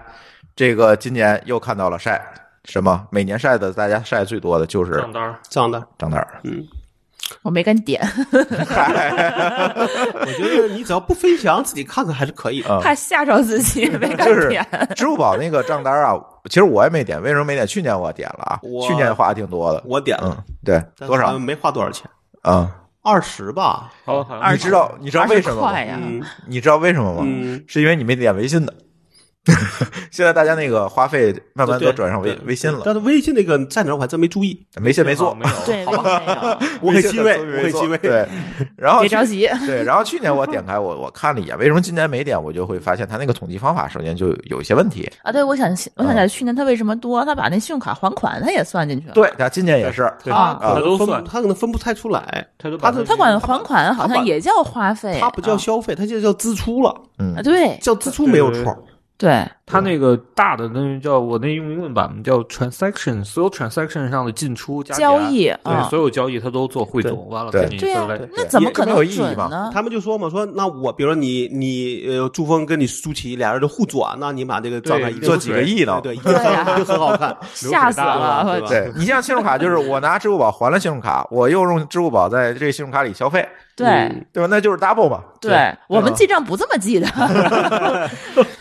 Speaker 1: 这个今年又看到了晒什么？每年晒的，大家晒最多的就是
Speaker 3: 账单儿
Speaker 2: 账单。
Speaker 1: 张丹儿。
Speaker 4: 我没敢点，
Speaker 2: 我觉得你只要不分享，自己看看还是可以的。
Speaker 1: 啊
Speaker 4: 怕吓着自己，没敢
Speaker 1: 就是
Speaker 4: 点。
Speaker 1: 支付宝那个账单啊，其实我也没点，为什么没点？去年我点了啊
Speaker 2: 我，
Speaker 1: 去年花挺多的，
Speaker 2: 我点
Speaker 1: 嗯
Speaker 2: 了，，
Speaker 1: 对，
Speaker 2: 但
Speaker 1: 多
Speaker 2: 好
Speaker 1: 少
Speaker 2: 像？没花多少钱，
Speaker 1: 嗯，
Speaker 2: 二十吧。
Speaker 3: 好，好
Speaker 4: 二
Speaker 1: 你知道你知道为什么
Speaker 4: 快
Speaker 1: 吗？
Speaker 4: 呀？
Speaker 2: 嗯
Speaker 1: 你知道为什么吗？
Speaker 2: 嗯，
Speaker 1: 是因为你没点微信的。 现在大家那个花费慢慢都
Speaker 2: 对
Speaker 1: 转上微
Speaker 2: 对
Speaker 1: 微信了，
Speaker 2: 但是微信那个在哪儿我还真没注意。
Speaker 1: 微信没做，
Speaker 3: 没有
Speaker 4: 对，没有没有，
Speaker 1: 我
Speaker 2: 很欣慰我很欣慰
Speaker 1: 对， 然后
Speaker 4: 别
Speaker 1: 去
Speaker 4: 着急。
Speaker 1: 对，然后去年我点开我我看了一眼，为什么今年没点？我就会发现他那个统计方法首先就有一些问题。
Speaker 4: 啊，对，我想起我想起来，去年他为什么多？他把那信用卡还款他也算进去了。
Speaker 1: 对，他今年也是，
Speaker 3: 对
Speaker 4: 啊
Speaker 3: 他都
Speaker 2: 分
Speaker 3: 算，
Speaker 2: 他可能分不太出来，
Speaker 5: 他就
Speaker 2: 他
Speaker 5: 把
Speaker 2: 是
Speaker 4: 他管还款好像也叫花费，
Speaker 2: 他不叫消费，他现在叫支出了，
Speaker 1: 嗯
Speaker 4: 啊，，对
Speaker 2: 叫支出没有
Speaker 3: 对对
Speaker 2: 错。
Speaker 4: 对，
Speaker 1: 啊
Speaker 3: 他那个大的那叫我那用英文版叫 transaction，所有 transaction 上的进出加起来
Speaker 4: 交易啊
Speaker 3: 对，所有交易他都都做汇总，完了
Speaker 1: 对
Speaker 3: 给你
Speaker 4: 对呀啊
Speaker 3: 分类。
Speaker 4: 那怎么可能
Speaker 1: 也没有意
Speaker 4: 准
Speaker 1: 义嘛
Speaker 4: 呢？
Speaker 2: 他们就说嘛，说那我比如说你你呃朱峰跟你舒淇俩人就互转，那你把这个账单一定
Speaker 1: 做几个亿呢
Speaker 2: 对，对一定很
Speaker 4: 啊
Speaker 2: 一定很好 看。
Speaker 4: 吓死了！
Speaker 2: 流水大了
Speaker 4: 我
Speaker 2: 对
Speaker 1: 对你像信用卡，就是我拿支付宝还了信用卡，我又用支付宝在这信用卡里消费，
Speaker 4: 对
Speaker 1: 对吧？那就是 double 嘛。
Speaker 4: 对，我
Speaker 1: 嗯
Speaker 4: 们记账不这么记的，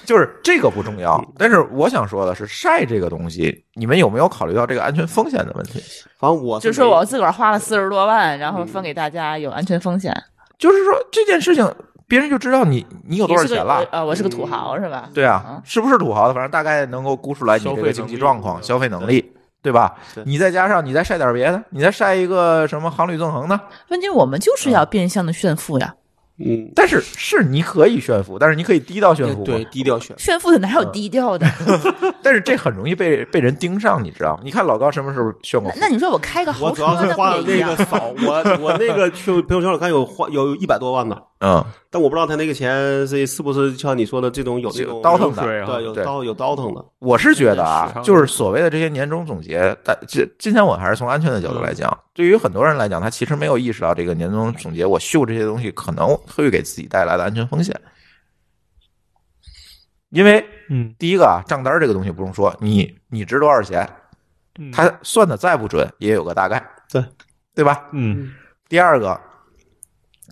Speaker 1: 就是这个不重要，但是我想说的是，晒这个东西，你们有没有考虑到这个安全风险的问题？
Speaker 2: 反正我
Speaker 4: 就是说
Speaker 2: 没
Speaker 4: 我自个儿花了四十多万，然后
Speaker 1: 嗯
Speaker 4: 分给大家，有安全风险。
Speaker 1: 就是说这件事情，别人就知道你你有多少
Speaker 4: 你是
Speaker 1: 钱
Speaker 4: 个
Speaker 1: 了。
Speaker 4: 呃，我是个土豪是吧？
Speaker 1: 对啊
Speaker 4: 嗯，
Speaker 1: 是不是土豪的？反正大概能够估出来你这
Speaker 3: 消
Speaker 1: 个
Speaker 3: 费
Speaker 1: 经济
Speaker 3: 能力
Speaker 1: 状况、
Speaker 3: 对
Speaker 1: 消费能力，对吧？
Speaker 2: 对
Speaker 1: 你再加上你再晒点别的，你再晒一个什么航旅纵横呢？
Speaker 4: 问题我们就是
Speaker 1: 嗯
Speaker 4: 要变相的炫富呀，
Speaker 2: 嗯，
Speaker 1: 但是是你可以炫富，但是你可以低到炫富嘛，
Speaker 2: 对低调选，
Speaker 4: 炫富的哪有
Speaker 1: 嗯
Speaker 4: 低调的？
Speaker 1: 但是这很容易被被人盯上，你知道吗？你看老高什么时候炫过
Speaker 4: 那
Speaker 1: 富？
Speaker 4: 那你说我开个
Speaker 2: 我
Speaker 4: 豪
Speaker 2: 主
Speaker 4: 车
Speaker 2: 要是花
Speaker 4: 那
Speaker 2: 的
Speaker 4: 不也一
Speaker 2: 那
Speaker 4: 样
Speaker 2: 个？少，我我那个去朋友圈我看有花有一百多万呢，
Speaker 1: 嗯，
Speaker 2: 但我不知道他那个钱是是不是像你说的这种有这
Speaker 1: 就
Speaker 2: 种
Speaker 1: 刀腾
Speaker 3: 流水
Speaker 1: 的。
Speaker 3: 啊
Speaker 2: 对有
Speaker 1: 对
Speaker 2: 刀有刀腾的，
Speaker 1: 我是觉得
Speaker 3: 市
Speaker 1: 啊，
Speaker 3: 场
Speaker 1: 就是所谓的这些年终总结，但今今天我还是从安全的角度来讲，对于很多人来讲，他其实没有意识到这个年终总结，我秀这些东西可能会给自己带来的安全风险，因为
Speaker 3: 嗯，
Speaker 1: 第一个啊，账单儿这个东西不用说，你你值多少钱，
Speaker 3: 嗯
Speaker 1: 他算的再不准也有个大概，
Speaker 2: 对
Speaker 1: 对吧？
Speaker 3: 嗯
Speaker 1: 第二个，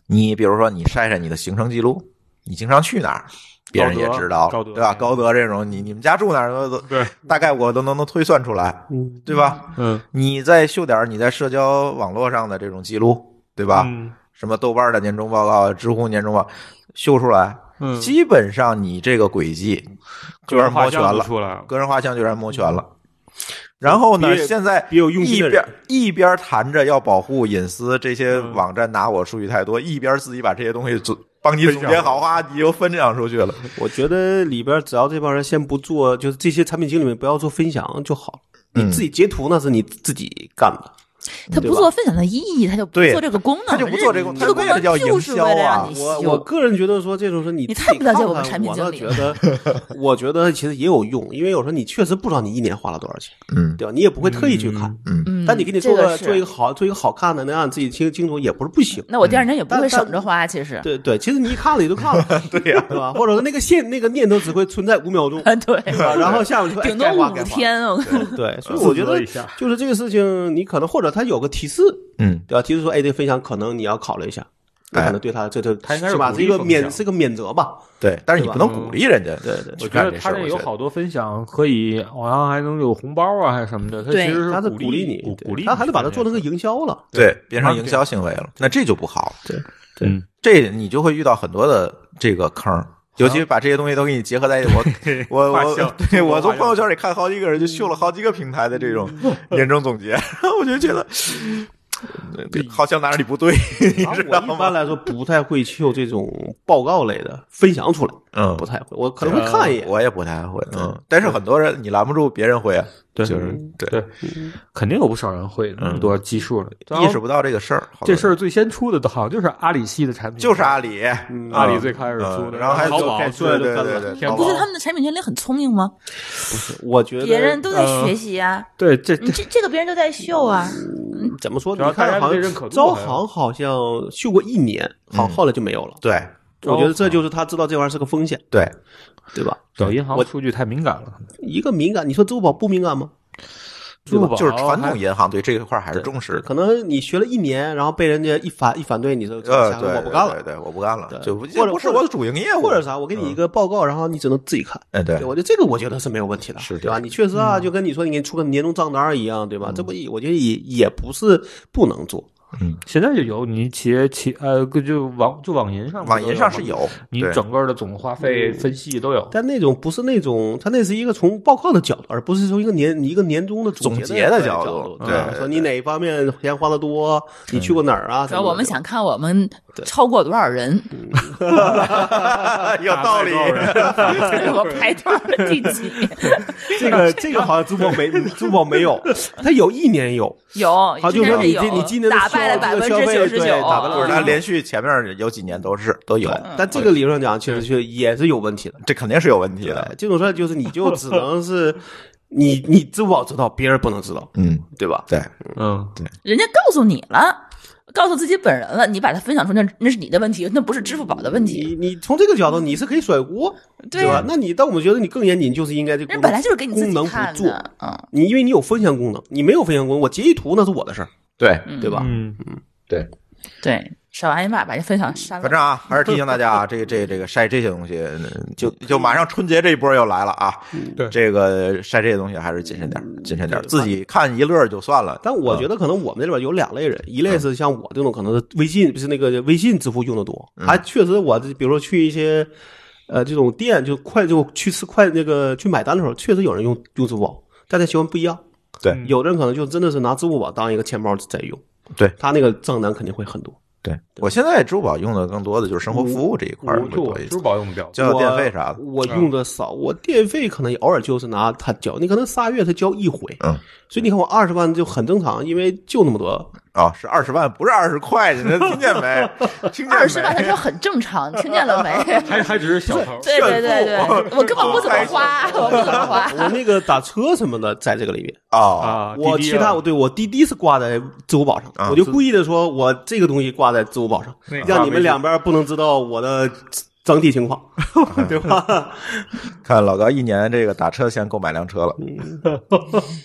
Speaker 1: 你比如说你晒晒你的行程记录，你经常去哪儿，别人也知道了，
Speaker 3: 高德
Speaker 1: 对吧？
Speaker 3: 嗯
Speaker 1: 高德这种，你你们家住哪儿都都
Speaker 3: 对，
Speaker 1: 大概我都能能推算出来，
Speaker 2: 嗯，
Speaker 1: 对吧？
Speaker 3: 嗯
Speaker 1: 你再秀点儿你在社交网络上的这种记录，对吧？
Speaker 3: 嗯
Speaker 1: 什么豆瓣儿的年终报告、知乎年终报告秀出来，
Speaker 3: 嗯，
Speaker 1: 基本上你这个轨迹就
Speaker 3: 个人
Speaker 1: 是
Speaker 3: 画
Speaker 1: 摸全
Speaker 3: 像
Speaker 1: 了
Speaker 3: 就。出来了，
Speaker 1: 个人画像就让摩拳了。然后呢，
Speaker 2: 别
Speaker 1: 现在
Speaker 2: 别有用
Speaker 1: 一
Speaker 2: 心的
Speaker 1: 边
Speaker 2: 人，
Speaker 1: 一边谈着要保护隐私，这些
Speaker 3: 嗯
Speaker 1: 网站拿我数据太多，一边自己把这些东西总帮你
Speaker 3: 分
Speaker 1: 总
Speaker 3: 享
Speaker 1: 结好啊，你就分享出去了。
Speaker 2: 我觉得里边只要这帮人先不做，就是这些产品经理们不要做分享就好了。
Speaker 1: 嗯
Speaker 2: 你自己截图那是你自己干的，
Speaker 4: 他不做分享的意义，他就不
Speaker 1: 对
Speaker 4: 做这个功能，
Speaker 1: 他就不做这个
Speaker 4: 这个
Speaker 1: 他
Speaker 4: 功
Speaker 1: 为了
Speaker 4: 能
Speaker 1: 叫
Speaker 4: 就是
Speaker 1: 营销
Speaker 4: 为
Speaker 1: 啊
Speaker 4: 了让你
Speaker 2: 我
Speaker 4: 秀
Speaker 2: 我个人觉得说这种是你
Speaker 4: 你
Speaker 2: 自
Speaker 4: 太
Speaker 2: 己
Speaker 4: 不了解
Speaker 2: 看
Speaker 4: 我们
Speaker 2: 看
Speaker 4: 产品
Speaker 2: 我
Speaker 4: 经
Speaker 2: 倒
Speaker 4: 理
Speaker 2: 觉得，我觉得其实也有用，因为有时候你确实不知道你一年花了多少钱，
Speaker 1: 嗯
Speaker 2: 对吧？你也不会特意去看，
Speaker 4: 嗯，
Speaker 2: 但你给你做
Speaker 4: 这
Speaker 2: 个
Speaker 4: 是
Speaker 2: 做一个好做一个好看的，能让你自己清清楚也不是不行。
Speaker 4: 那我第二年也不
Speaker 2: 嗯但
Speaker 4: 会
Speaker 2: 但
Speaker 4: 省着花，其实。，
Speaker 2: 对对，其实你一看了也就看了，对呀，对吧？或者说那个线那个念头只会存在五秒钟
Speaker 4: 对，
Speaker 2: 对 吧然后下面就哎
Speaker 4: 哎顶多
Speaker 2: 该花
Speaker 4: 五
Speaker 2: 该花
Speaker 4: 天。我
Speaker 2: 对，所以我觉
Speaker 3: 自责
Speaker 2: 得
Speaker 3: 一下
Speaker 2: 就是这个事情，你可能或者他有个提示，
Speaker 1: 嗯，
Speaker 2: 对吧？提示说，哎，这分享可能你要考虑一下，那可能对他这这
Speaker 3: 他应该是
Speaker 2: 是吧？
Speaker 3: 鼓
Speaker 2: 是
Speaker 3: 励
Speaker 2: 一个
Speaker 3: 分
Speaker 2: 免
Speaker 3: 享
Speaker 2: 是个免责吧？
Speaker 1: 对。但是你不能鼓励人家，
Speaker 2: 对对
Speaker 1: 去
Speaker 3: 我觉
Speaker 1: 干
Speaker 3: 得
Speaker 1: 这事
Speaker 3: 他
Speaker 1: 儿。
Speaker 3: 这
Speaker 1: 我
Speaker 3: 有
Speaker 1: 觉得
Speaker 3: 好多分享，可以好像还能有红包啊，还是什么的。他其
Speaker 4: 对
Speaker 3: 实
Speaker 2: 他是
Speaker 3: 鼓
Speaker 2: 励
Speaker 3: 鼓
Speaker 2: 你，对
Speaker 3: 鼓励你，
Speaker 2: 他还是把它做成个营销了。
Speaker 1: 对变成营销行为了，那这就不好。
Speaker 3: 对，
Speaker 1: 这你就会遇到很多的这个坑儿，尤其把这些东西都给你结合在一起。我我
Speaker 3: 画
Speaker 1: 我
Speaker 3: 像，
Speaker 1: 对我从朋友圈里看好几个人就秀了好几个平台的这种年终总结，然后我就觉得好像哪里不对，你
Speaker 2: 然
Speaker 1: 知
Speaker 2: 后啊我
Speaker 1: 道
Speaker 2: 一般
Speaker 1: 吗？
Speaker 2: 来说不太会就这种报告类的分享出来，
Speaker 1: 嗯
Speaker 2: 不太会。我可能会看一眼，
Speaker 1: 我也不太会，嗯，但是很多人你拦不住别人会啊，
Speaker 3: 对
Speaker 1: 就是对，
Speaker 3: 对，肯定有不少人会那
Speaker 1: 嗯
Speaker 3: 么多技术了，
Speaker 1: 意识不到这个事儿，好多
Speaker 3: 这
Speaker 1: 人
Speaker 3: 事儿最先出的，好像就是阿里系的产品，
Speaker 1: 就是阿里，
Speaker 2: 嗯
Speaker 3: 阿里最开始出
Speaker 1: 嗯
Speaker 3: 的，
Speaker 1: 然后还有
Speaker 3: 淘宝
Speaker 1: 对
Speaker 2: 出
Speaker 1: 对
Speaker 2: 来就
Speaker 1: 对
Speaker 2: 干
Speaker 1: 对
Speaker 2: 了
Speaker 1: 对，
Speaker 3: 天
Speaker 1: 淘宝
Speaker 3: 猫
Speaker 4: 不是他们的产品经理很聪明吗？
Speaker 2: 我觉得
Speaker 4: 别人都在
Speaker 3: 呃
Speaker 4: 学习啊，
Speaker 3: 对这这
Speaker 4: 你这这个别人都在秀啊，
Speaker 2: 嗯怎么说呢？
Speaker 3: 主要
Speaker 2: 你看
Speaker 3: 大家
Speaker 2: 好
Speaker 3: 对认可
Speaker 2: 像
Speaker 3: 度
Speaker 2: 招
Speaker 3: 还有
Speaker 2: 行好像秀过一年，好
Speaker 1: 嗯
Speaker 2: 后来就没有了。
Speaker 1: 对
Speaker 3: 招
Speaker 2: 我觉得这就是他知道这玩意儿是个风险，
Speaker 1: 对，
Speaker 2: 对吧？
Speaker 3: 小银行
Speaker 2: 我
Speaker 3: 数据太敏感了，
Speaker 2: 一个敏感，你说支付宝不敏感吗？
Speaker 3: 支付宝啊
Speaker 1: 就是传统
Speaker 3: 还
Speaker 1: 银行对这一块还是重视的，
Speaker 2: 可能你学了一年，然后被人家一反一反对，你这
Speaker 1: 呃，
Speaker 2: 下
Speaker 1: 对，
Speaker 2: 回我不干
Speaker 1: 对
Speaker 2: 了，
Speaker 1: 对，对我不干了，
Speaker 2: 对
Speaker 1: 就不
Speaker 2: 或者
Speaker 1: 不是我的主营业务，
Speaker 2: 或者啥，我给你一个报告，然后你只能自己看。
Speaker 1: 嗯，对
Speaker 2: 对，，我觉得这个我觉得是没有问题的，
Speaker 1: 是嗯的
Speaker 2: 对吧？你确实
Speaker 3: 嗯
Speaker 2: 啊，就跟你说你给你出个年终账单儿一样，对吧？这不也我觉得也也不是不能做，
Speaker 3: 现在就有你企业企呃就网就网银上
Speaker 1: 网银上是
Speaker 3: 有，
Speaker 1: 有，
Speaker 3: 你
Speaker 1: 对
Speaker 3: 整个的总花费分析都有。
Speaker 2: 但那种不是那种，它那是一个从报告的角度，而不是从一个年一个年终的
Speaker 1: 总结
Speaker 2: 的
Speaker 1: 的角
Speaker 2: 角度
Speaker 1: 度，
Speaker 2: 吧
Speaker 1: 对嗯
Speaker 2: 说你哪一方面钱花的多，你去过哪儿啊？
Speaker 4: 主要我们
Speaker 2: 什么
Speaker 4: 想看我们超过多 少人，
Speaker 1: 有道 理，
Speaker 4: 我排多少 第几？
Speaker 2: 的这个这个好像珠宝 没珠宝没有，它有一年有，
Speaker 4: 有，
Speaker 2: 好，就是
Speaker 4: 之前
Speaker 2: 说你
Speaker 4: 有
Speaker 2: 今你今年的
Speaker 4: 打败了百
Speaker 2: 消
Speaker 4: 分
Speaker 2: 消
Speaker 4: 之
Speaker 2: 费
Speaker 4: 九十
Speaker 2: 对
Speaker 4: 九，嗯
Speaker 2: 打败
Speaker 1: 不是
Speaker 2: 了
Speaker 3: 嗯
Speaker 1: 他连续前面有几年都是都有，
Speaker 2: 但这个理论上讲，其实是也是有问题的。
Speaker 1: 这肯定是有问题
Speaker 2: 对
Speaker 1: 的，，
Speaker 2: 这种事儿就是你就只能是你你支付宝知道，别人不能知道，
Speaker 1: 嗯，
Speaker 2: 对吧？
Speaker 1: 对，
Speaker 3: 嗯，
Speaker 4: 人家告诉你了，告诉自己本人了，你把它分享出去，那那是你的问题，那不是支付宝的问
Speaker 2: 你
Speaker 4: 题。
Speaker 2: 你从这个角度你是可以甩锅，
Speaker 4: 对
Speaker 2: 吧
Speaker 4: 呀？
Speaker 2: 那你但我们觉得你更严谨，就是应该这个
Speaker 4: 人本来就是给你自
Speaker 2: 功
Speaker 4: 己
Speaker 2: 能
Speaker 4: 看
Speaker 2: 不做，
Speaker 4: 的，嗯，
Speaker 2: 你因为你有分享功能，你没有分享功能，我截一图那是我的事儿，
Speaker 1: 对，
Speaker 2: 对吧？
Speaker 3: 嗯，
Speaker 4: 对，扫完一码把这分享删
Speaker 1: 反
Speaker 4: 了。
Speaker 1: 正啊，还是提醒大 家啊，这这这个晒这些东西，嗯就就马上春节这一波又来了啊。
Speaker 3: 对
Speaker 1: 这个晒这些东西还是谨慎点儿，谨慎点儿，自己看一乐儿就算了。
Speaker 2: 但我觉得可能我们这里边有两类人，一
Speaker 1: 嗯
Speaker 2: 类是像我这种，可能是微信不是那个微信支付用的多，
Speaker 1: 嗯
Speaker 2: 还确实我这比如说去一些呃这种店，就快就去吃快那个去买单的时候，确实有人用用支付宝，但他习惯不一样。
Speaker 1: 对
Speaker 2: 有的人可能就真的是拿支付宝当一个钱包在用，
Speaker 1: 对
Speaker 2: 他那个账单肯定会很多。
Speaker 1: 对我现在支付宝用的更多的就是生活服务这一块儿
Speaker 3: 我
Speaker 1: 会
Speaker 3: 就嗯我
Speaker 1: 多一
Speaker 3: 支
Speaker 1: 些
Speaker 3: 付，宝用的比较多。
Speaker 1: 交交电费啥的。
Speaker 2: 我用的少，我电费可能也偶尔就是拿他交，你可能仨月才交一回，
Speaker 1: 嗯，
Speaker 2: 所以你看我二十万就很正常，因为就那么多，
Speaker 1: 啊，是二十万，不是二十块，你能听见没？听见没？
Speaker 4: 二十万他说很 正常，听见了没？
Speaker 3: 还还只是小头儿，
Speaker 4: 对对对对，我根本 不怎么花，我不怎 么花。
Speaker 2: 我那个打车什么的在这个里面。
Speaker 1: 啊，
Speaker 3: 啊，
Speaker 2: 我
Speaker 3: 滴滴
Speaker 2: 其他
Speaker 3: 啊
Speaker 2: 我对我滴滴是挂在支付宝上，
Speaker 1: 啊
Speaker 2: 我就故意的说我这个东西挂在支付宝上，
Speaker 3: 那个
Speaker 2: 让你们两边不能知道我的整体 情况，对吧？
Speaker 1: 看老高一年这个打车钱够买辆车了，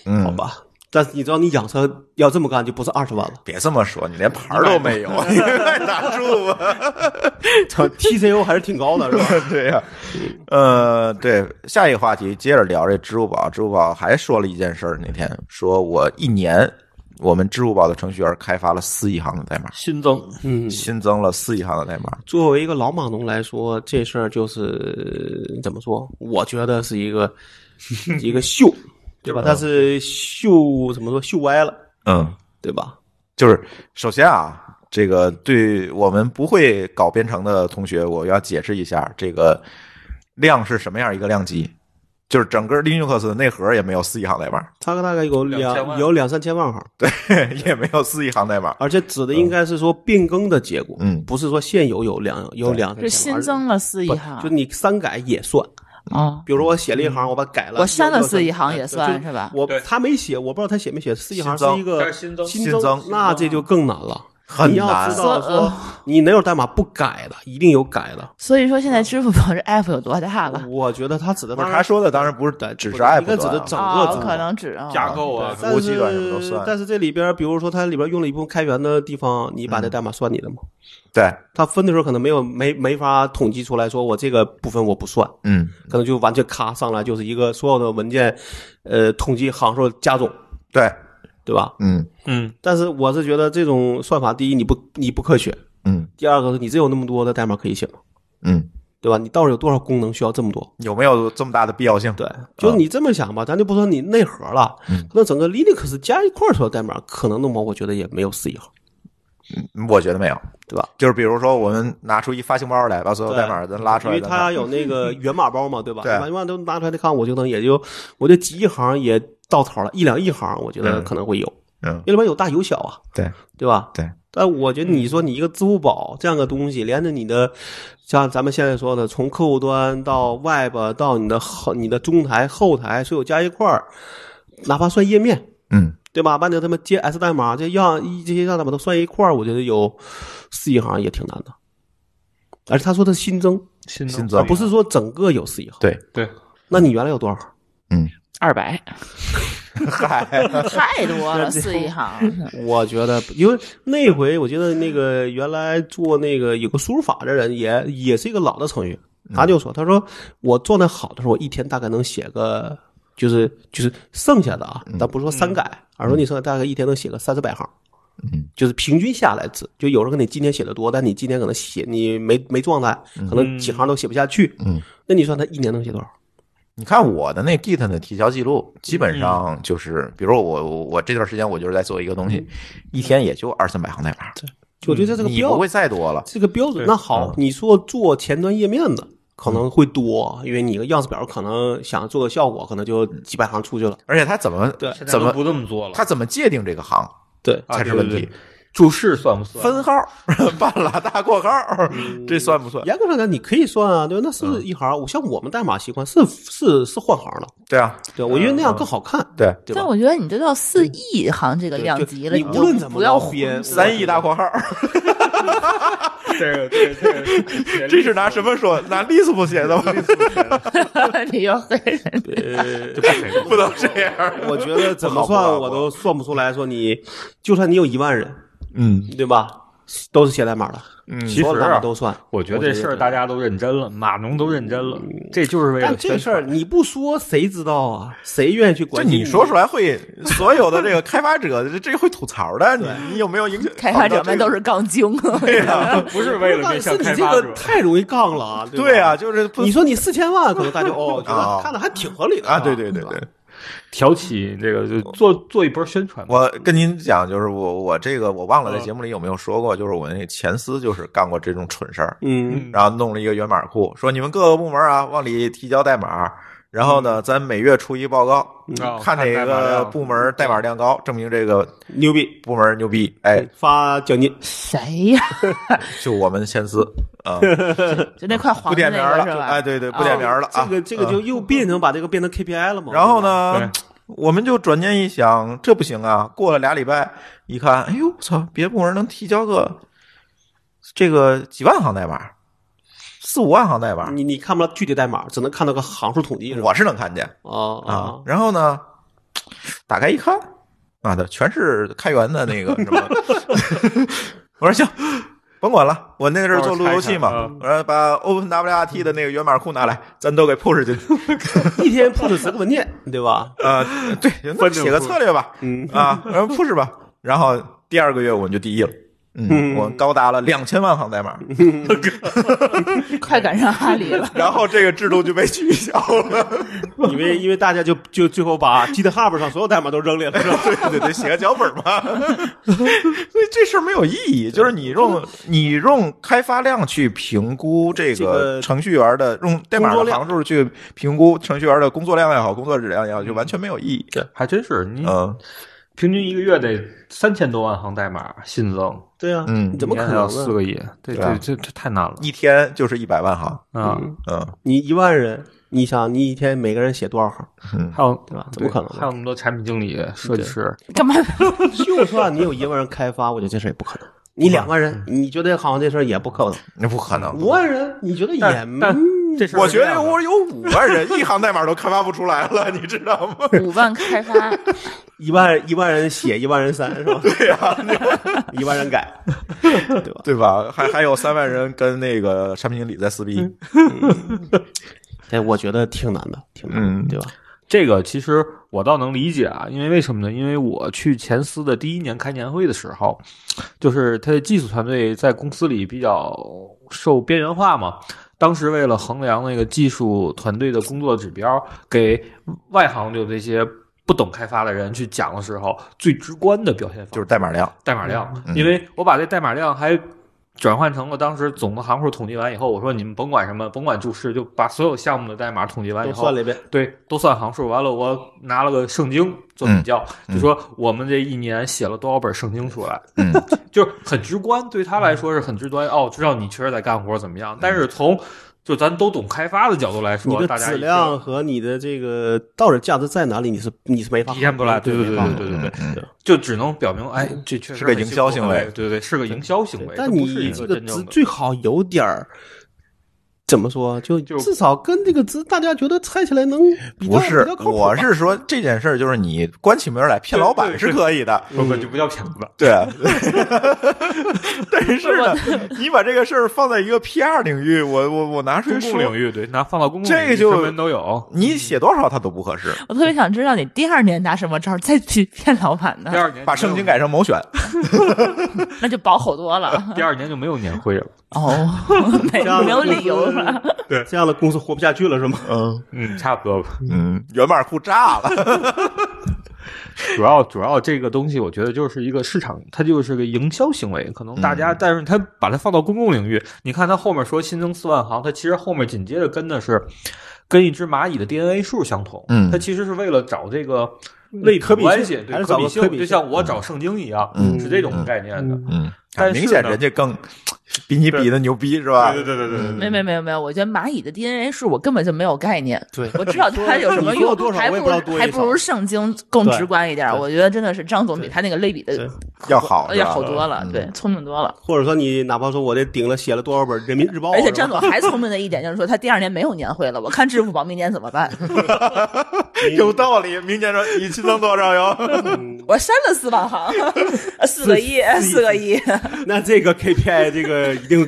Speaker 1: 嗯，
Speaker 2: 好吧。但是你知道，你养车要这么干就不是二十万 了
Speaker 1: 别这么说，你连牌儿都没有，你快打住吧。
Speaker 2: 这，TCO 还是挺高的， 是吧？
Speaker 1: 对呀、 呃，对，下一个话题接着聊这支付宝。支付宝还说了一件事儿，那天说我一年，我们支付宝的程序员开发了四亿行的代码，
Speaker 3: 新增
Speaker 2: 嗯，
Speaker 1: 新增了四亿行的代码。
Speaker 2: 作为一个老码农来说，这事儿就是呃怎么说？我觉得是一个 一个秀，对吧？但是秀怎么说？秀歪了，
Speaker 1: 嗯，
Speaker 2: 对吧？
Speaker 1: 就是首先啊，这个对我们不会搞编程的同学，我要解释一下这个量是什么样一个量级。就是整个 Linux 的内核也没有四亿行代码，
Speaker 2: 它大概有
Speaker 3: 两千
Speaker 2: 两
Speaker 3: 万
Speaker 2: 有两三千万行，
Speaker 1: 也没有四亿行代码。
Speaker 2: 而且指的应该是说变更的结果，
Speaker 1: 嗯
Speaker 2: 不是说现有有两有两
Speaker 4: 是新增了四亿
Speaker 2: 不
Speaker 4: 行
Speaker 2: 就你删改也算。
Speaker 4: 啊，
Speaker 2: 比如说我写了一行，我把它改了，
Speaker 4: 我删了
Speaker 2: 有有
Speaker 4: 四亿行
Speaker 2: 呃
Speaker 4: 也算
Speaker 2: 就是
Speaker 4: 吧
Speaker 2: 我
Speaker 3: 对
Speaker 2: 他没写，我不知道他写没写，四亿行是
Speaker 1: 新增
Speaker 2: 一个
Speaker 3: 它是新增
Speaker 1: 新增
Speaker 2: 那这就更难了。
Speaker 1: 很
Speaker 2: 你要知道
Speaker 4: 难
Speaker 2: 说，
Speaker 1: 嗯
Speaker 2: 你哪有代码不改的，一定有改的。
Speaker 4: 所以说现在支付宝这 app 有多大了？
Speaker 2: 我觉得他指的
Speaker 1: 不
Speaker 2: 当
Speaker 1: 是
Speaker 2: 然
Speaker 1: 他说的，当然不是只是
Speaker 2: 不是
Speaker 1: app
Speaker 2: 应该指的
Speaker 1: 端啊
Speaker 2: 整
Speaker 4: 啊，
Speaker 2: 个
Speaker 4: 我
Speaker 2: 整
Speaker 4: 可能只啊，
Speaker 3: 架构啊，
Speaker 1: 对
Speaker 2: 但
Speaker 1: 服务
Speaker 2: 是
Speaker 1: 器端什么都算
Speaker 2: 但是这里边，比如说它里边用了一部分开源的地方，你
Speaker 1: 嗯
Speaker 2: 把这代码算你的吗？
Speaker 1: 对，
Speaker 2: 它分的时候可能没有没没法统计出来，说我这个部分我不算，
Speaker 1: 嗯，
Speaker 2: 可能就完全咔上来就是一个所有的文件，呃，统计行数加总，
Speaker 1: 对，
Speaker 2: 对吧？
Speaker 1: 嗯
Speaker 3: 嗯，
Speaker 2: 但是我是觉得这种算法，第一你不你不科学，
Speaker 1: 嗯
Speaker 2: 第二个是你真有那么多的代码可以写吗？
Speaker 1: 嗯，
Speaker 2: 对吧？你到底有多少功能需要这么多？
Speaker 1: 有没有这么大的必要性？
Speaker 2: 对，就你这么想吧，咱就不说你内核了，可能整个 Linux 加一块儿说代码，可能弄猫，我觉得也没有四一号，
Speaker 1: 嗯，我觉得没有。
Speaker 2: 对吧？
Speaker 1: 就是比如说，我们拿出一发行包来，把所有代码咱拉出来，
Speaker 2: 因为
Speaker 1: 咱看
Speaker 2: 它有那 个源码包嘛，对吧？
Speaker 1: 对
Speaker 2: 把源码都拿出来看，我就能也就我这几亿行也到头了，一两亿行，我觉得
Speaker 1: 嗯
Speaker 2: 可能会有，
Speaker 1: 嗯，
Speaker 2: 因为里边有大有小啊，
Speaker 1: 对
Speaker 2: 对吧？
Speaker 1: 对。
Speaker 2: 但我觉得你说你一个支付宝这样个东西，连着你的，像咱们现在说的，从客户端到 Web 到你的后、你的中台、后台，所有加一块儿，哪怕算页面，
Speaker 1: 嗯，
Speaker 2: 对吧？把你的他妈 JS 代码这样这些样代码都算一块儿，我觉得有四亿行也挺难的。而且他说的新增，
Speaker 3: 新
Speaker 1: 新
Speaker 3: 增
Speaker 1: 增
Speaker 2: 而不是说整个有四亿行。
Speaker 1: 对
Speaker 3: 对，
Speaker 2: 那你原来有多少行？
Speaker 4: 二百
Speaker 1: 嗨，
Speaker 4: 太多了，四一行。
Speaker 2: 我觉得，因为那回我记得那个原来做那个有个输入法的人也也是一个老的程序员，
Speaker 1: 嗯
Speaker 2: 他就说，他说我状态好的时候，我一天大概能写个就是就是剩下的啊，咱不是说删改，而说你剩下大概一天能写个三四百行。
Speaker 1: 嗯，
Speaker 2: 就是平均下来字，就有时候可能你今天写的多，但你今天可能写你没没状态，可能几行都写不下去。
Speaker 1: 嗯，
Speaker 2: 那你说他一年能写多少？
Speaker 1: 你看我的那 Git 的提交记录，基
Speaker 2: 嗯
Speaker 1: 本上就是，比如我我我这段时间我就是在做一个东西，一天也就二三百行代码，
Speaker 2: 就我觉得嗯这是
Speaker 1: 嗯
Speaker 2: 个
Speaker 1: 你
Speaker 2: 标
Speaker 1: 不会再多了。
Speaker 2: 这个标准。那
Speaker 1: 嗯
Speaker 2: 好，你说做前端页面的可能会多，因为你个样式表可能想做个效果，可能就
Speaker 1: 嗯
Speaker 2: 几百行出去了。
Speaker 1: 而且他怎么
Speaker 2: 对
Speaker 5: 现在
Speaker 1: 怎
Speaker 5: 都
Speaker 1: 么
Speaker 5: 不这么做了？
Speaker 1: 他怎么界定这个行
Speaker 2: 对，
Speaker 3: 啊
Speaker 1: 才是问
Speaker 3: 对
Speaker 1: 题
Speaker 3: 对？注释算不算？
Speaker 1: 分号、 半拉大括号，这算不算？
Speaker 2: 严格上讲，你可以算啊，对吧？那是
Speaker 1: 嗯
Speaker 2: 一行，我像我们代码习惯是是是换行的，
Speaker 1: 对啊，
Speaker 2: 对我觉得那样更好看，
Speaker 1: 对，
Speaker 2: 对吧
Speaker 4: 但？我觉得你这到四亿行这个量级了，
Speaker 2: 就就
Speaker 4: 就
Speaker 2: 你无论怎么
Speaker 4: 不要
Speaker 2: 着编
Speaker 4: 混
Speaker 1: 三亿大括号，
Speaker 5: 这个这个这个，
Speaker 1: 这是拿什么说？拿 Lisp 写的吗？
Speaker 4: 你 又黑人，
Speaker 2: 呃，
Speaker 1: 不能这样。
Speaker 2: 我觉得怎么
Speaker 1: 不好
Speaker 2: 算
Speaker 1: 不好
Speaker 2: 我都算不出来说你，就算你有一万人，
Speaker 1: 嗯
Speaker 2: 对吧？都是写代码的，
Speaker 1: 嗯
Speaker 3: 其实
Speaker 2: 所有代码都算。
Speaker 3: 我觉得这事儿大家都认真了，码农都认真了，
Speaker 2: 嗯
Speaker 3: 这就是为了
Speaker 2: 但这事儿你不说谁知道啊？谁愿意去
Speaker 1: 就
Speaker 2: 管？
Speaker 1: 你说出来会，所有的这个开发者这这会吐槽的，你你有没有影响？
Speaker 4: 开发者们都是杠精。
Speaker 3: 不是为了
Speaker 2: 但
Speaker 3: 面向
Speaker 2: 是你
Speaker 3: 开
Speaker 2: 这
Speaker 3: 发
Speaker 2: 个
Speaker 3: 者，
Speaker 2: 太容易杠了啊！
Speaker 1: 对
Speaker 2: 吧
Speaker 1: 啊，，就是不
Speaker 2: 你说你四千万，可能大家 就哦，觉
Speaker 1: 啊
Speaker 2: 得看的还挺合理的
Speaker 1: 啊，
Speaker 2: 吧
Speaker 1: 对对对
Speaker 2: 吧
Speaker 1: 对。
Speaker 3: 挑起这个就做做一波宣传。
Speaker 1: 我跟您讲，就是我我这个我忘了在节目里有没有说过，就是我那前司就是干过这种蠢事儿，
Speaker 2: 嗯，
Speaker 1: 然后弄了一个源码库，说你们各个部门啊往里提交代码，然后呢咱每月出一报告，
Speaker 2: 哦
Speaker 3: 啊
Speaker 1: 看哪
Speaker 3: 代码
Speaker 1: 个
Speaker 3: 量嗯
Speaker 1: 部门代码量高，证明这个
Speaker 2: 牛逼！
Speaker 1: 部门牛逼。哎，
Speaker 2: 发奖金，
Speaker 4: 谁呀？
Speaker 1: 就我们前司啊，
Speaker 4: 就那块
Speaker 1: 不
Speaker 4: 黄的
Speaker 1: 点名
Speaker 4: 那
Speaker 1: 了
Speaker 4: 个是，吧？哦
Speaker 1: 哎，对对，不点名了
Speaker 2: 这
Speaker 1: 啊，
Speaker 2: 个这个就
Speaker 1: 嗯
Speaker 2: 又变成把这个变成 KPI 了嘛？
Speaker 1: 然后
Speaker 3: 对
Speaker 1: 呢，我们就转念一想，这不行啊！过了俩礼拜，一看，哎呦，我操，别部门能提交个这个几万行代码，四五万行代
Speaker 2: 对吧？
Speaker 1: 码，
Speaker 2: 你你看不到具体代码，只能看到个行数统
Speaker 4: 嗯
Speaker 2: 计是吧？
Speaker 1: 我是能看见
Speaker 2: 啊
Speaker 1: 啊。！然后呢，打开一看，妈的，全是开源的 那个什么。我说行，甭管了，我那阵儿做路由器嘛，
Speaker 3: 哦
Speaker 1: 我说把 OpenWRT 的那个源码库拿来，咱都给 push 进去。
Speaker 2: 一天 push 十个文件，对吧？
Speaker 1: 啊，对，那写个策略吧，
Speaker 2: 嗯
Speaker 1: 啊，然后 push 吧，然后第二个月我们就第一了。嗯，
Speaker 2: 嗯
Speaker 1: 我高达了两千万行代 码，
Speaker 4: 快赶上阿里了。
Speaker 1: 然后这个制度就被取消了。
Speaker 2: 因为因为大家就就最后把 GitHub 上所有代码都扔里了，是吧
Speaker 1: 对对对，写个脚本嘛。 所以这事儿没有意义，就是你用你用开发量去评估这
Speaker 2: 这
Speaker 1: 个
Speaker 2: 个
Speaker 1: 程序员的用代码
Speaker 2: 工作
Speaker 1: 的
Speaker 2: 量
Speaker 1: 行数去评估程序员的工作量也好，工作质量也好，就完全没有意义。
Speaker 3: 还真是你
Speaker 1: 嗯
Speaker 3: 平均一个月得三千多万行代码新增，
Speaker 2: 对呀，
Speaker 1: 嗯
Speaker 2: 你怎么可
Speaker 3: 一年还要
Speaker 2: 能
Speaker 3: 四
Speaker 2: 呢？
Speaker 3: 个亿？这
Speaker 1: 对啊
Speaker 3: 这这这太难了
Speaker 1: 一天就是一百万行，
Speaker 3: 啊！
Speaker 2: 嗯
Speaker 1: 嗯
Speaker 2: 你一万人，你想你一天每个人写多少行？
Speaker 1: 嗯，
Speaker 3: 还有
Speaker 2: 对吧怎么可能呢
Speaker 3: 还有那么多产品经理、设计师，
Speaker 4: 干嘛？
Speaker 2: 就算你有一万人开发，我觉得这事儿也不可能。 你两万人，你觉得好像这事儿也不可能。
Speaker 1: 那不可能。
Speaker 2: 五万人，你觉得也没
Speaker 3: 但这事儿
Speaker 1: 我
Speaker 3: 是
Speaker 1: 觉
Speaker 3: 这样
Speaker 1: 得
Speaker 3: 的
Speaker 1: 我有五万人，一行代码都开发不出来了，你知道吗？
Speaker 4: 五万开发，
Speaker 2: 一万一万人写，一万人删是吧？ 对呀、一万人改， 对吧？
Speaker 1: 对吧？还还有三万人跟那个产品经理在撕逼，
Speaker 2: 哎，我觉得挺难的，挺难的，
Speaker 1: 嗯
Speaker 2: 对吧？
Speaker 3: 这个其实我倒能理解啊，因为为什么呢？因为我去前司的第一年开年会的时候，就是他的技术团队在公司里比较受边缘化嘛。当时为了衡量那个技术团队的工作指标，给外行就这些不懂开发的人去讲的时候，最直观的表现方式
Speaker 1: 就是代码量。
Speaker 3: 代码量，
Speaker 1: 嗯
Speaker 3: 因为我把这代码量还转换成了当时总的行数统计完以后，我说你们甭管什么，甭管注释，就把所有项目的代码统计完以
Speaker 2: 都
Speaker 3: 后
Speaker 2: 算，了一遍，
Speaker 3: 对，都算行数。完了，我拿了个圣经做比较，
Speaker 1: 嗯
Speaker 3: 就说我们这一年写了多少本圣经出来，
Speaker 1: 嗯，
Speaker 3: 就是很直观，对他来说是很直观。哦，知道你确实在干活怎么样，
Speaker 1: 嗯
Speaker 3: 但是从就咱都懂开发的角度来
Speaker 2: 你
Speaker 3: 说，
Speaker 2: 的
Speaker 3: 大家
Speaker 2: 质
Speaker 3: 已经
Speaker 2: 量和你的这个到底价值在哪里，你是你是没法
Speaker 3: 体现不来对对
Speaker 2: 没
Speaker 3: 对
Speaker 2: 法
Speaker 3: 对对对
Speaker 2: 嗯
Speaker 3: 对，就只能表明，哎，这确实
Speaker 1: 是个
Speaker 3: 很
Speaker 1: 营
Speaker 3: 辛
Speaker 1: 销
Speaker 3: 苦
Speaker 1: 行
Speaker 3: 的
Speaker 1: 为
Speaker 3: 对对，是个营销行为，
Speaker 2: 但
Speaker 3: 这不是
Speaker 2: 你
Speaker 3: 一
Speaker 2: 这
Speaker 3: 个真
Speaker 2: 值
Speaker 3: 正的。
Speaker 2: 最好有点儿。怎么说？就
Speaker 3: 就
Speaker 2: 至少跟这个值，大家觉得猜起来能比较
Speaker 1: 不是
Speaker 2: 比较，靠谱吧
Speaker 1: 我是说这件事儿，就是你关起门来骗老板是可以 的，
Speaker 3: 不不就不叫骗子吧？
Speaker 1: 对。但是呢，你把这个事儿放在一个 PR 领域，我我我拿出去
Speaker 3: 公共领
Speaker 1: 说，
Speaker 3: 域对，拿放到公共
Speaker 1: 这
Speaker 3: 领域
Speaker 1: 就啊
Speaker 3: 什么人都有。
Speaker 1: 你写多少它都不合适。
Speaker 4: 我特别想知道你第二年拿什么招儿再去骗老板呢
Speaker 3: 第？二
Speaker 2: 嗯
Speaker 3: 年
Speaker 1: 把
Speaker 3: 就没
Speaker 1: 圣
Speaker 3: 有
Speaker 1: 经，改成某选，
Speaker 4: 那就保好多了。
Speaker 3: 第二年就没有年会了。
Speaker 4: 哦， 没
Speaker 2: 这样的嗯
Speaker 4: 没有理由
Speaker 2: 公司
Speaker 4: 了。
Speaker 3: 对
Speaker 2: 这样的公司活不下去了是吗？ 嗯，
Speaker 3: 嗯，差不多吧。
Speaker 1: 嗯，源码库炸了，
Speaker 3: 主要主要这个东西，我觉得就是一个市场，它就是个营销行为。可能大家，
Speaker 1: 嗯
Speaker 3: 但是它把它放到公共领域，你看它后面说新增四万行，它其实后面紧接着跟的是跟一只蚂蚁的 DNA 数相同。
Speaker 1: 嗯
Speaker 3: 它其实是为了找这个类比
Speaker 2: 可比性
Speaker 3: 关系，
Speaker 2: 还
Speaker 3: 对
Speaker 2: 是找
Speaker 3: 比
Speaker 2: 个
Speaker 3: 性
Speaker 2: 可，比性
Speaker 3: 就像我找圣经一样，
Speaker 1: 嗯
Speaker 3: 是这种
Speaker 1: 嗯
Speaker 3: 概念的。
Speaker 2: 嗯
Speaker 1: 嗯，
Speaker 3: 但是呢
Speaker 1: 明显人家更比你比的牛逼是吧？
Speaker 3: 对对对对
Speaker 4: 没没没有没有，我觉得蚂蚁的 DNA 数我根本就没有概念，
Speaker 2: 对，
Speaker 4: 我知道它有什么
Speaker 2: 你说
Speaker 4: 用，
Speaker 2: 多少
Speaker 4: 还
Speaker 2: 我也
Speaker 4: 不
Speaker 2: 不知道
Speaker 4: 如
Speaker 2: 多
Speaker 4: 还
Speaker 2: 与
Speaker 4: 不
Speaker 2: 少
Speaker 4: 如。圣经更
Speaker 2: 对
Speaker 4: 直观一点儿。
Speaker 2: 对
Speaker 4: 我觉得真的是张总比
Speaker 2: 对
Speaker 4: 他那个类比的
Speaker 2: 对
Speaker 1: 要好
Speaker 4: 哎
Speaker 1: 是吧
Speaker 4: 呀好多了，
Speaker 1: 嗯
Speaker 4: 对，聪明多了。
Speaker 2: 或者说你哪怕说我这顶了写了多少本《人民日报》
Speaker 4: 而且
Speaker 2: 是吧
Speaker 4: 张总还聪明的一点就是说，他第二年没有年会了，我看支付宝明年怎么办？
Speaker 2: 嗯
Speaker 1: 有道理。明年说你新增多少哟？
Speaker 4: 我删了四万 行，四个亿，四个亿。
Speaker 2: 那这个 KPI 这个一定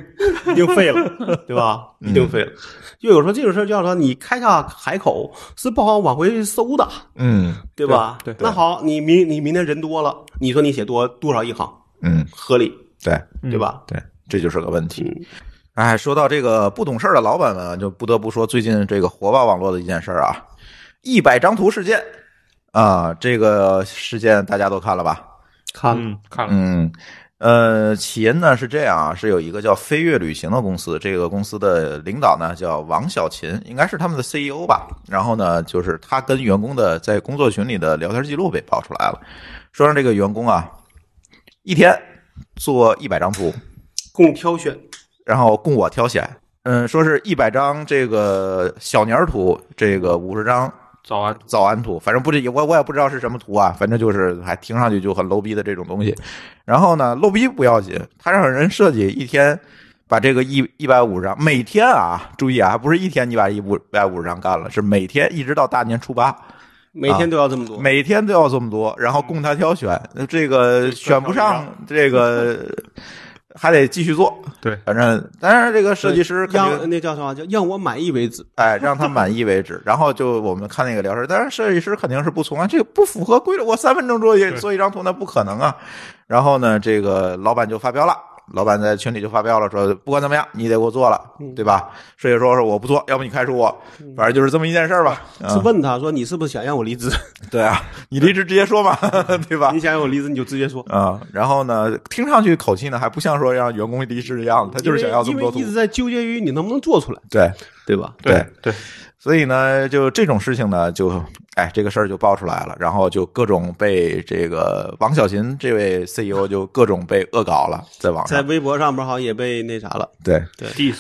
Speaker 2: 一定废 了，对吧？
Speaker 1: 嗯
Speaker 2: 一定废了。就有时候这种事儿，就像说你开下海口是不好往回收的，
Speaker 1: 嗯
Speaker 2: 对吧？
Speaker 3: 对对
Speaker 2: 那好，你明你明天人多了，你说你写多多少一行
Speaker 1: 嗯，
Speaker 2: 合理，
Speaker 1: 对
Speaker 3: 嗯
Speaker 2: 对吧？
Speaker 1: 对，这就是个问题。哎，说到这个不懂事儿的老板们啊，就不得不说最近这个火爆网络的一件事儿啊，一百张图事件啊，这个事件大家都看了吧？
Speaker 2: 看
Speaker 3: 嗯，看了，
Speaker 1: 嗯，呃，起因呢是这样啊，是有一个叫飞跃旅行的公司，这个公司的领导呢叫王小琴，应该是他们的 CEO 吧。然后呢，就是他跟员工的在工作群里的聊天记录被爆出来了，说让这个员工啊一天做一百张图，
Speaker 2: 供挑选，
Speaker 1: 然后供我挑选。嗯，说是一百张这个小年儿图，这个五十张
Speaker 3: 早安。
Speaker 1: 早安图，反正不知我我也不知道是什么图啊，反正就是还听上去就很 low 逼的这种东西。然后呢，low 逼不要紧，他让人设计一天把这个一一百五十张，每天啊，注意啊，不是一天你把一五百五十张干了，是每天一直到大年初八，
Speaker 2: 每天都要这么多，
Speaker 1: 每天都要这么多，然后供他挑选，嗯这个选不上这 个还得继续做。
Speaker 3: 对
Speaker 1: 反正当然这个设计师肯定
Speaker 2: 让那叫什么叫让我满意为止。
Speaker 1: 哎，让他满意为 止。然后就我们看那个聊天，当然设计师肯定是不从啊，这个不符合规律，我三分钟做一做一张图，那不可能啊。然后呢，这个老板就发飙了。老板在群里就发飙了，说不管怎么样，你得给我做了，对吧？设计师说我不做，要不你开除我，反正就是这么一件事儿吧。
Speaker 2: 是
Speaker 1: 嗯，
Speaker 2: 问他说你是不是想让我离职？
Speaker 1: 对啊，你离职直接说嘛， 对吧
Speaker 2: 你？想让我离职你就直接说。
Speaker 1: 啊、然后呢，听上去口气呢还不像说让员工离职一样，他就是想要这么多
Speaker 2: 因为
Speaker 1: 图
Speaker 2: 一，直在纠结于你能不能做出来，
Speaker 1: 对，
Speaker 2: 对吧？
Speaker 1: 对
Speaker 3: 对，
Speaker 1: 所以呢，就这种事情呢，就哎，这个事儿就爆出来了，然后就各种被这个王小琴这位 CEO 就各种被恶搞了，在网上。
Speaker 2: 在微博上边好像也被那啥了，
Speaker 1: 对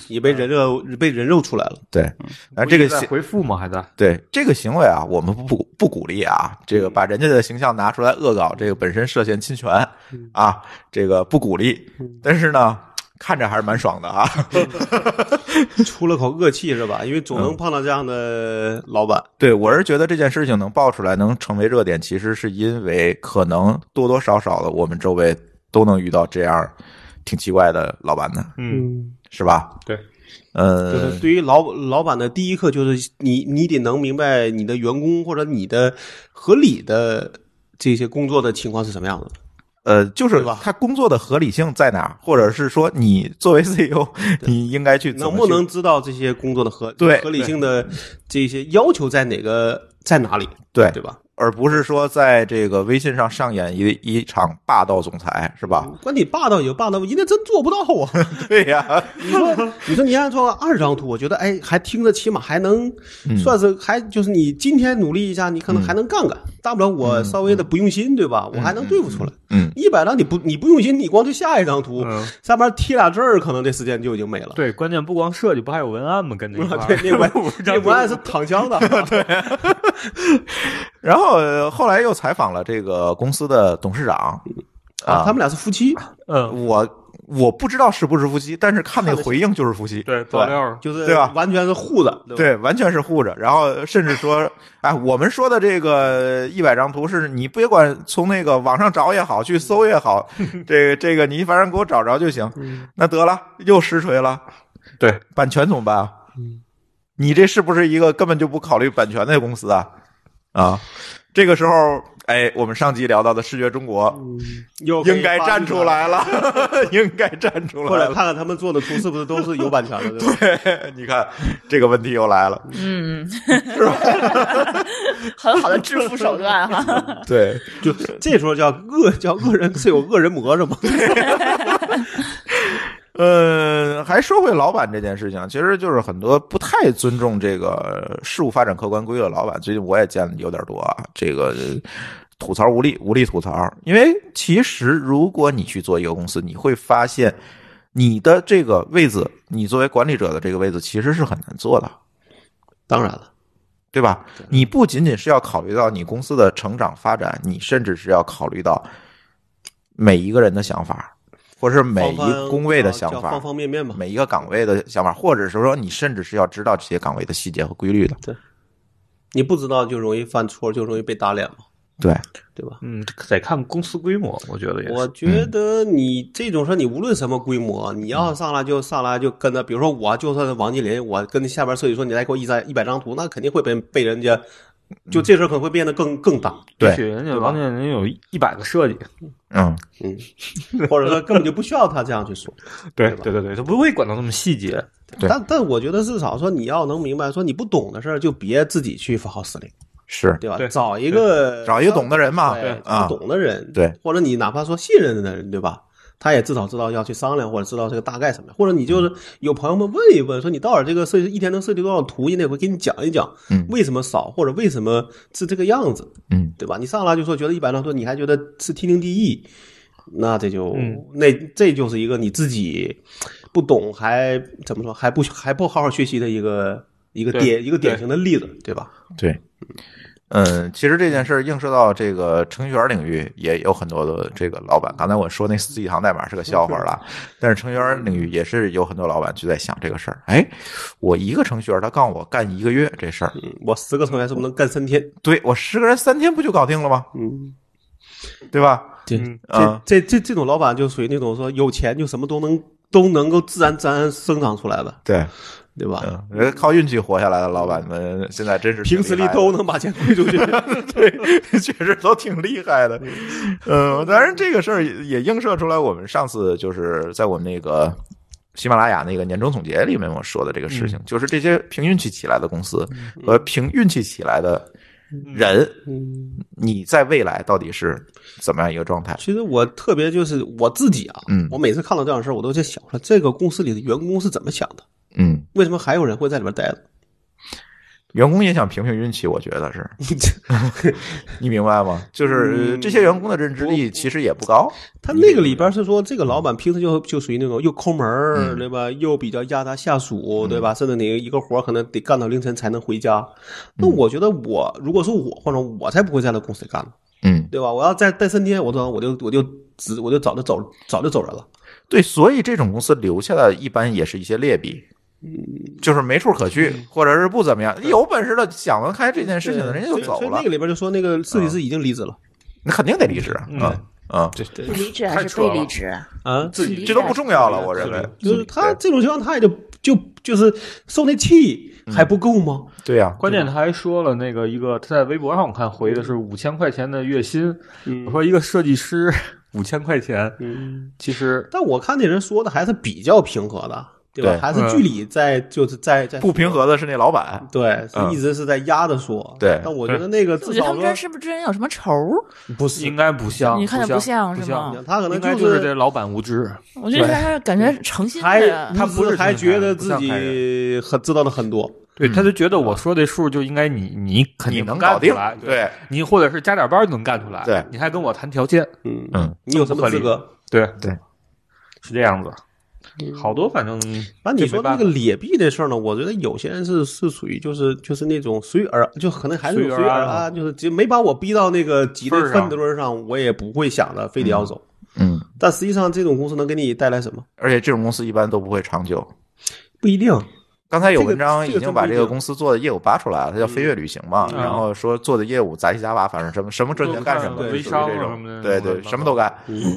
Speaker 2: 也被人肉被人肉出来 了。
Speaker 1: 对，啊，这个
Speaker 3: 在
Speaker 1: 行
Speaker 3: 回复吗？还在
Speaker 1: 对这个行为啊，我们不不不鼓励啊，这个把人家的形象拿出来恶搞，这个本身涉嫌侵权
Speaker 2: 嗯
Speaker 1: 啊，这个不鼓励。但是呢，看着还是蛮爽的啊。
Speaker 2: 出了口恶气是吧？因为总能碰到这样的老板，
Speaker 1: 对，我是觉得这件事情能爆出来，能成为热点，其实是因为可能多多少少的，我们周围都能遇到这样挺奇怪的老板的，
Speaker 3: 嗯，
Speaker 1: 是吧？
Speaker 3: 对，
Speaker 2: 就是
Speaker 1: 呃，
Speaker 2: 对于老老板的第一课就是你你得能明白你的员工或者你的合理的这些工作的情况是什么样的。
Speaker 1: 呃，就是
Speaker 2: 对吧
Speaker 1: 他工作的合理性在哪儿，或者是说你作为 CEO，你应该去怎么
Speaker 2: 能不
Speaker 1: 去
Speaker 2: 能知道这些工作的合
Speaker 1: 对
Speaker 2: 合理性的这些要求在哪个在哪里？
Speaker 1: 对
Speaker 2: 对吧？
Speaker 1: 而不是说在这个微信上上演一一场霸道总裁，是吧？
Speaker 2: 啊管你霸道也霸道，人家真做不到啊！
Speaker 1: 对呀、
Speaker 2: 你说，你说你按照二张图，我觉得哎，还听着起码还能
Speaker 1: 嗯
Speaker 2: 算是还就是你今天努力一下，你可能还能干干，大不了我稍微的不用心，对吧？我还能对付出来。
Speaker 1: 嗯，
Speaker 2: 一百张你不你不用心，你光对下一张图、
Speaker 3: 嗯
Speaker 2: 上面贴俩字儿，可能这时间就已经没了。
Speaker 3: 对，关键不光设计，不还有文案吗？跟着一块
Speaker 2: 啊
Speaker 3: 儿，
Speaker 2: 对，那文那文案是躺 枪的，
Speaker 1: 然后呃后来又采访了这个公司的董事长
Speaker 2: 啊，他们俩是夫妻，
Speaker 3: 嗯，
Speaker 1: 我我不知道是不是夫妻，但是看那个回应就是夫妻，
Speaker 3: 对，爆料儿，
Speaker 2: 就是
Speaker 1: 对吧
Speaker 2: 完全是护着，对吧
Speaker 1: 对，完全是护着。然后甚至说，哎，我们说的这个一百张图是你别管从那个网上找也好，去搜也 好，这个这个你反正给我找着就行。
Speaker 2: 嗯
Speaker 1: 那得了，又实锤了，
Speaker 3: 对，
Speaker 1: 版权怎么办啊？
Speaker 2: 嗯
Speaker 1: 你这是不是一个根本就不考虑版权的公司啊？啊，这个时候，哎，我们上集聊到的视觉中国
Speaker 2: 又可以
Speaker 1: 应该
Speaker 2: 发
Speaker 1: 站出来了， 应该站出
Speaker 2: 过
Speaker 1: 来
Speaker 2: 来
Speaker 1: 了。
Speaker 2: 看看他们做的图是不是都是有版权的，对 吧？
Speaker 1: 你看，这个问题又来了。
Speaker 4: 嗯，很好的致富手段 哈。
Speaker 1: 对，
Speaker 2: 就这时候叫恶叫恶人 是有恶人魔 是吗？
Speaker 1: 呃，还说回老板这件事情，其实就是很多不太尊重这个事物发展客观规律的老板，最近我也见的有点多啊。这个呃吐槽无力，无力吐槽，因为其实如果你去做一个公司，你会发现你的这个位子，你作为管理者的这个位子其实是很难做的。
Speaker 2: 当然了，
Speaker 1: 对吧？你不仅仅是要考虑到你公司的成长发展，你甚至是要考虑到每一个人的想法，或者是每一
Speaker 2: 方方
Speaker 1: 个工位的
Speaker 2: 叫
Speaker 1: 想
Speaker 2: 啊叫
Speaker 1: 法，
Speaker 2: 方方面面吧。
Speaker 1: 每一个岗位的想法，或者是说你甚至是要知道这些岗位的细节和规律的。
Speaker 2: 你不知道就容易犯错，就容易被打脸嘛，
Speaker 1: 对，
Speaker 2: 对吧？
Speaker 3: 嗯，得看公司规模，我觉得也
Speaker 2: 我
Speaker 3: 是。
Speaker 1: 嗯
Speaker 2: 觉得你这种事儿，你无论什么规模，你要上来就上来就跟着，比如说我就算是王健林，我跟下边设计说你来给我一张一百张图，那肯定会被被人家，
Speaker 1: 嗯
Speaker 2: 就这事儿可能会变得更 更大，
Speaker 1: 对
Speaker 3: 也许人家王健林有一百个设计，
Speaker 1: 嗯，
Speaker 2: 嗯，或者说根本就不需要他这样去说。
Speaker 3: 对
Speaker 2: 吧
Speaker 3: 对对对，他不会管到那么细节。
Speaker 1: 对
Speaker 2: 但但我觉得至少说你要能明白，说你不懂的事儿就别自己去发号施令，
Speaker 1: 是
Speaker 2: 对吧？
Speaker 3: 对
Speaker 2: 找一个
Speaker 1: 找一个懂的人嘛，
Speaker 2: 对
Speaker 1: 啊，
Speaker 2: 懂的人，
Speaker 1: 对，
Speaker 2: 或者你哪怕说信任的人，对吧？他也至少知道要去商量，或者知道这个大概什么样，或者你
Speaker 1: 嗯
Speaker 2: 就是有朋友们问一问，说你到底这个设计一天能设计多少图，人家也会给你讲一讲
Speaker 1: 嗯，
Speaker 2: 为什么少，或者为什么是这个样子，
Speaker 1: 嗯，
Speaker 2: 对吧？你上来就说觉得一百张图，你还觉得是天经地义，那这就、
Speaker 3: 嗯
Speaker 2: 那这就是一个你自己不懂还怎么说还不还不好好学习的一个一个
Speaker 3: 对
Speaker 2: 典一个典
Speaker 3: 对
Speaker 2: 型的例子，对吧？
Speaker 1: 对。嗯，其实这件事儿映射到这个程序员领域，也有很多的这个老板。刚才我说那四季堂代码是个笑话了，但是程序员领域也是有很多老板就在想这个事儿。哎，我一个程序员，他告诉我干一个月这事儿，
Speaker 2: 嗯，我十个成员是不是能干三天？
Speaker 1: 对我十个人三天不就搞定了吗？
Speaker 2: 嗯，
Speaker 1: 对吧？
Speaker 2: 对
Speaker 3: 嗯
Speaker 1: 啊
Speaker 2: 这这这这种老板就属于那种说有钱就什么都能都能够自然自然生长出来的，
Speaker 1: 对，
Speaker 2: 对 吧？
Speaker 1: 嗯，人靠运气活下来的老板们，现在真是挺
Speaker 2: 凭实
Speaker 1: 厉
Speaker 2: 力
Speaker 1: 害的
Speaker 2: 都能把钱推出 去，
Speaker 1: 对，确实都挺厉害的。嗯，当然这个事儿也也映射出来，我们上次就是在我们那个喜马拉雅那个年终总结里面我说的这个事情，就是这些凭运气起来的公司和凭运气起来的人，
Speaker 2: 嗯，
Speaker 1: 你在未来到底是怎么样一个状态？
Speaker 2: 其实我特别就是我自己啊，
Speaker 1: 嗯
Speaker 2: 我每次看到这样的事儿，我都在想说，这个公司里的员工是怎么想的？
Speaker 1: 嗯，
Speaker 2: 为什么还有人会在里边待着？
Speaker 1: 员工也想凭凭运气，我觉得是， 你明白吗？就是
Speaker 2: 嗯
Speaker 1: 这些员工的认知力其实也不高。
Speaker 2: 他那个里边是说，这个
Speaker 1: 嗯
Speaker 2: 老板平时就就属于那种又抠门儿，对吧？又比较压榨下
Speaker 1: 嗯
Speaker 2: 属，对吧？甚至你一个活儿可能得干到凌晨才能回家。那我觉得我如果是我，或者我才不会在那公司干呢。
Speaker 1: 嗯，
Speaker 2: 对吧？我要再待三天，我都我就我就直我就早就走早就走人了。
Speaker 1: 对，所以这种公司留下的一般也是一些劣币，就是没处可去，或者是不怎么样。有本事的想得开这件事情的人家就
Speaker 2: 所以
Speaker 1: 走
Speaker 2: 所以
Speaker 1: 了
Speaker 2: 那个，里边就说那个设计师已经离职了
Speaker 1: 那肯定得离职啊
Speaker 3: 嗯
Speaker 1: 啊！
Speaker 3: 这这
Speaker 4: 离职
Speaker 3: 还
Speaker 4: 还
Speaker 3: 是
Speaker 4: 是
Speaker 3: 被
Speaker 4: 被
Speaker 3: 离
Speaker 4: 离职？
Speaker 2: 啊，
Speaker 1: 自己这都不重要了，我认为
Speaker 2: 就是他这种情况，他也就就就是受那气，还不够吗？
Speaker 1: 对呀、
Speaker 3: 关键他还说了那个一个他在微博上我看回的是五千块钱的月薪，
Speaker 2: 嗯
Speaker 3: 我说一个设计师五千块钱，
Speaker 2: 嗯，
Speaker 3: 其实
Speaker 2: 但我看那人说的还是比较平和的，对吧？
Speaker 1: 对
Speaker 2: 还是距离在就是在在
Speaker 1: 不平，和的是那老板，
Speaker 2: 对，
Speaker 1: 嗯
Speaker 2: 一直是在压着说。
Speaker 1: 对
Speaker 2: 但我觉得那个
Speaker 4: 嗯我
Speaker 2: 至
Speaker 4: 觉得他
Speaker 2: 少
Speaker 4: 们这
Speaker 2: 说
Speaker 4: 儿是不是之间有什么仇？
Speaker 2: 不是，
Speaker 3: 应该不像，
Speaker 4: 你看着
Speaker 3: 不
Speaker 4: 不
Speaker 3: 像
Speaker 4: 像是
Speaker 3: 像
Speaker 4: 吗
Speaker 2: 他可
Speaker 3: 应
Speaker 2: 能
Speaker 3: 该
Speaker 2: 就是
Speaker 3: 这老板无知，
Speaker 4: 我觉得他是感觉诚心
Speaker 2: 还
Speaker 4: 的，
Speaker 2: 他
Speaker 3: 不
Speaker 2: 不
Speaker 3: 是
Speaker 2: 是还
Speaker 3: 成年
Speaker 2: 觉
Speaker 3: 人
Speaker 2: 得
Speaker 3: 不
Speaker 2: 自
Speaker 3: 像成
Speaker 2: 己很知道的很多，
Speaker 3: 对，他就觉得我说这数就应该你嗯你肯
Speaker 1: 你
Speaker 3: 定
Speaker 1: 能
Speaker 3: 干
Speaker 1: 搞定
Speaker 3: 出来，，
Speaker 1: 对，
Speaker 3: 你或者是加点班儿就能干出来，
Speaker 1: 对
Speaker 3: 你还跟我谈条件，
Speaker 2: 嗯
Speaker 1: 嗯，
Speaker 2: 你有什么资
Speaker 3: 不
Speaker 2: 格？
Speaker 3: 对
Speaker 1: 对，
Speaker 3: 是这样子。
Speaker 4: 嗯
Speaker 3: 好多反正，
Speaker 2: 反正你
Speaker 3: 这没
Speaker 2: 说那
Speaker 3: 办法
Speaker 2: 个劣币这事儿呢，我觉得有些人是是属于就是就是那种随遇而就可能还是
Speaker 3: 随遇
Speaker 2: 随
Speaker 3: 而
Speaker 2: 遇而
Speaker 3: 安
Speaker 2: 安，就是就没把我逼到那个极的
Speaker 3: 份儿上
Speaker 2: 份子论上，我也不会想着非得要走。
Speaker 1: 嗯，
Speaker 2: 但实际上，这种公司能给你带来什么？
Speaker 1: 而且这种公司一般都不会长久。
Speaker 2: 不一定。
Speaker 1: 刚才有
Speaker 2: 这个
Speaker 1: 文章
Speaker 2: 这
Speaker 1: 已
Speaker 2: 个
Speaker 1: 经
Speaker 2: 真
Speaker 1: 把
Speaker 2: 不一
Speaker 1: 这个
Speaker 2: 定
Speaker 1: 公司做的业务扒出来了，它叫飞跃旅行嘛，
Speaker 3: 嗯
Speaker 1: 然后说做的业务杂七杂八，反正什么什么赚钱干什么，
Speaker 2: 对
Speaker 1: 就
Speaker 3: 微
Speaker 1: 是
Speaker 3: 商啊
Speaker 1: 这
Speaker 3: 什么的
Speaker 1: 种，对对，
Speaker 3: 嗯
Speaker 1: 什么都干，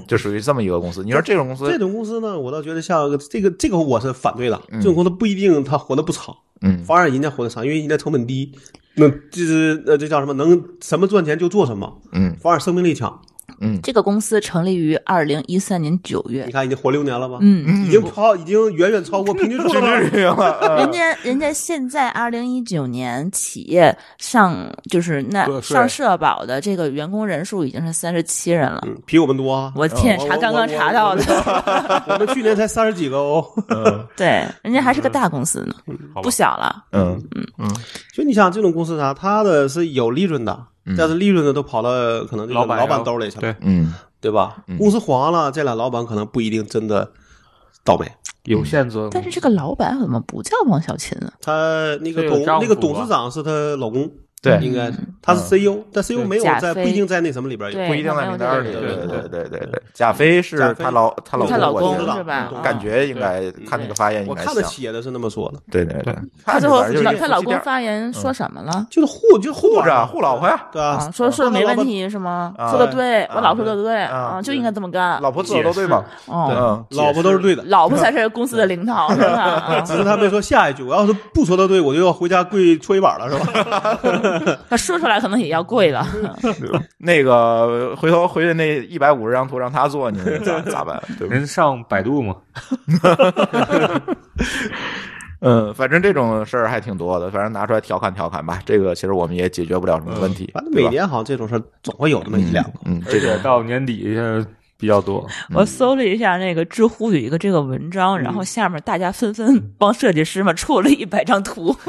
Speaker 1: 就属于这么一个公司。你说这种公司
Speaker 2: 这，种公司呢，我倒觉得像这个这个我是反对的。
Speaker 1: 嗯
Speaker 2: 这种公司不一定他活得不长，
Speaker 1: 嗯，
Speaker 2: 反而人家活得长，因为人家成本低，那就是呃这叫什么能什么赚钱就做什么，
Speaker 1: 嗯
Speaker 2: 反而生命力强。
Speaker 4: 这个公司成立于二零一三年九月
Speaker 2: 你，看已经活六年了吧？
Speaker 4: 嗯，
Speaker 2: 已经超已经远远超过平均数
Speaker 1: 这
Speaker 2: 了。
Speaker 1: 这了，呃
Speaker 4: 人家人家现在二零一九年企业上就是那
Speaker 3: 对是
Speaker 4: 上社保的这个员工人数已经是三十七人了。
Speaker 2: 嗯，比我们多啊！
Speaker 4: 我亲眼查刚刚查到的，
Speaker 2: 我们去年才三十几个哦。
Speaker 4: 对，人家还是个大公司呢，
Speaker 3: 好吧
Speaker 4: 不小了。
Speaker 1: 嗯
Speaker 2: 就你想这种公司啥，它的是有利润的，但是利润呢都跑到可能这个
Speaker 3: 老板
Speaker 2: 老板兜里去了，
Speaker 3: 对，
Speaker 1: 嗯，
Speaker 2: 对吧？公司黄了，这俩老板可能不一定真的倒霉。
Speaker 3: 有限责任。
Speaker 4: 但是这个老板怎么不叫王小琴啊呢？
Speaker 2: 他那
Speaker 3: 这
Speaker 2: 个
Speaker 3: 有
Speaker 2: 董
Speaker 3: 丈夫
Speaker 2: 那个董事长是她老公，应
Speaker 1: 对，
Speaker 2: 该他是 CEO，但 CEO 没有
Speaker 4: 贾
Speaker 2: 在不
Speaker 4: 飞
Speaker 2: 一定在那什么里边有。
Speaker 4: 对
Speaker 1: 不一定
Speaker 4: 他
Speaker 1: 在
Speaker 4: 没有
Speaker 1: 名
Speaker 4: 这
Speaker 1: 单
Speaker 4: 个
Speaker 1: 里，
Speaker 2: 对
Speaker 1: 对
Speaker 2: 对
Speaker 1: 对
Speaker 2: 对
Speaker 1: 对对对，贾飞是
Speaker 2: 贾飞
Speaker 1: 她老她老
Speaker 4: 她
Speaker 1: 公，
Speaker 4: 老
Speaker 1: 我觉
Speaker 4: 公
Speaker 1: 得
Speaker 4: 是吧？
Speaker 2: 嗯
Speaker 4: 啊
Speaker 1: 感觉应该看那个发言应
Speaker 2: 我
Speaker 1: 该
Speaker 2: 看的
Speaker 1: 像，
Speaker 2: 企业的是那么说的，
Speaker 1: 对对对，
Speaker 4: 她
Speaker 1: 看
Speaker 4: 最
Speaker 1: 着
Speaker 4: 后
Speaker 1: 反正就是一
Speaker 4: 她
Speaker 1: 个
Speaker 4: 老
Speaker 1: 腹肌
Speaker 4: 公
Speaker 1: 垫儿嗯
Speaker 4: 发言说什么了？
Speaker 2: 就是护就护
Speaker 1: 护着
Speaker 2: 着
Speaker 1: 护老婆呀，
Speaker 2: 对吧
Speaker 4: 啊，？说说的没问题是吗？
Speaker 1: 啊
Speaker 4: 说的对，
Speaker 1: 啊
Speaker 4: 我老婆说的对
Speaker 1: 啊
Speaker 4: 啊，就应该这么干。
Speaker 1: 老婆做的都对嘛，
Speaker 2: 对
Speaker 4: 哦，
Speaker 1: 嗯，
Speaker 2: 老婆都是对的，
Speaker 4: 老婆才是公司的领导，是吧？ 啊
Speaker 2: 只是他没说下一句。我要是不说的对，我就要回家跪搓衣板了，是吧？
Speaker 4: 她说出来可能也要 跪了。
Speaker 1: 那个回头回去那一百五十张图让他做，你咋咋办？对不对？
Speaker 3: 人上百度嘛，
Speaker 1: 嗯，反正这种事儿还挺多的，反正拿出来调侃调侃吧。这个其实我们也解决不了什么问题，
Speaker 2: 反正
Speaker 1: 对
Speaker 2: 每
Speaker 1: 吧？
Speaker 2: 年好像这种事儿总会有那么一两个。
Speaker 4: 哎
Speaker 1: 嗯，
Speaker 3: 而
Speaker 1: 这
Speaker 3: 且
Speaker 1: 个
Speaker 3: 到年底呃比较多。
Speaker 4: 我搜了一下那个知乎有一个这个文章，然
Speaker 1: 嗯
Speaker 4: 后下面大家纷纷帮设计师们出了一百张图，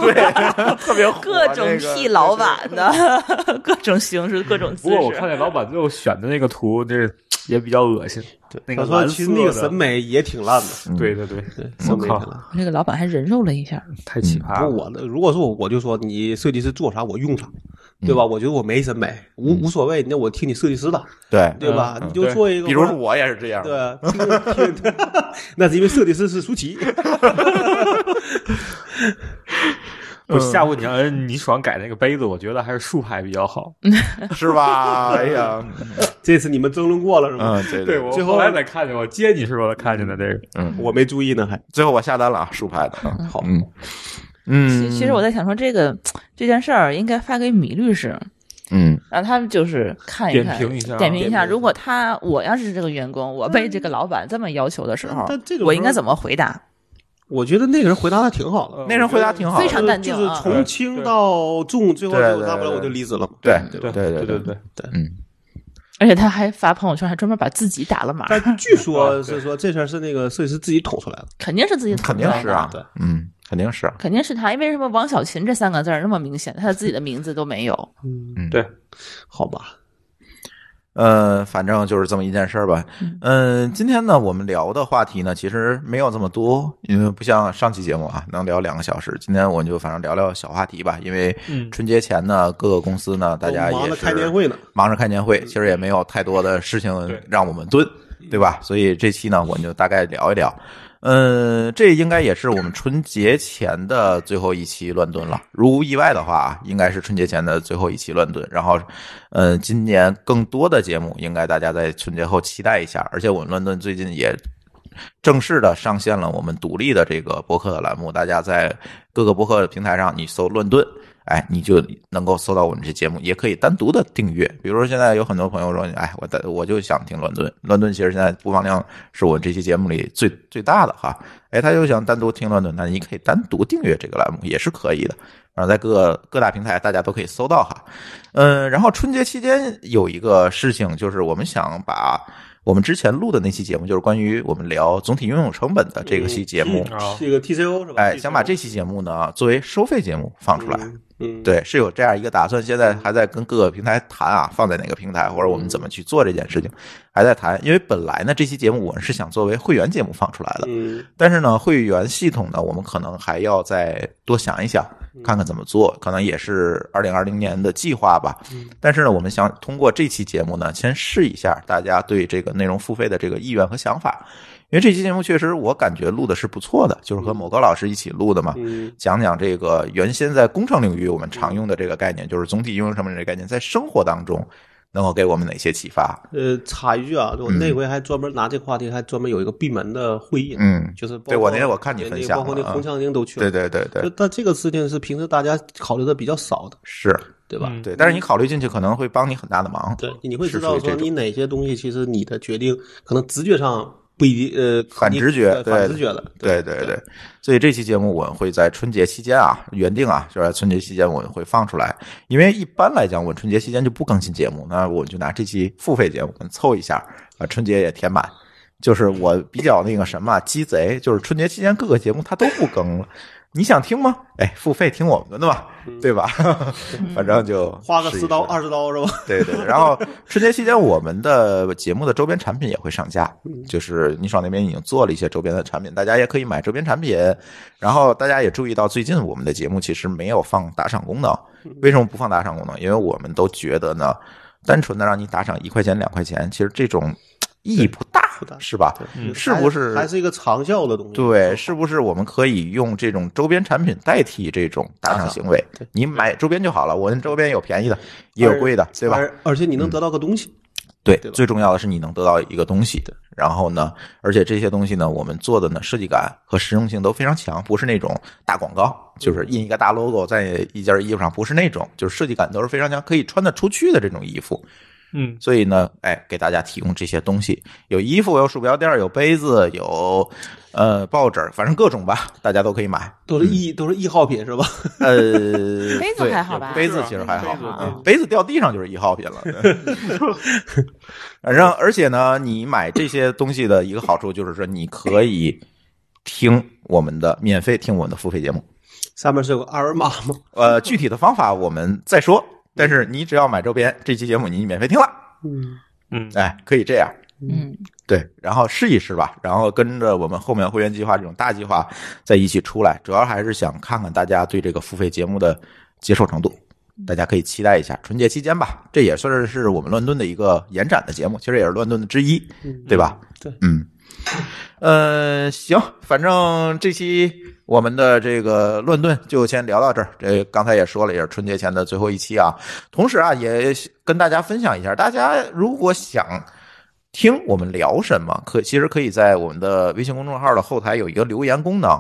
Speaker 1: 特别火
Speaker 4: 各种替老，板的， 各种形式，各种
Speaker 3: 不
Speaker 4: 姿
Speaker 3: 过我
Speaker 4: 势
Speaker 3: 看。那老板最后选的那个图，这也比较恶心。对，那个
Speaker 2: 他说
Speaker 3: 蓝
Speaker 2: 其实
Speaker 3: 色
Speaker 2: 那个
Speaker 3: 的
Speaker 2: 审美也挺烂的，
Speaker 3: 对对
Speaker 4: 嗯
Speaker 3: 对，
Speaker 2: 对，
Speaker 3: 我
Speaker 2: 审美挺
Speaker 3: 靠
Speaker 2: 烂。
Speaker 4: 这个老板还人肉了一下，
Speaker 3: 太奇
Speaker 2: 不
Speaker 3: 葩
Speaker 2: 是
Speaker 3: 了。
Speaker 2: 我的，如果说我我就说你设计师做啥我用啥，对
Speaker 1: 嗯
Speaker 2: 吧？我觉得我没审美，无无所谓，那我听你设计师的，
Speaker 1: 对
Speaker 2: 对吧？
Speaker 3: 嗯
Speaker 2: 你就做一
Speaker 1: 嗯对，
Speaker 2: 个，
Speaker 1: 比如说我也是这样，
Speaker 2: 对，啊听听， 那是因为设计师是舒淇，
Speaker 3: 不是下回你要是你爽改那个杯子，我觉得还是竖排比较好。
Speaker 1: 是吧？哎呀，
Speaker 2: 这次你们争论过了是吗？
Speaker 1: 嗯，对
Speaker 3: 对，我
Speaker 2: 最后
Speaker 3: 后来才看见，我接你时候才看见的这个。
Speaker 1: 嗯，
Speaker 2: 我没注意呢，还
Speaker 1: 最后我下单了，啊，竖排的，嗯
Speaker 2: 好
Speaker 1: 嗯嗯，
Speaker 4: 其其实我在想说，这个这件事儿应该发给米律师，
Speaker 1: 嗯
Speaker 4: 让他们就是看一
Speaker 3: 点
Speaker 4: 看，
Speaker 3: 评一下
Speaker 4: 嗯点评一
Speaker 2: 点
Speaker 4: 下。
Speaker 2: 评
Speaker 4: 如果他我要是这个员工，我被这个老板这么要求的时候，
Speaker 2: 嗯但这种时候
Speaker 4: 我应该怎么回答？
Speaker 2: 我觉得那个人回答的挺
Speaker 3: 哦
Speaker 2: 好的，
Speaker 1: 那人回答挺好的，
Speaker 4: 非常淡定
Speaker 2: 就是
Speaker 4: 啊
Speaker 2: 从轻到重，最后
Speaker 1: 对对
Speaker 2: 就大不了
Speaker 1: 对
Speaker 2: 我就离职了嘛。
Speaker 1: 对
Speaker 2: 对
Speaker 1: 对
Speaker 2: 吧？
Speaker 1: 对
Speaker 3: 对
Speaker 1: 对
Speaker 3: 对，对，
Speaker 1: 嗯
Speaker 4: 而且他还发朋友圈，还专门把自己打了码，
Speaker 2: 但据 说是说这事儿是那个设计师自己捅出来的，
Speaker 4: 肯定是自己捅
Speaker 1: 肯定
Speaker 4: 出来
Speaker 1: 是
Speaker 4: 的
Speaker 1: 啊
Speaker 2: 对，
Speaker 1: 嗯，肯定是啊，
Speaker 4: 肯定是他，因为什么王小琴这三个字儿那么明显，他自己的名字都没有。
Speaker 1: 嗯
Speaker 3: 对
Speaker 2: 好吧？
Speaker 1: 呃，反正就是这么一件事儿吧。嗯、今天呢，我们聊的话题呢，其实没有这么多，因为不像上期节目啊，能聊两个小时。今天我们就反正聊聊小话题吧，因为春节前呢，各个公司呢，大家
Speaker 2: 我忙
Speaker 1: 也
Speaker 2: 着
Speaker 1: 是
Speaker 2: 开年会呢，
Speaker 1: 忙着开年会，其实也没有太多的事情
Speaker 3: 对
Speaker 1: 让我们蹲，对吧？所以这期呢，我们就大概聊一聊。嗯，这应该也是我们春节前的最后一期乱炖了。如无意外的话，应该是春节前的最后一期乱炖。然后，嗯，今年更多的节目，应该大家在春节后期待一下。而且我们乱炖最近也正式的上线了我们独立的这个博客的栏目，大家在各个博客的平台上，你搜“乱炖”，哎，你就能够搜到我们这节目，也可以单独的订阅。比如说，现在有很多朋友说，哎，我在我就想听乱炖，乱炖其实现在播放量是我这期节目里最最大的哈，哎，他就想单独听乱炖，那你可以单独订阅这个栏目也是可以的。然后在各各大平台大家都可以搜到哈，嗯，然后春节期间有一个事情，就是我们想把我们之前录的那期节目，就是关于我们聊总体应用成本的这个期节目，
Speaker 3: 啊，
Speaker 2: 这嗯个 TCO 是吧？
Speaker 1: 哎，想把这期节目呢作为收费节目放出来。
Speaker 2: 嗯，嗯，
Speaker 1: 对，是有这样一个打算，现在还在跟各个平台谈啊，放在哪个平台，或者我们
Speaker 2: 嗯
Speaker 1: 怎么去做这件事情，还在谈。因为本来呢，这期节目我是想作为会员节目放出来的，
Speaker 2: 嗯，
Speaker 1: 但是呢，会员系统呢，我们可能还要再多想一想，
Speaker 2: 嗯
Speaker 1: 看看怎么做，可能也是二零二零年的计划吧。
Speaker 2: 嗯
Speaker 1: 但是呢，我们想通过这期节目呢，先试一下大家对这个内容付费的这个意愿和想法，因为这期节目确实我感觉录的是不错的，就是和某高老师一起录的嘛，
Speaker 2: 嗯
Speaker 1: 讲讲这个原先在工程领域我们常用的这个概念，就是总体应用成本这个概念，在生活当中能够给我们哪些启发？
Speaker 2: 呃，插一句啊，我那回还专门拿这个话题，还专门有一个闭门的会议呢，
Speaker 1: 嗯，
Speaker 2: 就是包
Speaker 1: 对
Speaker 2: 括
Speaker 1: 我那天我看你
Speaker 2: 那个
Speaker 1: 分享
Speaker 2: 包括那
Speaker 1: 了啊
Speaker 2: 红强英都去了，
Speaker 1: 对对对对
Speaker 2: 就，但这个事情是平时大家考虑的比较少的，
Speaker 1: 是。
Speaker 2: 对吧？
Speaker 3: 嗯
Speaker 1: 对，但是你考虑进去可能会帮你很大的忙。
Speaker 2: 对，你会
Speaker 1: 是
Speaker 2: 知道
Speaker 1: 属于
Speaker 2: 说
Speaker 1: 这种
Speaker 2: 你哪些东西，其实你的决定可能直觉上不一定，呃，
Speaker 1: 反直觉
Speaker 2: 对
Speaker 1: 对
Speaker 2: 反直觉了。
Speaker 1: 对对对，所以这期节目我会在春节期间啊，原定啊，就是在春节期间我会放出来，因为一般来讲我春节期间就不更新节目，那我就拿这期付费节目我们凑一下，把春节也填满。就是我比较那个什么啊鸡贼，就是春节期间各个节目它都不更了，你想听吗？哎，付费听我们的吧，对 吧？反正就
Speaker 2: 嗯花个
Speaker 1: 试一
Speaker 2: 十刀
Speaker 1: 试
Speaker 2: 二十刀是
Speaker 3: 嗯
Speaker 2: 吧？
Speaker 1: 对对，对然后春节期间我们的节目的周边产品也会上架，
Speaker 2: 嗯
Speaker 1: 就是你爽那边已经做了一些周边的产品，大家也可以买周边产品。然后大家也注意到，最近我们的节目其实没有放打赏功能，
Speaker 2: 嗯
Speaker 1: 为什么不放打赏功能？因为我们都觉得呢，单纯的让你打赏一块钱两块钱，其实这种意义不大
Speaker 2: 不大，
Speaker 1: 是吧？
Speaker 3: 嗯
Speaker 1: 是不是
Speaker 2: 还还是一个长效的东西？
Speaker 1: 对，是不是我们可以用这种周边产品代替这种打赏行为？你买周边就好了，我们周边有便宜的，也有贵的，对吧？嗯
Speaker 2: 而而且你能得到个东西，
Speaker 1: 对，
Speaker 2: 对吧
Speaker 1: 最重要的是你能得到一个东西，然后呢，而且这些东西呢，我们做的呢设计感和实用性都非常强，不是那种大广告，
Speaker 2: 嗯
Speaker 1: 就是印一个大 logo 在一件衣服上，不是那种，就是设计感都是非常强，可以穿得出去的这种衣服。
Speaker 3: 嗯，
Speaker 1: 所以呢，哎，给大家提供这些东西，有衣服，有鼠标垫，有杯子，有呃报纸，反正各种吧，大家都可以买。
Speaker 2: 都是一都是一号品是吧？
Speaker 1: 呃，
Speaker 4: 杯子
Speaker 1: 对
Speaker 4: 还好吧
Speaker 1: 杯子其实还好
Speaker 5: 是
Speaker 1: 啊
Speaker 5: 啊，
Speaker 1: 杯子掉地上就是一号品 了。对反正而且呢，你买这些东西的一个好处就是说，你可以听我们的免费听我们的付费节目。
Speaker 2: 上面是有个二维码吗？
Speaker 1: 呃，具体的方法我们再说，但是你只要买周边，这期节目你免费听了，
Speaker 2: 嗯，
Speaker 3: 嗯，
Speaker 1: 哎，可以这样。
Speaker 4: 嗯，
Speaker 1: 对，然后试一试吧，然后跟着我们后面会员计划这种大计划再一起出来，主要还是想看看大家对这个付费节目的接受程度，大家可以期待一下春节期间吧，这也算是我们乱炖的一个延展的节目，其实也是乱炖的之一，对吧？
Speaker 2: 对，
Speaker 1: 嗯，呃，行，反正这期我们的这个乱炖就先聊到这儿。这刚才也说了，也是春节前的最后一期啊。同时啊，也跟大家分享一下，大家如果想。听我们聊什么？可其实可以在我们的微信公众号的后台有一个留言功能，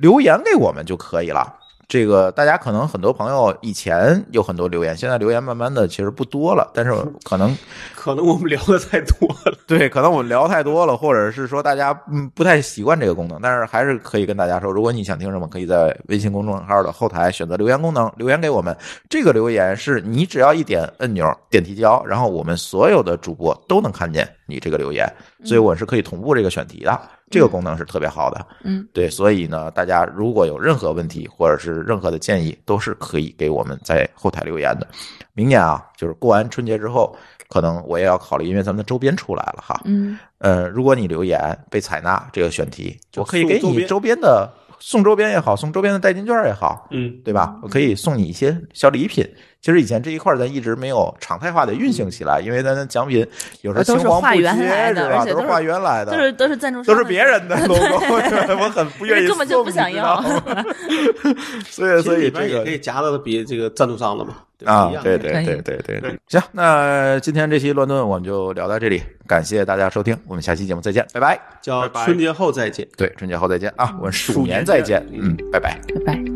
Speaker 1: 留言给我们就可以了。这个大家可能很多朋友以前有很多留言，现在留言慢慢的其实不多了，但是可能
Speaker 2: 可能我们聊的太多了。
Speaker 1: 对，可能我们聊太多了，或者是说大家嗯不太习惯这个功能，但是还是可以跟大家说，如果你想听什么，可以在微信公众号的后台选择留言功能留言给我们。这个留言是你只要一点按钮点提交，然后我们所有的主播都能看见你这个留言，所以我是可以同步这个选题的，这个功能是特别好的。
Speaker 4: 嗯，
Speaker 1: 对，所以呢，大家如果有任何问题或者是任何的建议，都是可以给我们在后台留言的。明年啊，就是过完春节之后，可能我也要考虑，因为咱们的周边出来了哈。
Speaker 4: 嗯，
Speaker 1: 呃，如果你留言被采纳这个选题，
Speaker 2: 就
Speaker 1: 我可以给
Speaker 2: 送周
Speaker 1: 你
Speaker 2: 边
Speaker 1: 周边的送周边也好，送周边的代金券也好，
Speaker 2: 嗯
Speaker 1: 对吧？我可以送你一些小礼品，其实以前这一块儿咱一直没有常态化的运行起来，因为咱的奖品有时候
Speaker 4: 呃都是
Speaker 1: 青黄不
Speaker 4: 画
Speaker 1: 接
Speaker 4: 原来的
Speaker 1: 是吧？
Speaker 4: 而且
Speaker 1: 都
Speaker 4: 都
Speaker 1: 是
Speaker 4: 是
Speaker 1: 画原来的，
Speaker 4: 都是都是赞助商，
Speaker 1: 都是别人的 logo，我 很不愿意，
Speaker 4: 根本就不想要。
Speaker 1: 所以，
Speaker 2: 其实
Speaker 1: 所以
Speaker 2: 里边
Speaker 1: 这
Speaker 2: 也
Speaker 1: 个
Speaker 2: 可以夹到比这个赞助商了嘛？对吧
Speaker 1: 啊
Speaker 2: 一，样
Speaker 1: 对
Speaker 2: 的
Speaker 1: 对
Speaker 4: 可以
Speaker 1: 对对对对，行，那今天这期乱炖我们就聊到这里，感谢大家收听，我们下期节目再见，拜拜。
Speaker 2: 叫
Speaker 5: 拜拜
Speaker 2: 春节后再见。
Speaker 1: 对，春节后再见啊，我们鼠年再见，嗯，拜拜。
Speaker 4: 拜拜。